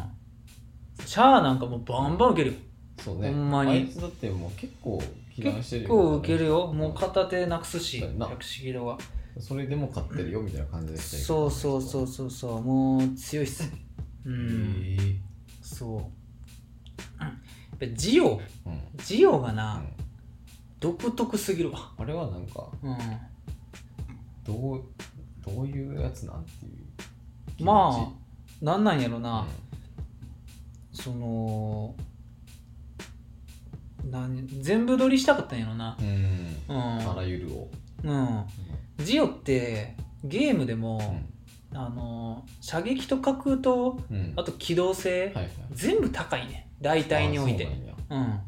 シャアなんかもうバンバン受けるよ
そうね
ほんまに
あいつだってもう結構批判してる
結
よ
構受けるよもう片手なくすし
そうやな
薬師ギロは
それでも勝ってるよみたいな感じでしたよ
そうそうそうそうそうもう強いっすう
え
ん
ー
そううんやっぱジ
う
オ
んうん
ジオがな独特すぎるわ
あれはなんか
うん
どうどういうやつなんていう気持ち
まあなんなんやろな、そのなん全部撮りしたかったんやろな
うん
うん
あらゆるを
うんジオってゲームで
う
も、
ん
あの射撃と格と
うん
あと機動
は
性、
いはい
全部高いね大体において
あそうなんや
うん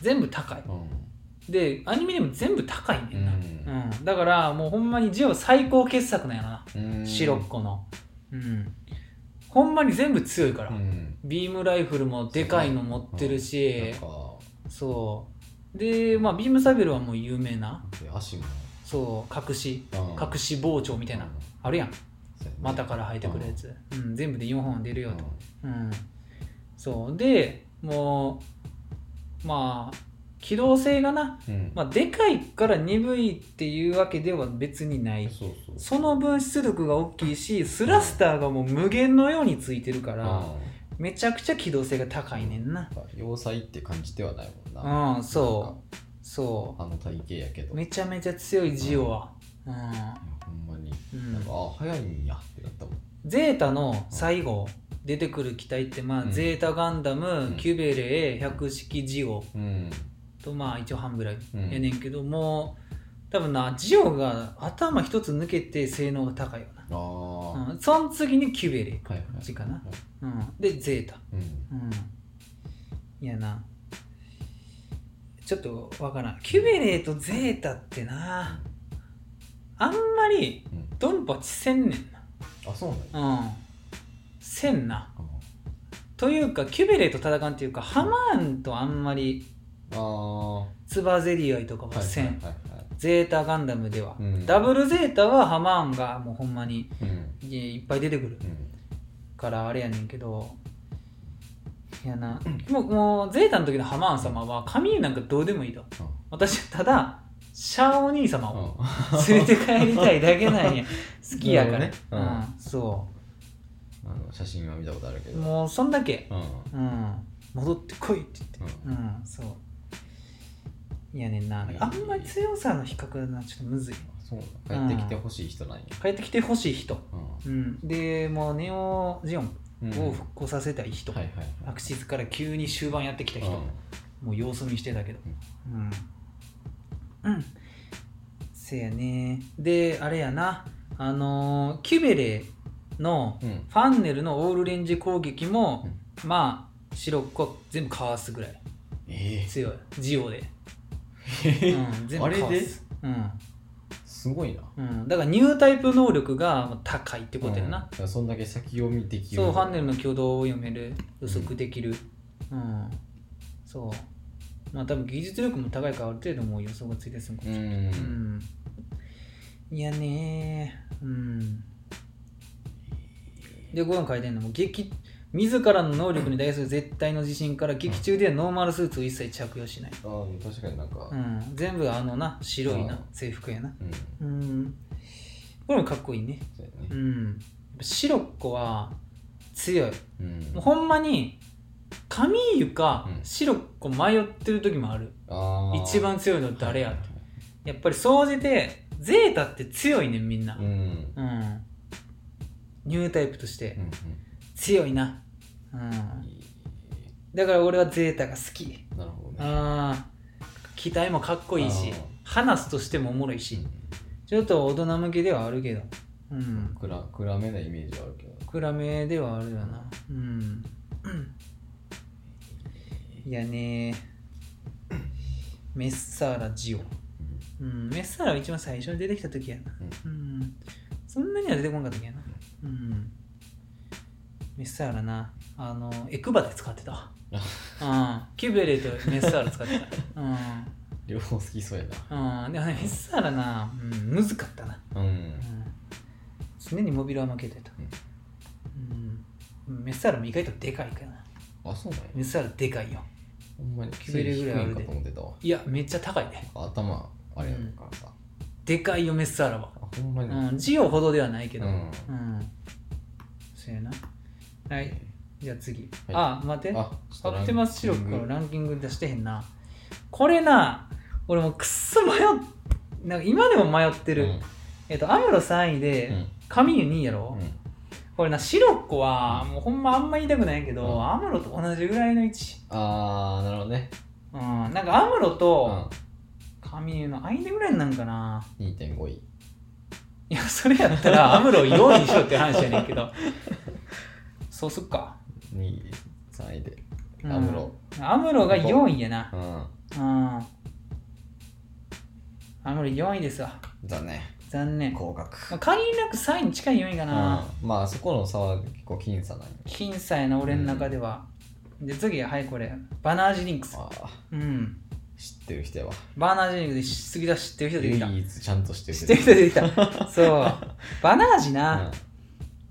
全部高い
うん
でアニメでも全部高いねんな、
うん
うんだからもうほんまにジオ最高傑作なんやろな
うん
シロッコのうんほんまに全部強いから、
うん
ビームライフルもでかいの持ってる
な
し
んか
そうでまあビームサベルはもう有名な
で足も
そう隠し
うん
隠し包丁みたいな
うん
あるやん
そうやね
股から生えてくるやつ、うん、全部で4本出るよ
う
と、
ん
うん、そうでもうまあ機動性がな、
うん
まあ、でかいから鈍いっていうわけでは別にない
そうそう
その分出力が大きいしスラスターがもう無限のようについてるから
うん
めちゃくちゃ機動性が高いねん
な
な
んか要塞って感じではないもんな、
うんそうそ
あの体型やけど
うめちゃめちゃ強いジオはうん、
ほんまに、
うん
なんかあ早いんやってなったもん
ゼータの最後出てくる機体ってまあ、
うん
ゼータガンダム、
ん
キュベレー百式ジオ
うん
とまあ一応半ぐらい
うん
やねんけど、もう多分なジオが頭一つ抜けて性能が高いよな、
ああ、は
うん、その次にキュベレー
いは
か、
い
こっちかな、うん、でゼータ
うん
うんいやなちょっとわからんキュベレーとゼータってなあんまり
うん
ドンパチせんねん
あそうなんや
なうんせんな
あ
というかキュベレーと戦うっていうかハマーンとあんまり
あは
ツバゼリアイとか
いは
はいせん、
はいはい
ゼータガンダムでは、
うん
ダブルゼータはハマーンがもうほんまに
うん
いいっぱい出てくる
うん
からあれやねんけどいやなもうもうゼータの時のハマーン様は髪なんかどうでもいいと私はただシャアお兄様を
あ
連れて帰りたいだけなん (laughs) や好きやから、
なるほ
う
どね
ん、そ
あの写真は見たことあるけ
う
どうん
もうそんだけ、
うん
うん、戻ってこいって言ってうんそういやねんなあんまり強さの比較はなちょっとむずい
そうなん帰ってきてほしい人なんや
帰ってきてほしい人、
うん
うん、でもうネオジオン
うん
を復興させたい人、
はいはいはい
アクシズから急に終盤やってきた人、もう様子見してたけどうんうんせやねであれやなあのーキュベレの
うんうん
ファンネルのオールレンジ攻撃も、まあ白っ子全部かわすぐらい
え
強いジオで、 (laughs) う
え
ん、全部かわすうん
すごいな
うん、だからニュータイプ能力が高いってことやな、
うんだからそんだけ先読みできる
そう、ファンネルの挙動を読める、予測できる。うん。そう。まあ、多分技術力も高いから、ある程度もう予想がついてすんか
う
もしれ
ん
ない。うん。いやねー。うん。で、ご飯書いてんのも、劇、自らの能力に対する絶対の自信から、劇中ではノーマルスーツを一切着用しない。
あー確かになんか、
うん。全部あのな、白いうなん制服やな。
うん
うん。これもかっこいいね。
そうや
う
ね
ん。やっぱ白っ子は強い。
うん
もうほんまにカミーユか
うん
シロッコ迷ってる時もある、
あー
一番強いの誰やって、やっぱり総じてゼータって強いねんみんな
うんうん
うん、ニュータイプとして
うん
強いな、うん、
い
だから俺はゼータが好き
いなるほどね
あー機体もかっこいいし
あー
話すとしてもおもろいし、
う
ちょっと大人向けではあるけどうん
ん暗暗めなイメージはあるけど
暗めではあるよな
(clears throat)
うんいやねメッサーラジオ、うん、メッサーラは一番最初に出てきた時やな、うん、そんなには出てこなかった時やな、うん、メッサーラなあのエクバで使ってたわうん、キュベレとメッサーラ使って (laughs) たう、
両方好きそうやなん
うん、でもねメッサーラな、うん、むずかったな
うん
常にモビルは負けてた、うん、メスアラも意外とでかいからな
あそうなんや
メスアラでかいよ
ほんまに
キベレぐらいある
背低ん
で
かと思ってたわ
いやめっちゃ高いね
頭あれやからさ
でかいよメスアラは、
あほんまに
うん、ジオほどではないけど
う
うんん、そうやなはいじゃあ次、
はい
あ待って
あ
アプテマスシロックの
ラン
ランキング出してへんなこれな俺もうくっそ迷っなんか今でも迷って
キング
る、えっとアムロ3位で、
うん
神湯2位やろ、
うん
これな白っ子はもうほんまあんま言いたくないけど、
うん
アムロと同じぐらいの位置
あーなるほどね
うんなんかアムロ
う
と
ん
神優の間ぐらいなんかな
2.5位
いやそれやっ
(laughs)
たらアムロ4位にしろって話やねんけどそうすっか
2位で3位で
うん
アムロ
アムロが4位やな
うん
うんアムロ4位ですわ
だね
残念
合格
まあ限りなく3位に近い4位かな
うんまあそこの差は結構僅差なんよ
僅差やな俺の中では、で次はいこれバナージリンクス
ああ
うん知
知ってる人やわ
バナージリンクスで杉田知ってる人出てきた
唯一ちゃんと知ってる
知ってる人出てき
(laughs)
たそうバナージ
うん
な、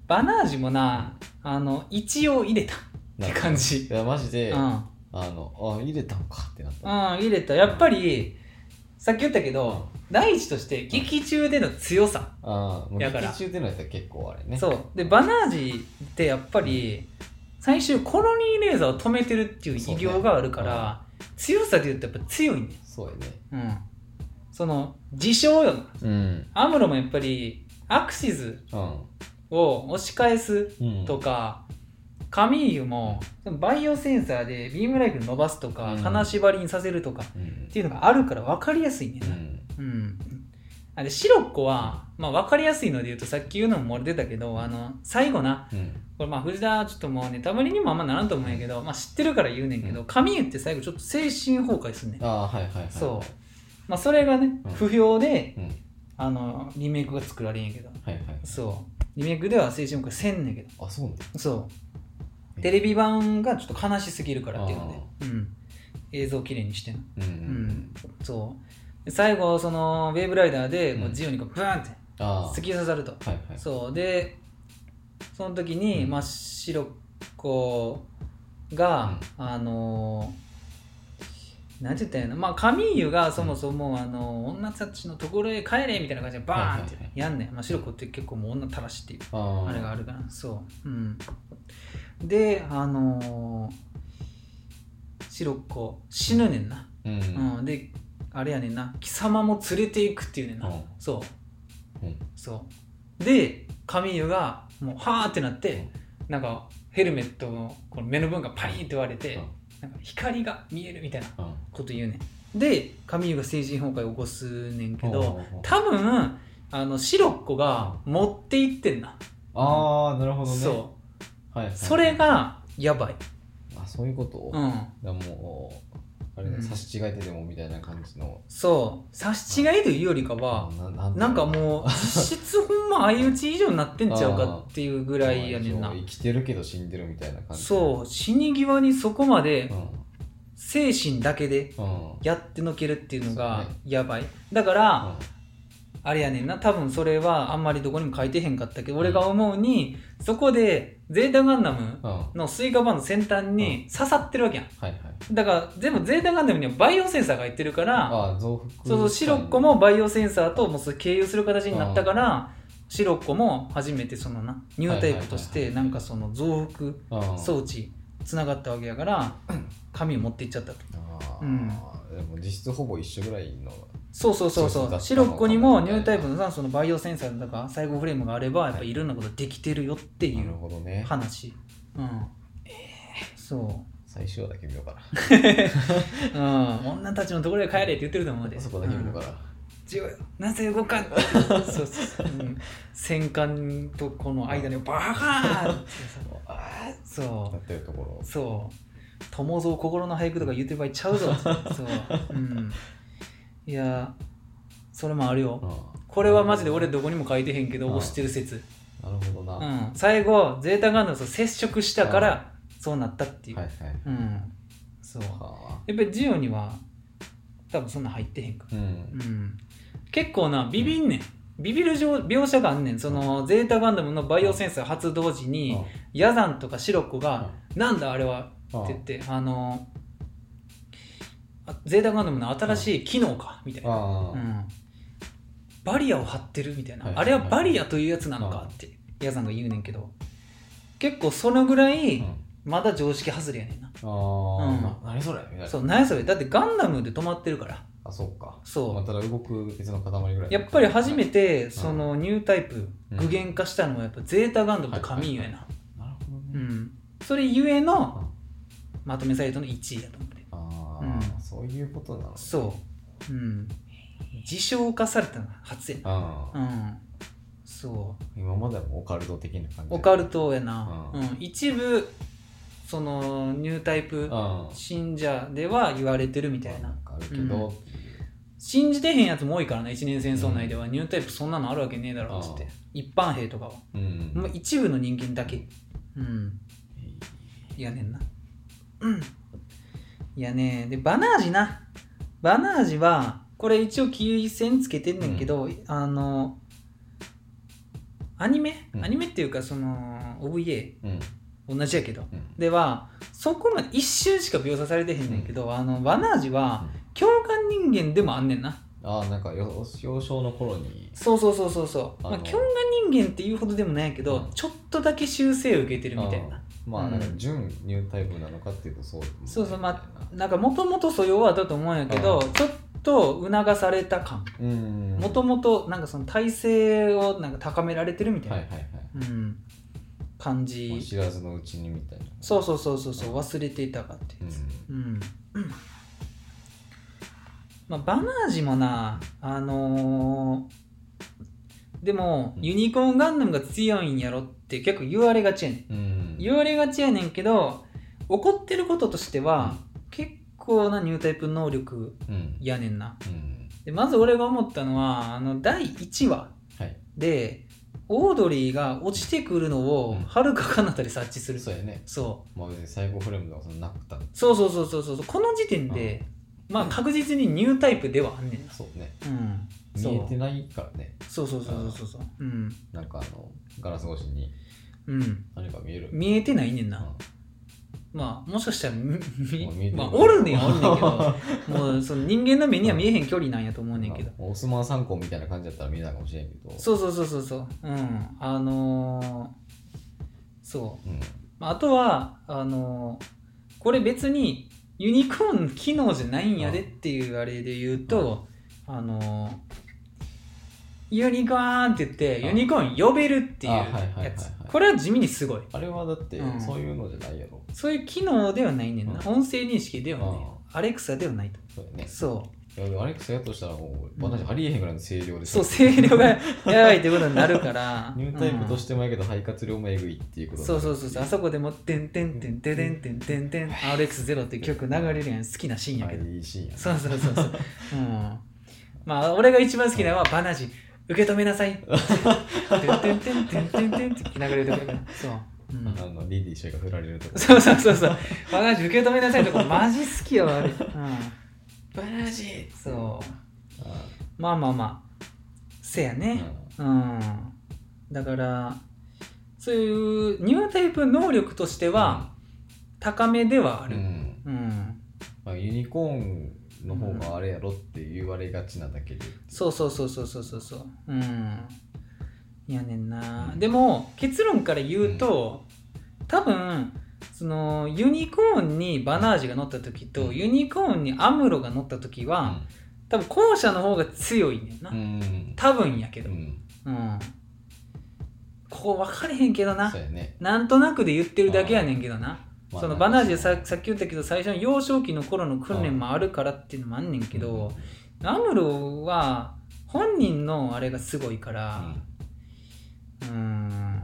バナージもなあの一応入れた
な
って感じ
いやマジで、
う
あ
ん、
のあ入れたんかってなっ
うん、
た、
入れたやっぱりさっき言ったけど第一として劇中での強さ、
ああもう
やから
劇中でのやつは結構あれね
そうでバナージってやっぱり最終コロニーレーザーを止めてるっていう
そ
偉
うね
業があるから、強さで言うとやっぱ強いね
そうやね
うんその自称よ
うん
アムロもやっぱりアクシズ
うん
を押し返す
うん
とか、カミーユもバイオセンサーでビームライフル伸ばすとか、
うん
金縛りにさせるとかっ
うん
ていうのがあるから分かりやすいね
うん
な、
ん
うんあれシロッコは、まあ、分かりやすいので言うとさっき言うのも漏れてたけどあの最後な
うん
これまあ藤田ちょっともうネタバレにもあんまならんと思うんやけど、まあ、知ってるから言うねんけど、
う
カミーユって最後ちょっと精神崩壊すんねん、
ああはいはいはいはい
そうまあ、それがね
うん
不評で
うん
あのリメイクが作られんやけど
はいはい
そうリメイクでは精神崩壊せんねんけど
あそうなの
そう
うん
テレビ版がちょっと悲しすぎるからっていうので、うん、映像をきれいにしてんの
うんうん
うんそうで最後そのウェーブライダーで
う
こうんジオにこうブーンって
あ
突き刺さると
あはいはい
そうでその時に
うん
真っ白っ子が、あのーなんて言ったんやろなまあカミーユがそもそも、あの女たちのところへ帰れみたいな感じでバーンっ
はいは
て
いはい
やんねん、まあ、白子って結構もう女たらしっていう
あ
あれがあ
る
るからそううんであのー、白子死ぬねんな、
うん
うんであれやねんな貴様も連れていくっていうねんな、
うん
そう、
うん
そうでカミーユがもうはーってなって、なんかヘルメットのこの目の部分がパリンって割れて、
うん
なんか光が見えるみたいな
うん
こと言うねんでカミーユが精神崩壊を起こすねんけど、
うん
多分あのシロッコが持っていってんな、
ああなるほどね
そう
う、はいはい、
それがやばい。
あそういうこと、
う
だか
ん。
らもうあれ、
う
ね
ん
差し違えてでもみたいな感じの
そう。差し違いというよりかは、
ななん
なんかもう、実質ほんま相打ち以上になってんちゃうかっていうぐ
ぐ
らいやねんな
生。きてるけど死んでるみたいな感じ
そう。死に際にそこまで
うん
精神だけで
うん
やってのけるっていうの
そ
が
うね
やばい。だから、あれやねんな。多分それはあんまりどこにも書いてへんかったけど、俺が思うに、そこでゼータガンダム
うんうんはい
のスイカバンの先端に刺さってるわけやん。
はい
だから全部ゼータガンダムにはバイオセンサーが入ってるから、
ああ増幅
そうそうシロッコもバイオセンサーともうそれ経由する形になったからシロッコも初めてそのなニュータイプとし
はい
て
はい
なんかその増幅
うん
装置つながったわけや
(clears throat)
から紙を持っていっちゃったと
ああ、
うん
でも実質ほぼ一緒ぐらいの
そうそうそう
そ
そ
うそうう
シロッコにもニュータイプのさそのバイオセンサーとか最後フレームがあればやっぱいろんなことできてるよってい
なる
う
ほどね
話うんそ
最初だけ見ようか
う、うん、女たちのところへ帰れって言ってると思うで
なそこだけ見ようかな、
違うよなぜ動
(laughs)
かんそうそうそう、うん、戦艦とこの間にバカーンって
ああ
そ
なってるところ
うそう友蔵心の俳句とか言ってる場合ちゃ
(laughs)
うぞそう、うん、いやそれもあるよ
うん
これはマジで俺どこにも書いてへんけど
うん
押してる説、
なるほどな、
う
は
ん、最後ゼータガンダムと接触したからそうなったってい、
いうはい
うんそうや
は
っぱりジオには多分そんな入ってへんか
あうん
うん結構なビビんねんビビるじょう描写があんねんそのゼータガンダムのバイオセンサー発動時
う
に
ん
ヤザンとかシロッコが「なんだあれは」
うん
って言ってあのあゼータガンダムの新しい機能かみたいな、
あ
う
あ、
ん、バリアを張ってるみたいな、
はい
あれはバリアというやつなのかってヤザンが言うねんけど結構そのぐらい
うん
まだ常識外れやねんな
ああ、
うん
な何それみたいな
そう何やそれだってガンダムで止まってるから
あそうか
そう
まあただ動く別の塊ぐらい
やっぱり初めてそのニュータイプ
うん
具現化したのはやっぱゼータガンダムとカミーユやな、
なるほど
う
ね、
ん、それゆえのまとめサイトの1位だと思って
ああ、
うん
そういうことなの
そううん自称化されたのが初やな
ああ、
うんそう
今まではもうオカルト的な感じ
オカルトやな、
う
うんん、一部そのニュータイプ
ああ
信者では言われてるみたい
な
なん
かあるけど、
うん信じてへんやつも多いからな一年戦争内ではニュータイプそんなのあるわけねえだろっつって
あ
一般兵とかは
うん
もう一部の人間だけうんやねんなうんいやねでバナージなバナージはこれ一応切り線つけてんねんけど、あのアニメ、
うん
アニメっていうかその OVA
うん
同じやけど
うん
ではそこまで一瞬しか描写されてへんねんけど、あのバナージは
うん
共感人間でもあんねんな
ああなんかよ幼少の頃に
そうそうそうそうそう、ま
あ
あ、
の
共感人間っていうほどでもないけど、
うん
ちょっとだけ修正を受けてるみたいな
ああまあ
うん
なんか純ニュータイプなのかっていうとそう
そうそうまあ
みたいな
なんかもともと素養はあったと思うんやけど、
う
ちょっと促された感
うん
もともとなんかその体制をなんか高められてるみたいな、
はいはいはい
うん、感
もう
じ
知らずのうちにみたいな
そうそうそうそうそう忘れていたかっていううんやつうん、まあ、バナージもなあのーでも、
うん
ユニコーンガンダムが強いんやろって結構言われがちやねん
うん
言われがちやねんけど怒ってることとしては、結構なニュータイプ能力
うん
やねんな
うん
でまず俺が思ったのはあの第1話
はい
でオードリーが落ちてくるのを
うん
はるか彼方で察知する、
そうやね
そ
まあ別に最後フレームでもそのなくた
うそうそうそうそうそうこの時点で、まあ確実にニュータイプではあんねんな、
そうね
うん、そう
見えてないからね
そうそうそうそうそううん
なんかあのガラス越しに
うん
何か見える
見えてないねん
うん
な、まあもしかしたらみ
まあ見えてる
まあ、おるにはおるねんけどもうその人間の目には見えへん距離なんやと思う
(laughs)
ねんけど、
オスマン参考みたいな感じだったら見えないかもしれんけど
そうそうそうそうそううんあのーそう
う、うん、
まああとはあのーこれ別にユニコーン機能じゃないんやでっていうあれで言うと、あのーユニコーンって言って
うん
ユニコーン呼べるっていう
あはいはいはいはい
やつこれは地味にすごい
あれはだって
うん
そういうのじゃないやろ、
そういう機能ではないねんな、
うん
音声認識ではない、アレクサではないと
そうやね
そう
いやでもアレックスやとしたらもう私ありえへんぐらいの声量で
そう声量がやばいってことになるから、
(laughs) ニュータイプとしててもやけど肺活量もえぐいっていう
う
こ
ん
と
そうそうそうそうあ
そ
そこでも「てんてんてんてんてんてんてんてん RX0」っていう曲流れるやん好きなシーンやけど、
いいシーンや
そうそうそうそううんまあ俺が一番好きなのはバナジ受け止めなさいてんてんてんてんてんてんって流れるところがそう、うん
あのリディシェが振られるとこ
そうそうそうそうバナジ受け止めなさいとかマジ好きよあれ、うん、バナジそう
あ
まあまあまあせやね、うん、だからそういうニュータイプ能力としては高めではあ
うん、う
る、
ん
うん
まあ、ユニコーンの方があれやろって言われがちなだけで、
そうそうそうそうそうそうそううんやねんな、でも結論から言うと、多分そのユニコーンにバナージが乗った時と、
うん
ユニコーンにアムロが乗った時
う
は、
ん
多分後者の方が強いねんな、
うん
多分やけ
う
ど、
ん
うん、ここ分かれへんけどな
そうやね
なんとなくで言ってるだけやねんけどな、
まあ
その
な
バ
んか
ナージささっき言ったけど最初の幼少期の頃の訓練もあるからっていうのもあんねんけど、アムロは本人のあれがすごいか
う
ら
ん
うーん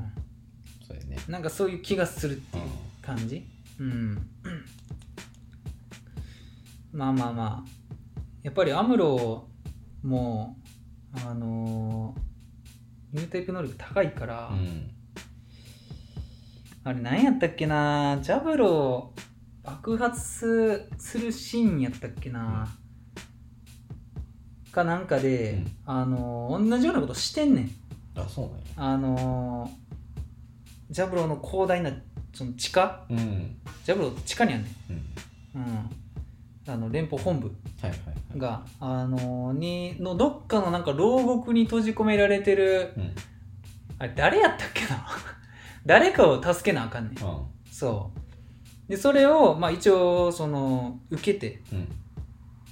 そうやね
なんかそういう気がするっていう
うん
感じうん (clears throat) まあまあまあやっぱりアムロもあのーニュータイプ能力高いから、
うん
あれ何やったっけなジャブロ爆発するシーンやったっけな、かなんかで、
うん
あのー同じようなことしてんねん
あそうなんや
あのージャブロの広大なその地下
うん
ジャブロって地下にあんね
うん
ん、うん、あの連邦本部
はいはいはい
が、あのーにのどっかのなんか牢獄に閉じ込められてる
うん
(laughs) あれ誰やったっけな誰かを助けなあかんねん
うん
そう。でそれを、まあ、一応その受けて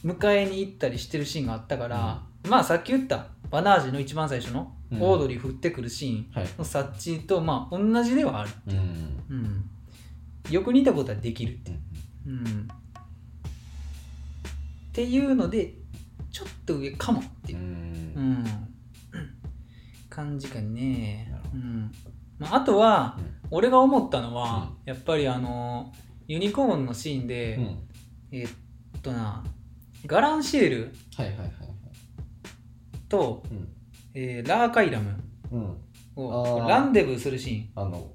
うん
迎えに行ったりしてるシーンがあったから、まあさっき言ったバナージの一番最初の
うん
オードリー降ってくるシーン
はい
の察知と、まあ同じではある、
うん
うん、よく似たことはできる、
うん
うん、っていうのでちょっと上かもっていうう、
ん
うん、感じかね
なる、ほ
うんまあ、あとは俺が思ったのは、やっぱりあのユニコーンのシーンで、
うん
えっとなガランシエル
はいはいはいはい
と、
うん
えーラーカイラム
うん
を
あー
ランデブーするシーン
あの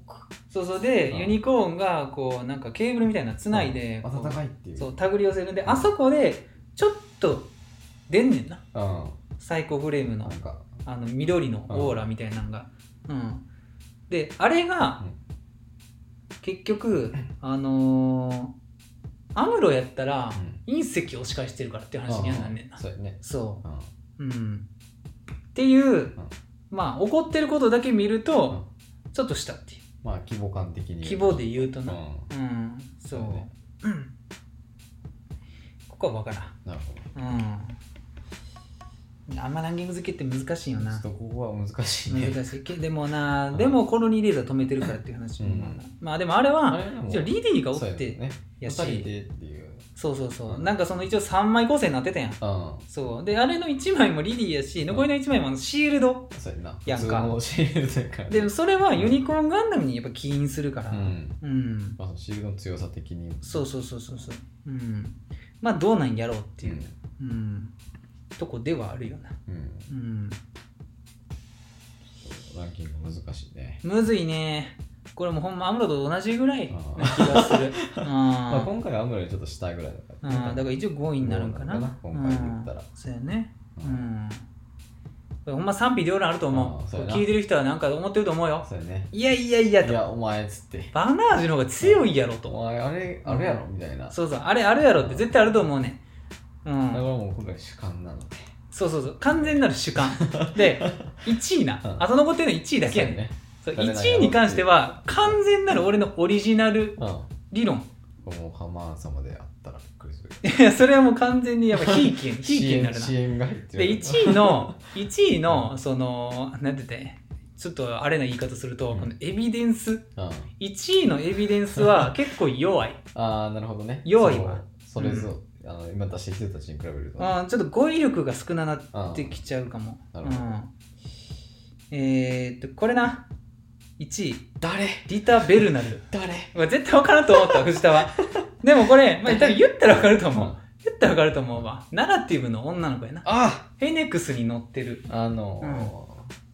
そうそうで
うん
ユニコーンがこうなんかケーブルみたいなのつないで、こう
暖かいっていう
そう手繰り寄せるんであそこでちょっと出んねんな
う
サイコフレーム
ん
の
なんか
あの緑のオーラみたいなのが、うん、であれが
うん
結局あのーアムロやったら
うん
隕石を押し返してるからっていう話にはなんねんな
そうやね
そう
うん
うんっていう、まあ怒ってることだけ見る
う
と
ん
ちょっとしたっていう
まあ規模感的に
希望で言うと
うん
なうん、そう
そうね
うんここは分か
なるほど
らんうんあんまランキング付けって難しいよ
ちょ
な
っとここは難しいね
難しいけでもな、
うん
でもこの2例ー止めてるからっていう話もあるな、まあでもあれ
あ
は
れでも
一応リディがおっ
そうや
て
ね
や
二
し
人でっていう
そうそうそう、
うん
なんかその一応3枚構成になってたやん
うん
そうであれの1枚もリディやし残りの1枚もあのシールド、
そうやな
やんか
普通のシールドやから
でもそれはユニコーンガンダムにやっぱ起因するから、
う
うん
んまあそのシールドの強さ的に
そうそうそうそうそう、うん、まあどうなんやろうっていう、うんとこではあるよな、
うんうん
うん、
ランキング難しいね
むずいねこれもほんまアムロと同じぐらいな
あー
気がする
まあ
あー
今回はアムロよりちょっと下ぐらいだから
あーだから一応5位になるんかな
五位なのかな今回で言ったら
うんそうやね
う
うんんこれほんま賛否両論あると思
あー
う
そうやな
聞いてる人はなんか思ってると思うよ
そうやね
いやいやいや
い
と
やお前っつって
バナージュの方が強いやろと
お前あれあれやろみたいなだか
そうそう、あれあるやろって絶対あると思うねん。う
ら
ん。
もう今回主観なので
そうそうそう、完全なる主観。で、1位な。
うん
あその残ってるの1位だけやねん。そ
誰
う
なんやろって
1位に関しては、完全なる俺のオリジナル
そうやね
理論。
うんもうハマーン様であったらびっくりする
いや、それはもう完全にやっ (laughs) ぱ、ひいきやん、ひい
支
きにな
援
るな。
支援が入ってる
(laughs) で、1位の、1位の、その、なんて言って、ちょっとあれな言い方すると、
うん
このエビデンス。
うん
1位のエビデンス (laughs) は結構弱い。
ああなるほどね
用意は
そのそれぞれあの今出してきてた人たちに比べると
うん、ちょっと語彙力が少なな
うん
ってきちゃうかも。
なるほど
うん、えー、っと、これな。1位、
誰
リタ・ベルナル。
誰
まあ絶対分からんと思 (laughs) った、藤田は。でもこれ、まあ、多分言ったら分かると思う。言ったら分かると思うわ。ナラティブの女の子やな。
あ
フェネックスに乗ってる。
あの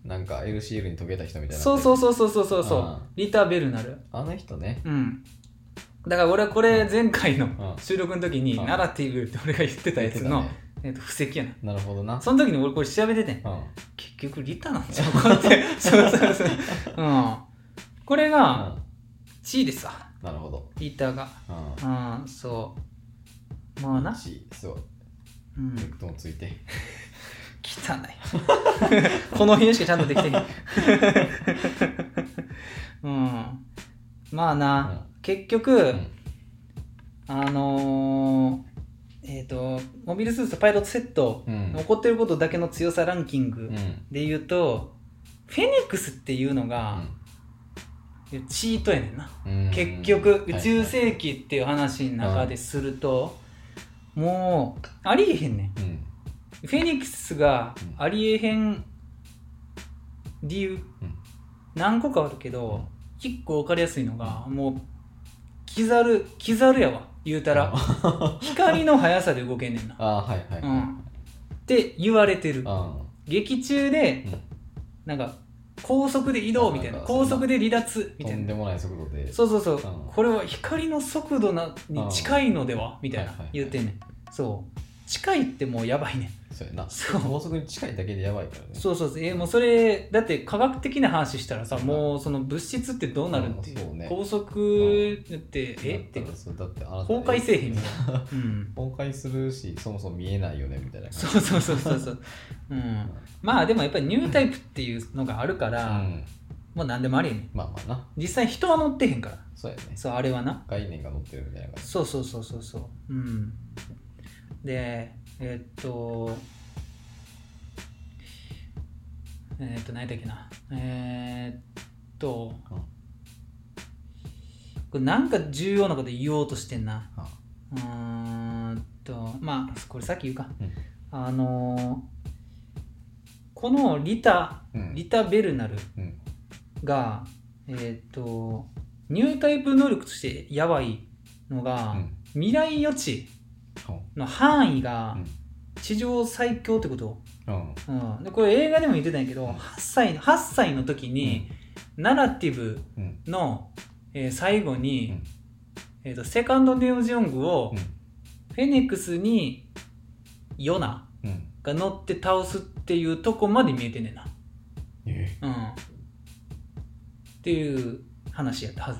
ーなんか LCL に溶けた人みたいな。
そうそううそうそうそうそうそううんリタ・ベルナル。
あの人ね
うん。だから俺はこれ前回の
うん
収録の時に
うん
ナラティブって俺が言ってたやつ
言っ
の
て、たね
えっと、布石やな。
なるほどな
その時に俺これ調べててん。
うん
結局リタなんちゃうかって。 (laughs) そうそうそう。うん。これが
う
1位ですわ。
んなるほど
リタが。
うん
うん、そう。まあな。
しそう
うん、
ベクトンついて
汚い。
(laughs)
この辺しかちゃんとできてへん。うん。まあな、結局、
ん
あのーえっ、と、モビルスーツとパイロットセット、
うん
残ってることだけの強さランキング
うん
で言うと、フェネックスっていうのが、チートやねんな、
うん
結局
うん
宇宙世紀っていう話の中ですると、もうありえへんねん
はいはい
フェニックスが
うん
ありえへん理由、
うん
何個かあるけど一個分かりやすいのがもうキザルキザルやわ言うたら光の速さで動けんねんな、
あーはいはい
うん
はい
って言われてる
あ
劇中で
うん
なんか高速で移動みたいな
なんか
高速で離脱み
ーと
たいなん
でもない速度で
そうそうそう、
ん
これは光の速度なに近いのではみたいな
はいはいはい
言うてんねん、そう近いってもうやばいねん
そうやな
そう
高速に近いだけでやばいからね
そうそうそうえもうそれだって科学的な話したらさもうその物質ってどうなるっていう,、
うんそうね
高速ってえって
だらそうだってあなた
崩壊せえへんみたい
な
な、うん、
崩壊するしそもそも見えないよねみたいな感じ
そうそうそうそうそう、うん、まあでもやっぱりニュータイプっていうのがあるから、
ん
まあ何でもありやねん
まあまあな
実際人は乗ってへんから
そうやね
そうあれはな
概念が載ってるみたいな感じ
そうそうそうそうそううんでえっとえっと何だっけなえっと
うん
これなんか重要なこと言おうとしてんな
は
うーんとまあこれさっき言うか、
うん
あのこのリタ
あうん
リタ・ベルナル
うん
が、えーっとニュータイプ能力としてやばいのが、
うん
未来予知
ほ
の範囲が
うん
地上最強ってこと、
ううん
うん、でこれ映画でも言ってたんやけど
うん
8歳 ,8 歳の時に、ナラティブ
うん
の、えー最後に、
うん
えーっとセカンド・ネオ・ジオングを、
うん
フェネックスにヨナ
うん
が乗って倒すっていうとこまで見えてんねんな、
え
うん、っていう話やったはず、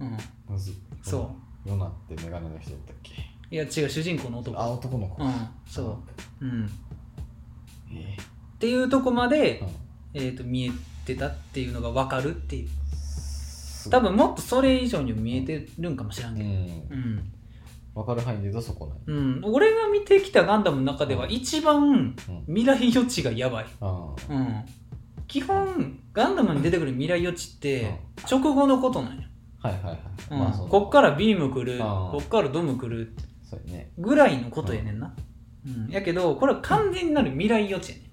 うん、
まず
そう
ヨナってメガネの人だったっけ
いや違う主人公の男
あ男の子
うんそう、うん、っ
え
ていうとこま
え
で
う、ん
えー、と見えてたっていうのが分かるっていう
す
多分もっとそれ以上にも見えてるんかもしらん
う
けど
ん
うん、
分かる範囲で言うとそこない
うん、俺が見てきたガンダムの中では一番
うん
未来予知がやばい、
ああ
うん、基本ガンダムに出てくる未来予知って直後のことなんよ、
はいはいはい、
うん
まあその
こっからビーム来る
ああ
こっからドム来る
そうやね
ぐらいのことやねんな、うん、やけどこれは完全なる未来予知やねん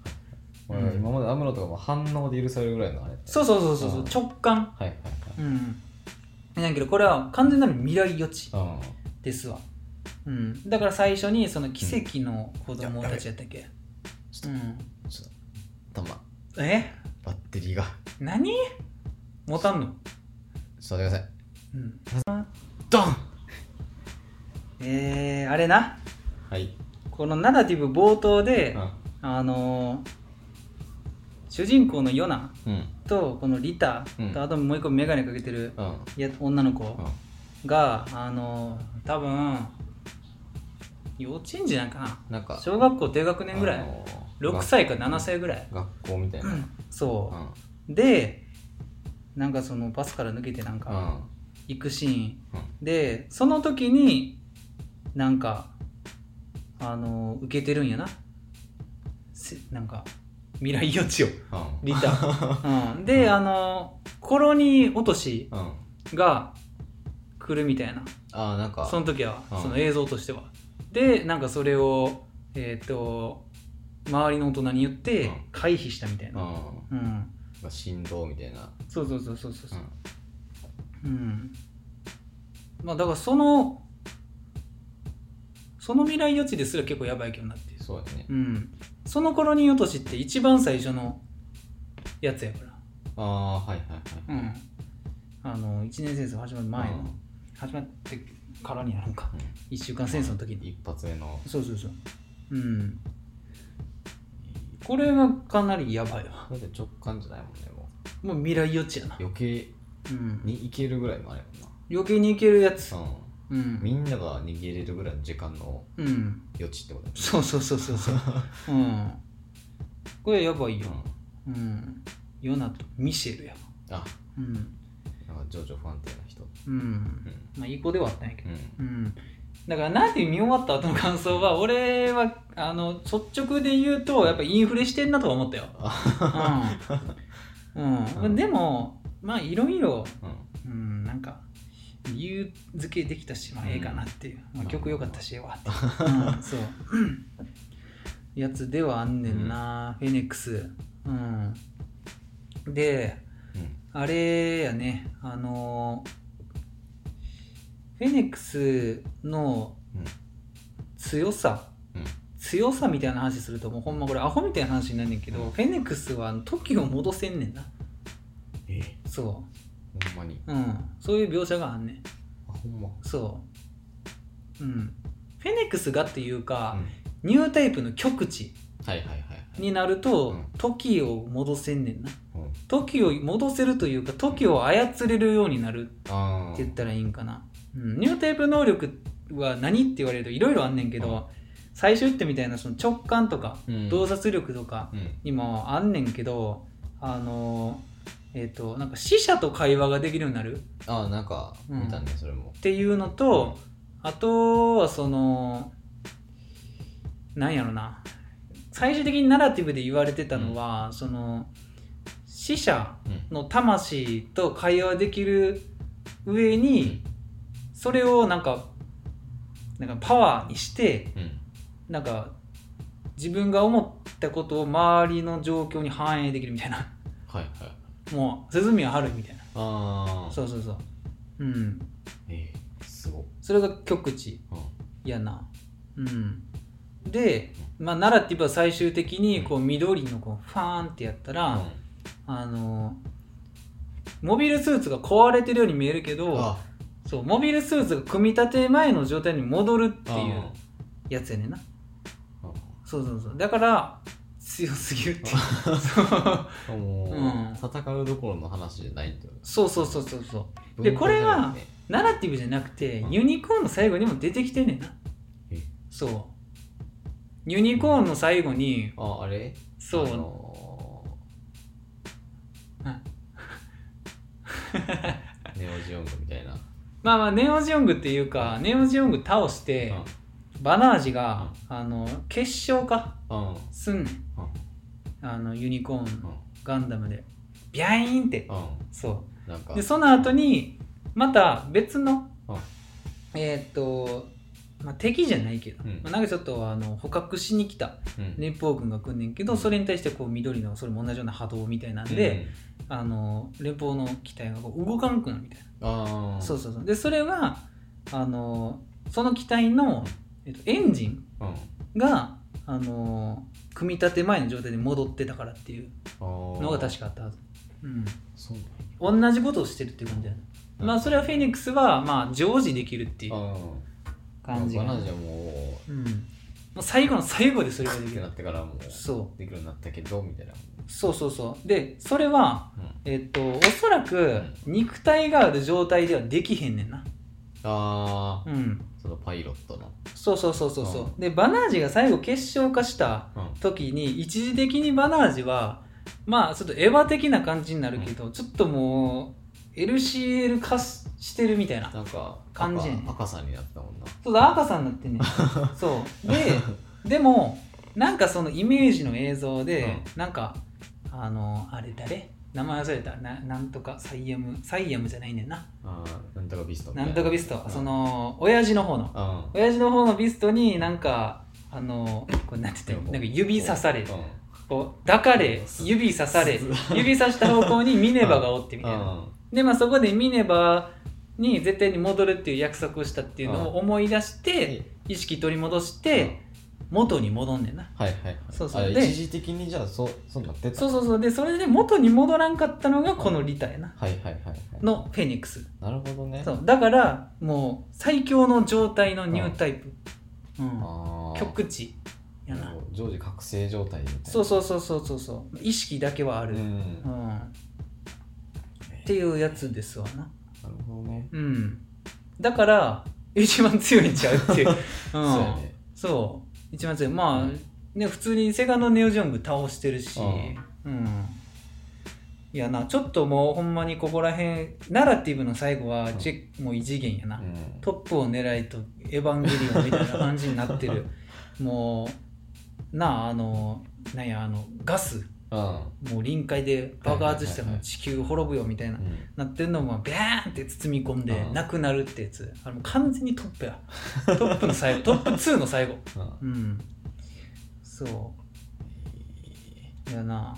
俺
うん
今までアムロとかも反応で許されるぐらいのあれ
そうそうそうそうそう
うん
直感
はいはい
うんなんやけどこれは完全なる未来予知
はい
ですわうんだから最初にその奇跡の子供たちやったっけ
ち
う
ょっ
ん
うんちょっと頭
え
バッテリーが
何持たんの
ちょっと待ってください
うん
ドン
えー、あれな
はい
このナラティブ冒頭で、
う
あのー主人公のヨナ
んうん
とこのリタと、
うん
あともう一個眼鏡かけてる
うん
いや女の子が、あのー多分幼稚園児なんかな
なんか
小学校低学年ぐら
あ
い
のー
6歳か7歳ぐらい、
学校みたいなうん
そううでなんかそのバスから抜けてなんか
ん
行くシーン、
う
でその時になんかあの受けてるんやなせなんか未来予知をリタ、
(laughs)
うん、で、
うん
あのコロニー落とし
うん
が来るみたいな
ああなんか
その時は、
うん
その映像としてはでなんかそれをえっ、と周りの大人に言って
うん
回避したみたい
うん
な、うん
まあ振動みたいな
そうそうそうそうそう
う
そうんうんまあだからそのその未来予知ですら結構やばいけどなっていう
そうやね
うんその頃に落としって一番最初のやつやから
ああはいはいはい
うんあの1年戦争始まる前の、
うん
始まってからになるんか
うん
1週間戦争の時に
一発目の
そうそうそううんこれがかなりやばいわ
だって直感じゃないもんねも
もう未来予知やな
う、余計
うん、
にいけるぐらいのあれやもんな
余計にいけるやつう
うんみん
ん、
なが逃げれるぐらいの時間の
うん、
余地ってことやね
そうそうそうそうそううんこれやばいよ
う
うんヨナとミシェルやわ
んあ
うん
なんか情緒不安定な人
うん
う
まあいい子ではあったんやけど
んうん
うんだからなんて見終わった後の感想は俺はあの率直で言うとやっぱインフレしてんなとは思ったよ、うんうん、でもまあいろいろ
うん
うん、なんか理由付けできたし、まあ、
うん
ええかなっていう、まあ、
まあ
曲良かったし、ええわっていう、うん、そうやつではあんねんな、フェネックス、うん、で
うん
あれやねあのフェネックスの
うん
強さ、
うん
強さみたいな話するともうほんまこれアホみたいな話になんねんけど、
うん
フェネックスは時を戻せんねんな
え
そ
ほんまに
う、うん、そういう描写があんねん
あほんま
そう。うん。フェネックスがっていう
う
か、
ん
ニュータイプの極地
はいはいはいはい
になると、
うん
時を戻せんねんな。
うん
時を戻せるというか、時を操れるようになるって
あー
言ったらいいんかな。うん、ニュータイプ能力は何って言われるといろいろあんねんけど、
うん
最初言ったみたいなその直感とか、
うん
洞察力とか
うん
にもあんねんけど、あのーえっ、となんか死者と会話ができるようになるっ
ああなんか見たね、それも
ていうのとあとはそのなんやろな最終的にナラティブで言われてたのは、その死者
うん
の魂と会話できる上に、それをなんかなんかパワーにして
うん
なんか自分が思ったことを周りの状況に反映できるみたいな (laughs)
はいはい
もう涼みは春みたいな
ああ
そうそうそううん
ええすごっ
それが極地
うん
やなうんで、まあ、ナラティブは最終的にこう緑のこうファーンってやったら、あのモビルスーツが壊れてるように見えるけ
うん
ど
あ
そうモビルスーツが組み立て前の状態に戻るっていう
あ
やつやねんな
あ
そうそうそうだから強すぎるっていう
(laughs) あもう、
うん
戦うどころの話じゃないってこ
そうそうそうそうそう
と
で
文化じゃなくて
ナラティブじゃなくて、
うん
ユニコーンの最後にも出てきてんねんな
え
そうユニコーンの最後に
ああれ
そ
あ
う
の
うん
ーネオジオングみたいな、
まあまあネオジオングっていうかネオジオング倒して
うん
バナージがあの決勝か
うんうん
すんねん
うん
あのユニコーンガンダムでビャイーンって
う
そ
んなんか
うでその後にまた別の
うん
えーっと、まあ、敵じゃないけど、
うん
まあなんかちょっとあの捕獲しに来た
うん
連邦軍が来んねんけどそれに対してこう緑のそれも同じような波動みたいなんで、あの連邦の機体がこう動かんくなるみたいな、
うんああ
そう
そ
そうそうでそれはあのその機体の、えっと、エンジン
うん
があの組み立て前の状態で戻ってたからっていうの
の
が確
か
かあったはず、うん、
そうなんや
同じことをしてるっていう感じだねまあそれはフェニックスはまあ常時できるっていう
うん
感じ
バ
が、
ナージはも
うん、もう最後の最後でそれがで
う
き
って
る
なってからもう
そう
できるようになったけどみたいな
そうそうそうでそれは
うん
えっとおそらく肉体がある状態ではできへんねんな
ああ
うん
そのパイロットの
そうそうそうそうそうでバナージが最後結晶化した
うん
時に一時的にバナージはまあちょっとエヴァ的な感じになるけど、ちょっともう LCL 化ししてるみたいな
なんか
感じやね
赤赤さんになったもんな
そうだ赤さんになってんねん (laughs) そうででもなんかそのイメージの映像で、なんかあのあれ誰名前忘れたななんとかサイヤムサイヤムじゃないねんな
あーなんとかビストみた
ないんとかビスト、
うん
その親父の方の
うん
親父の方のビストになんかあのこうなんて言ってんのなんか指刺され
うん
こう抱かれ指刺され指刺した方向にミネバがおってみたいなでまあそこでミネバに絶対に戻るっていう約束をしたっていうのを思い出して意識取り戻して元に戻んねんな
はいはいはい
そうそう
あ
で
一時的にじゃあそうそうなってた
そうそうそうでそれで元に戻らんかったのがこのリタやな
はいはいはいはい
のフェニックス
なるほどね
そうだからもう最強の状態のニュータイプ、うん、
ああ
極地やな
常時覚醒状態みたいな
そうそうそうそうそうそう意識だけはある、
う
うん
ん
っていうやつですわな
なるほどね
うんだから一番強いんちゃうっ
(laughs)
ていう、うん、そう
そうやね
そう一番強いまあ、
うん
ね普通にセガのネオジオング倒してるし
う
うんいやなちょっともうほんまにここら辺ナラティブの最後はチェックもう異次元やな、
うん
トップを狙いとエヴァンゲリオンみたいな感じになっ
(laughs)
てるもうなああのなんやあのガス
う
もう臨界で爆発して
はいはいはいはい
もう地球滅ぶよみたいな、
ん
なってるのもビャーンって包み込んで
うん
なくなるってやつあれもう完全にトップやトップの最後トップ2の最後
うん
うんそういやな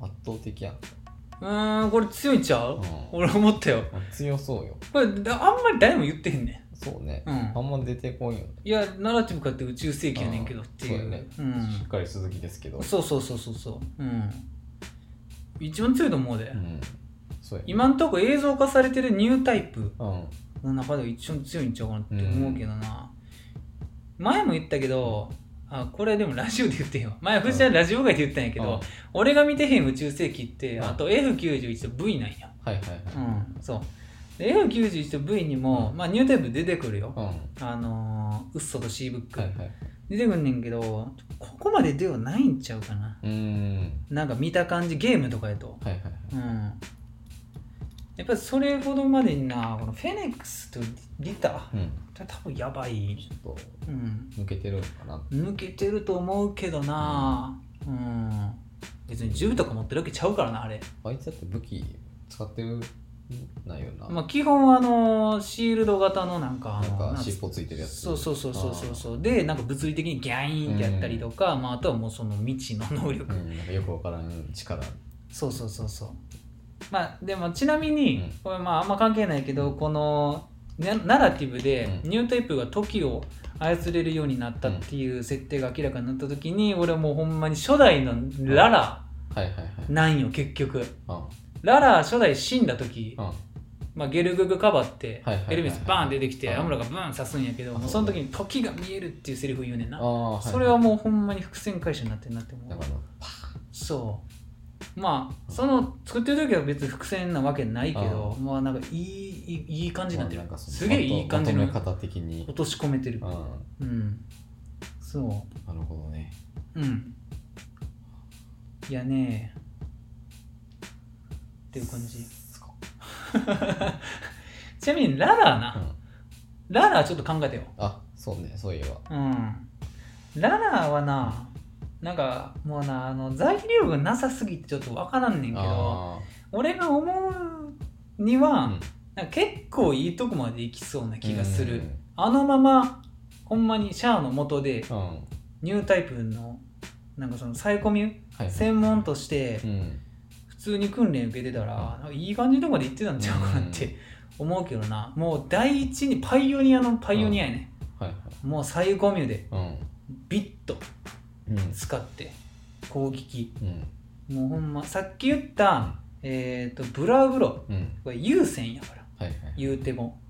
圧倒的やん
うーんこれ強いんちゃう、
うん
俺思ったよ
強そうよ
これだあんまり誰も言ってへんね
そうね
んうん
あんま出てこんよね
いやナラティブかって宇宙世紀やねんけどっていう
そうやね
ん
しっかり鈴木ですけど
そうそうそうそうそううん一番強いと思うで、
うんそうやね
今んとこ映像化されてるニュータイプ
うん
の中では一番強いんちゃうかなって思うけどな、前も言ったけどあこれでもラジオで言ってへんわ前藤ちゃんラジオ外で言ったんやけ
う
ど、
ん
俺が見てへん宇宙世紀って、
うん
あと F91 と V なんや
はいはいはい
うんそうで F91 と V にも、
うん
まあ、ニュータイプ出てくるよ、
うんは
あのーウッソとシーブッ
い
ク、
はい
出てくんねんけどここまでではないんちゃうかな
うーん
なんか見た感じゲームとかやと
はいはいはい
うんやっぱりそれほどまでになこのフェネックスとリタ
うん
多分やばい、
ちょっと
うん、
抜けてるのかな
抜けてると思うけどなうん別に銃とか持ってるわけちゃうからなあれ
あいつだって武器使ってるないよな、
まあ基本はあのシールド型のなんかあ
なん
の
か
なん
尻尾ついてるやつ
そうそうそうそうそうそうでなんか物理的にギャインってやったりとか、まあ、あとはもうその未知の能力、
うん、なんかよくわからん力
そうそうそうそうまあでもちなみに、
うん
これまああんま関係ないけどこのねナラティブで
うん
ニュータイプが時を操れるようになったっていう設定が明らかになった時に、俺はもうほんまに初代のララ
はいはいはい
なんよ結局
あ
ララ初代死んだ時、
あ
まあ、ゲルググかばって
はいはいはいはい
エルメスバーン出てきて
うん
アムロがブーン刺すんやけど
あ
もうその時に「時が見える」っていうセリフ言うねんな
あ
それはもうほんまに伏線回収になってんなって思
だ
う
から
そうまあその作ってる時は別に伏線なわけないけどまあなんかいいいいいい感じになってる
まあなんかその
すげえいい感じの
まとめ方的に
落とし込めてる
うん
うんそ
なるほどね
ううんいやねっていう感じ (laughs) ちなみにララな、
うん
ララちょっと考えてよ
あそうねそういえば
うんララはななんかもうなあの財力がなさすぎてちょっとわからんねんけど
あ
俺が思うには、
あうん
なんか結構いいとこまで行きそうな気がする、
うん
あのままほんまにシャアの元で
うんは
ニュータイプのなんかそのサイコミュ
いはい
専門として
うん
普通に訓練受けてたら、なんかいい感じのとこまで行ってたんちゃうかなって思うけどなもう第一にパイオニアのパイオニアやね、
はいはい
もうサイコミュで
うん
ビッと
うん
使って攻撃
うん
もうほんまさっき言った、えー、とブラウブロ
うん
これ優先やから
はいはい
言うても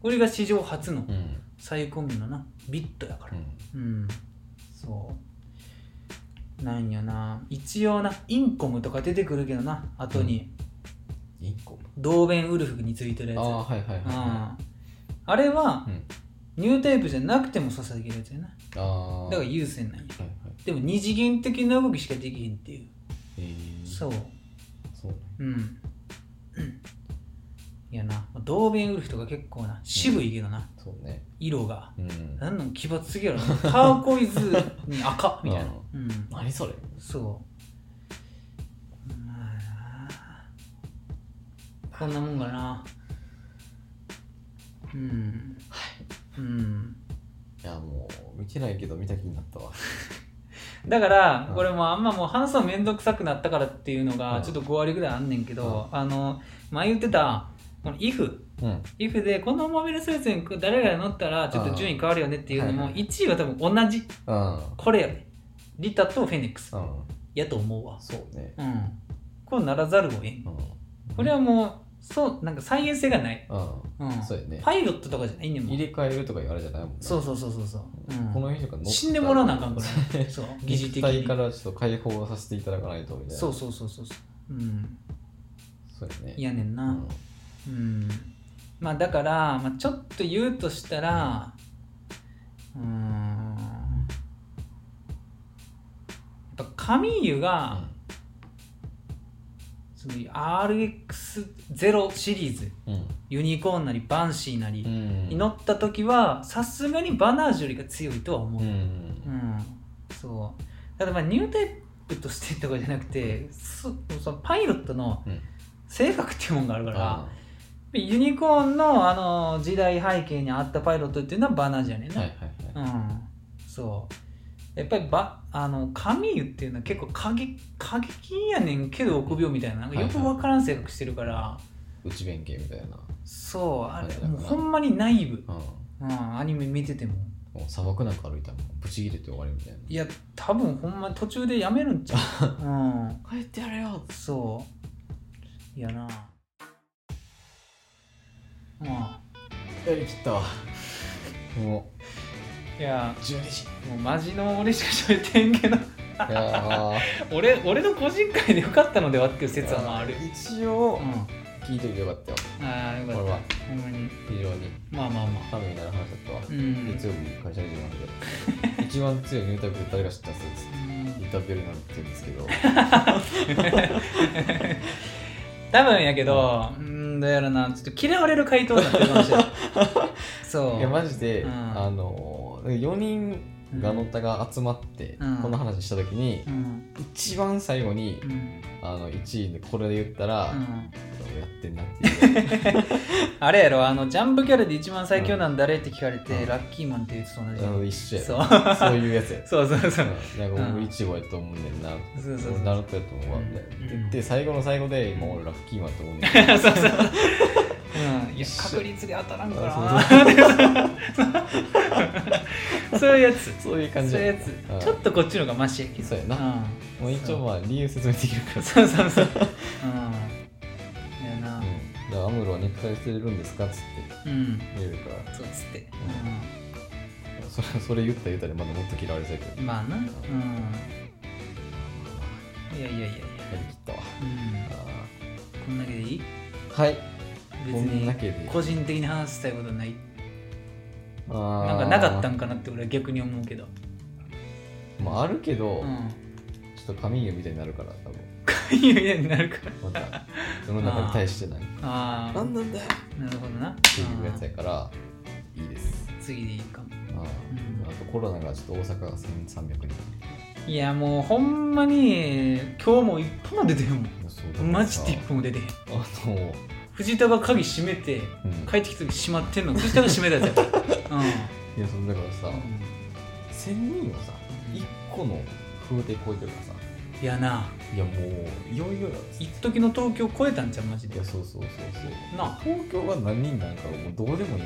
これが史上初の
うん
最コミのなビットやから
うん
うん、そうなんやな一応なインコムとか出てくるけどな後に、
インコ
ドーベンウルフについてるや
あ
つ
あはいはいはい
ああれは、
うん
ニュータイプじゃなくても刺さできるやつやな
ああ
だから優先なんや
はいはい
でも二次元的な動きしかできへんっていう、
えー
そう
そうね
うんうんいやなドーベンウルフとか結構な渋いけどな、
そうね
色が
うん
なんなん奇抜すぎ (laughs) やろなターコイズに赤みたいな、うん、
何それ
そうまあなこんなもんかなうんうん
いやもう見てないけど見た気になったわ
だから、
うん
これもあんまもう話すのめんどくさくなったからっていうのが
うん
ちょっと5割ぐらいあんねんけど、あの前言ってたこの if
うん、
if でこのモビルスーツに誰が乗ったらちょっと順位変わるよねっていうの
うん
も
はい
1位は多分同じ
うん、うん、
これやねリタとフェニックスやと思うわ
そうね、
うんこうならざるをえん
うん、
これはもうそうなんか再現性がない、う
うんん、そうやね、
パイロットとかじゃないねんも
入
ん
れ替えるとか言われじゃないもんね、
そうそうそうそうそう、うん、
この人が乗った
死んでもらわなあかんか
(laughs)
らそう疑似
肉
的
体
に
からちょっと解放させていただかないとみたいな、
そうそうそうそうそううん
そうやね、
いやねん
う
な、
ん、
うんまあだから、まあ、ちょっと言うとしたらうーんやっぱカミーユが、その RX0 シリーズ
うん、
ユニコーンなりバンシーなり
うん、
に乗った時はさすがにバナージュよりが強いとは思
う
う、
ん
うん、そうただまあニュータイプとしてとかじゃなくてそそのパイロットの
うん
性格っていうもんがあるから、
あ
ユニコーンのあの時代背景にあったパイロットっていうのはバナーじゃねえ
ー
な、
はいはいは
うんそうやっぱりばあの神湯っていうのは結構過激過激やねんけど臆病みたいななんかよくわからん性格してるから、
い内弁慶みたいな、
そうあれ
はいはい
もうほんまにナイブ、
うん、
うん、アニメ見てても
もう砂漠なんか歩いたらもうブチ切れて終わりみたい
いや多分ほんまに途中でやめるんちゃ
(laughs)
う、うん、
な帰ってやれよ
そういやなま
やりきったわも
あいや
う12時い
もうマジの俺しか喋ってんけど
やー (laughs)
俺俺の個人会でよかったのではっていう説はまあある
一応
うん
聞いといてよかったよ
ああよか
こ
っ
れ
た
は
ほんまに
非常に
まあまあまあ
ためになる話だったわ
うん (laughs)
月曜日会社に行きますけど一一番強いニュータイプって誰が知ったんですかニュータイプよりなんて言うんですけど
多分やけど、うん、どうやらな、ちょっと嫌われる回答になってるかもしれない。 (laughs) そう。
いやマジで、
うん
あの4人がのたが集まって、
うん
この話した時に、
うん。
一番最後に、
うん。
あの1位でこれで言ったら、
うん
やってんなっていう
あれやろ、あの、ジャンプキャラで一番最強なん誰って聞かれて、
うん
ラッキーマンって言うと同じ
あ。の一緒や
(laughs) そ
ろ
う。
そういうやつや
そう (laughs) そうそう。
うんなんか
う
僕
ん
いちごやと思うねんな。
そうそうそう
俺ナルトやと思うわみたいな。
うん
で最後の最後で今俺ラッキーマンやと思うねんな。
(laughs) そうそう。うん、いや確率が当たらん
あ
からなそういうやつ
そういう感じ
そういうや
うん
つちょっとこっちの方がマシやけど
そうやな。もう一応まあ理由説明できるか
う
ら。
んそうそうそううんやな
うん。じゃあアムロはネクタイ捨てれるんですかっつって
うん
言うから
そうっつって、
それそれ言ったら言ったらまだもっと嫌われちゃうけど
うん、まあなうんいやいやいやいや、
やりきったわ
う
あ
ん、こんだけでいい
ーはい
別
こんだけ
に
で
個人的に話したいことないな
なん
かなかったんかなって俺は逆に思うけど
まああるけど、
うん
ちょっと神優みたいになるから多分
言うようになるから
ま
(laughs)
た世の中に対してない
ああ
何なんだよ
なるほどな
っていうやつやからいいです
次でいいかも
あ
うん
あとコロナがちょっと大阪が1300人
いやもうほんまに今日も一歩も出てへんも
そうだ
んマジで一
あ
歩も出てへん
の、
藤田が鍵閉めて
うん、
帰ってきた時閉まってんの藤田が閉めたやつやからうん
いやそのだからさ、
うん
1000人をさ一個の風で超えてるからさ
いやない
やもういよいよや
一時の東京超えたんじゃんマジ
い
で、う
や
ん、
そうそうそうそう
なあ
東京が何人なんかはもうどうでもいい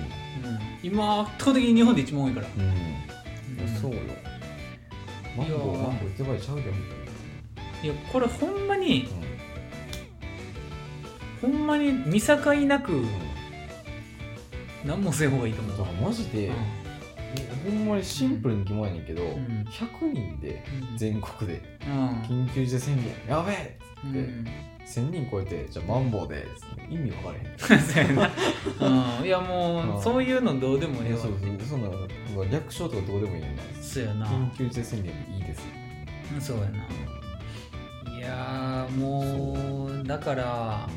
今圧倒的に日本で一番多いから、
うん、いや
ん
そうよマンゴー
いやー
マンゴーってばいちゃうでみたい
いやこれほんまに
な
ほんまに見境なく
うん、うん
何もせん方がいいと思う、
だからマジで、
うん
えほんまにシンプルに決まんねんけど、
ん
100人で
うん
全国で
うん
緊急事態宣言やべえ
うん
1000人超えてじゃあマンボウで意味わからへん
(laughs) そうやなうんいやも
う
うんそういうのどうでもええわ
そうそうそんなの略称とかどうでもいいやんな
そうやな
緊急事態宣言いいです
そうやないやーもうだから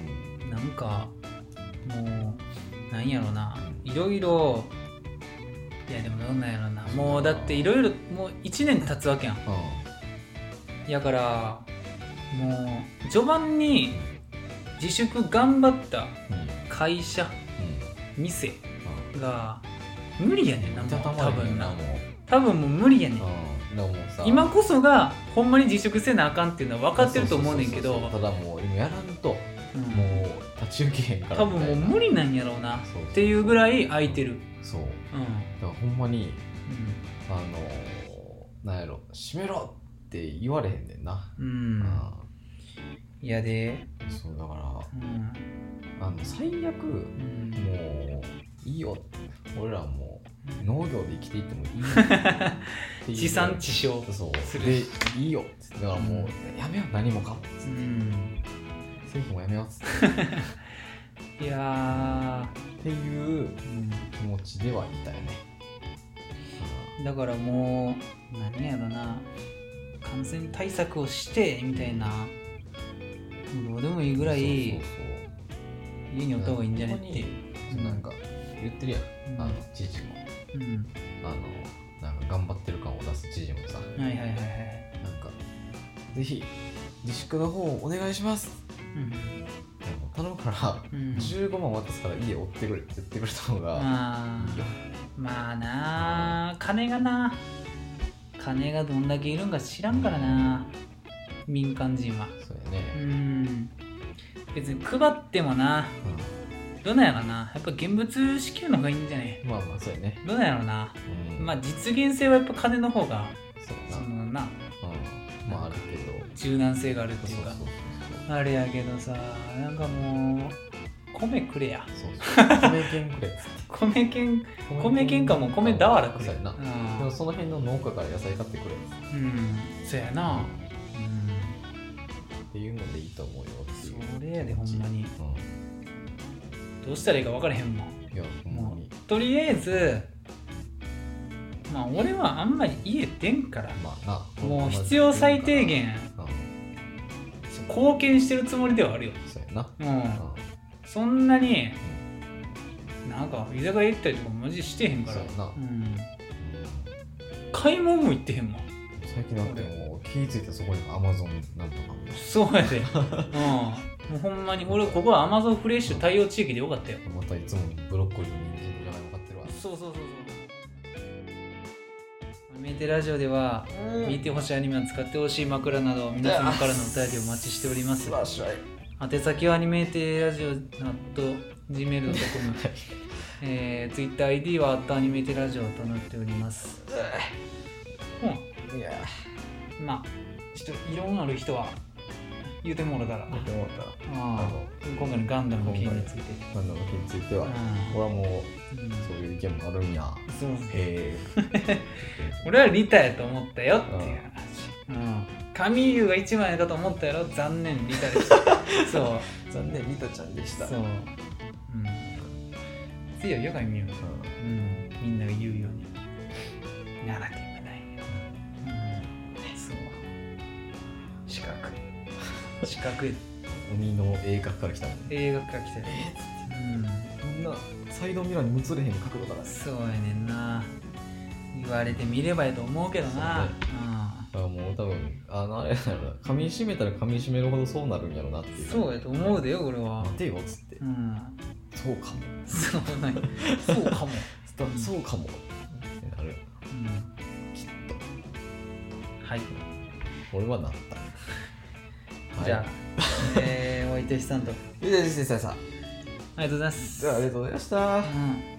なんかもうなんやろないろいろいやでもどんなんやろなもうだっていろいろもう1年経つわけやんやからもう序盤に自粛頑張った
うんうん
会社店
う
が無理やねんなんもう
た
多
まに
分
な
な
もう
多分もう無理やねん
うんだからもうさ
今こそがほんまに自粛せなあかんっていうのは分かってると思うねんけ
そ
ど
そそそただもう今やらんと
うん
もう立ち行けへんから
多分もう無理なんやろうな
そうそう
っていうぐらい空いてる
そうだ
うん
からほんまにあのーなんやろ閉めろって言われへんねんな
うん、
う
うんいやで
そうだか
うん、
らあの最悪
う
も
ん、
ういいよ俺らもう農業で生きていってもいいよ
(laughs)
っていう
地産地消
そう
する
でいいよっつってだからもうやめよう何もかもつ
う
って
ん
政府もやめようっつっ
いや
てっていう
ー、う
気持ちではいたよね
ん、だからもう何やろな感染対策をしてみたいなもうどうでもいいぐらい
そうそ
家
うそう
におった方がいいんじゃねって
そうなんか言ってるやん、
うん
あの知事も
うん
あのなんか頑張ってる感を出す知事もさ
はいはいはいはい
なんかぜひ自粛の方をお願いしますでも頼むから
うん、うん、
15万渡すから家追ってくれって言ってくれた方が
ま
いいよ
あまあなあ金がな金がどんだけいるんか知らんからな民間人は
そうや
う
ね、
ん別に配ってもなどうなんやろなやっぱ現物支給の方がいいんじゃね
うんまあまあそうやね
どうなんやろな
うん
まあ実現性はやっぱ金の方が
そうや
そ
な
のな
うんまああるけど
柔軟性があるっていう
そう
か
そう
あれやけどさなんかもう米くれや
そうそうそうそう米券くれっつって
米券米券かも米だわらくれ
そうやなでもその辺の農家から野菜買ってくれっつって
うん、うん、そやなうん
っていうのでいいと思うよっていう
それやでほんまに
う
どうしたらいいか分からへんもん
んいやほんま
も
に
うとりあえずまあ俺はあんまり家出んから
まあな
もう必要最低限
うん
貢献してるつもりではあるよ
そうやなう
もうんそんなになんか居酒屋行ったりとかマジしてへんから
そうやな
うん買い物も行ってへんもん
最近だってもう気ぃ付いたらそこにアマゾンなんとか
そうや (laughs) でうんもうほんまに俺ここはアマゾンフレッシュ対応地域でよかったよ
またいつもブロッコリーの人参のじゃがいも買ってるわ
そうそうそうそうメンテラジオでは見てほしいアニメを使ってほしい枕など皆様からのお便りをお待ちしており (laughs) ます
ラッシュアイ
宛先はアニメーテラジオなと gmail.com (laughs) えー、TwitterID はアットアニメーテラジオとなっております
いや
うんまあちょっと異論ある人は言うてもろたら
ーって思ったら
あー今回のガンダムの件について
なんだろう気については
う
俺はも
んうん
うそういう意見もあるんや
そう
へえ
俺はリタやと思ったよっていう話、うん、神優が一枚だと思ったやろ残念リタで (laughs) したそう
残念リタちゃんでした
そう、うん、次はよく見よう
うん
うん、みんなが言うようにナラティブないよ、うん、そう
四角
四角い
海の鋭角から来たもん
映画から来てる、
こんなサイドミラーに映れへん角度か
う
ら
ん、そうやねんな言われてみればやと思うけどな、
そうねあもう多分あのあれだろうな噛み締めたら噛み締めるほどそうなるんやろうなって
う
い
ん、
う
そうやと思うでよ俺は
待てよっつって
うん
そうかも
そうなんやそうかも、
だそうかもってなる
うん
きっ
はい、
と俺はなったはい
(laughs) じゃあ、えー、お相手したんと。あり
ゆでじせさん
がとうございます。
ありがとうございました
うん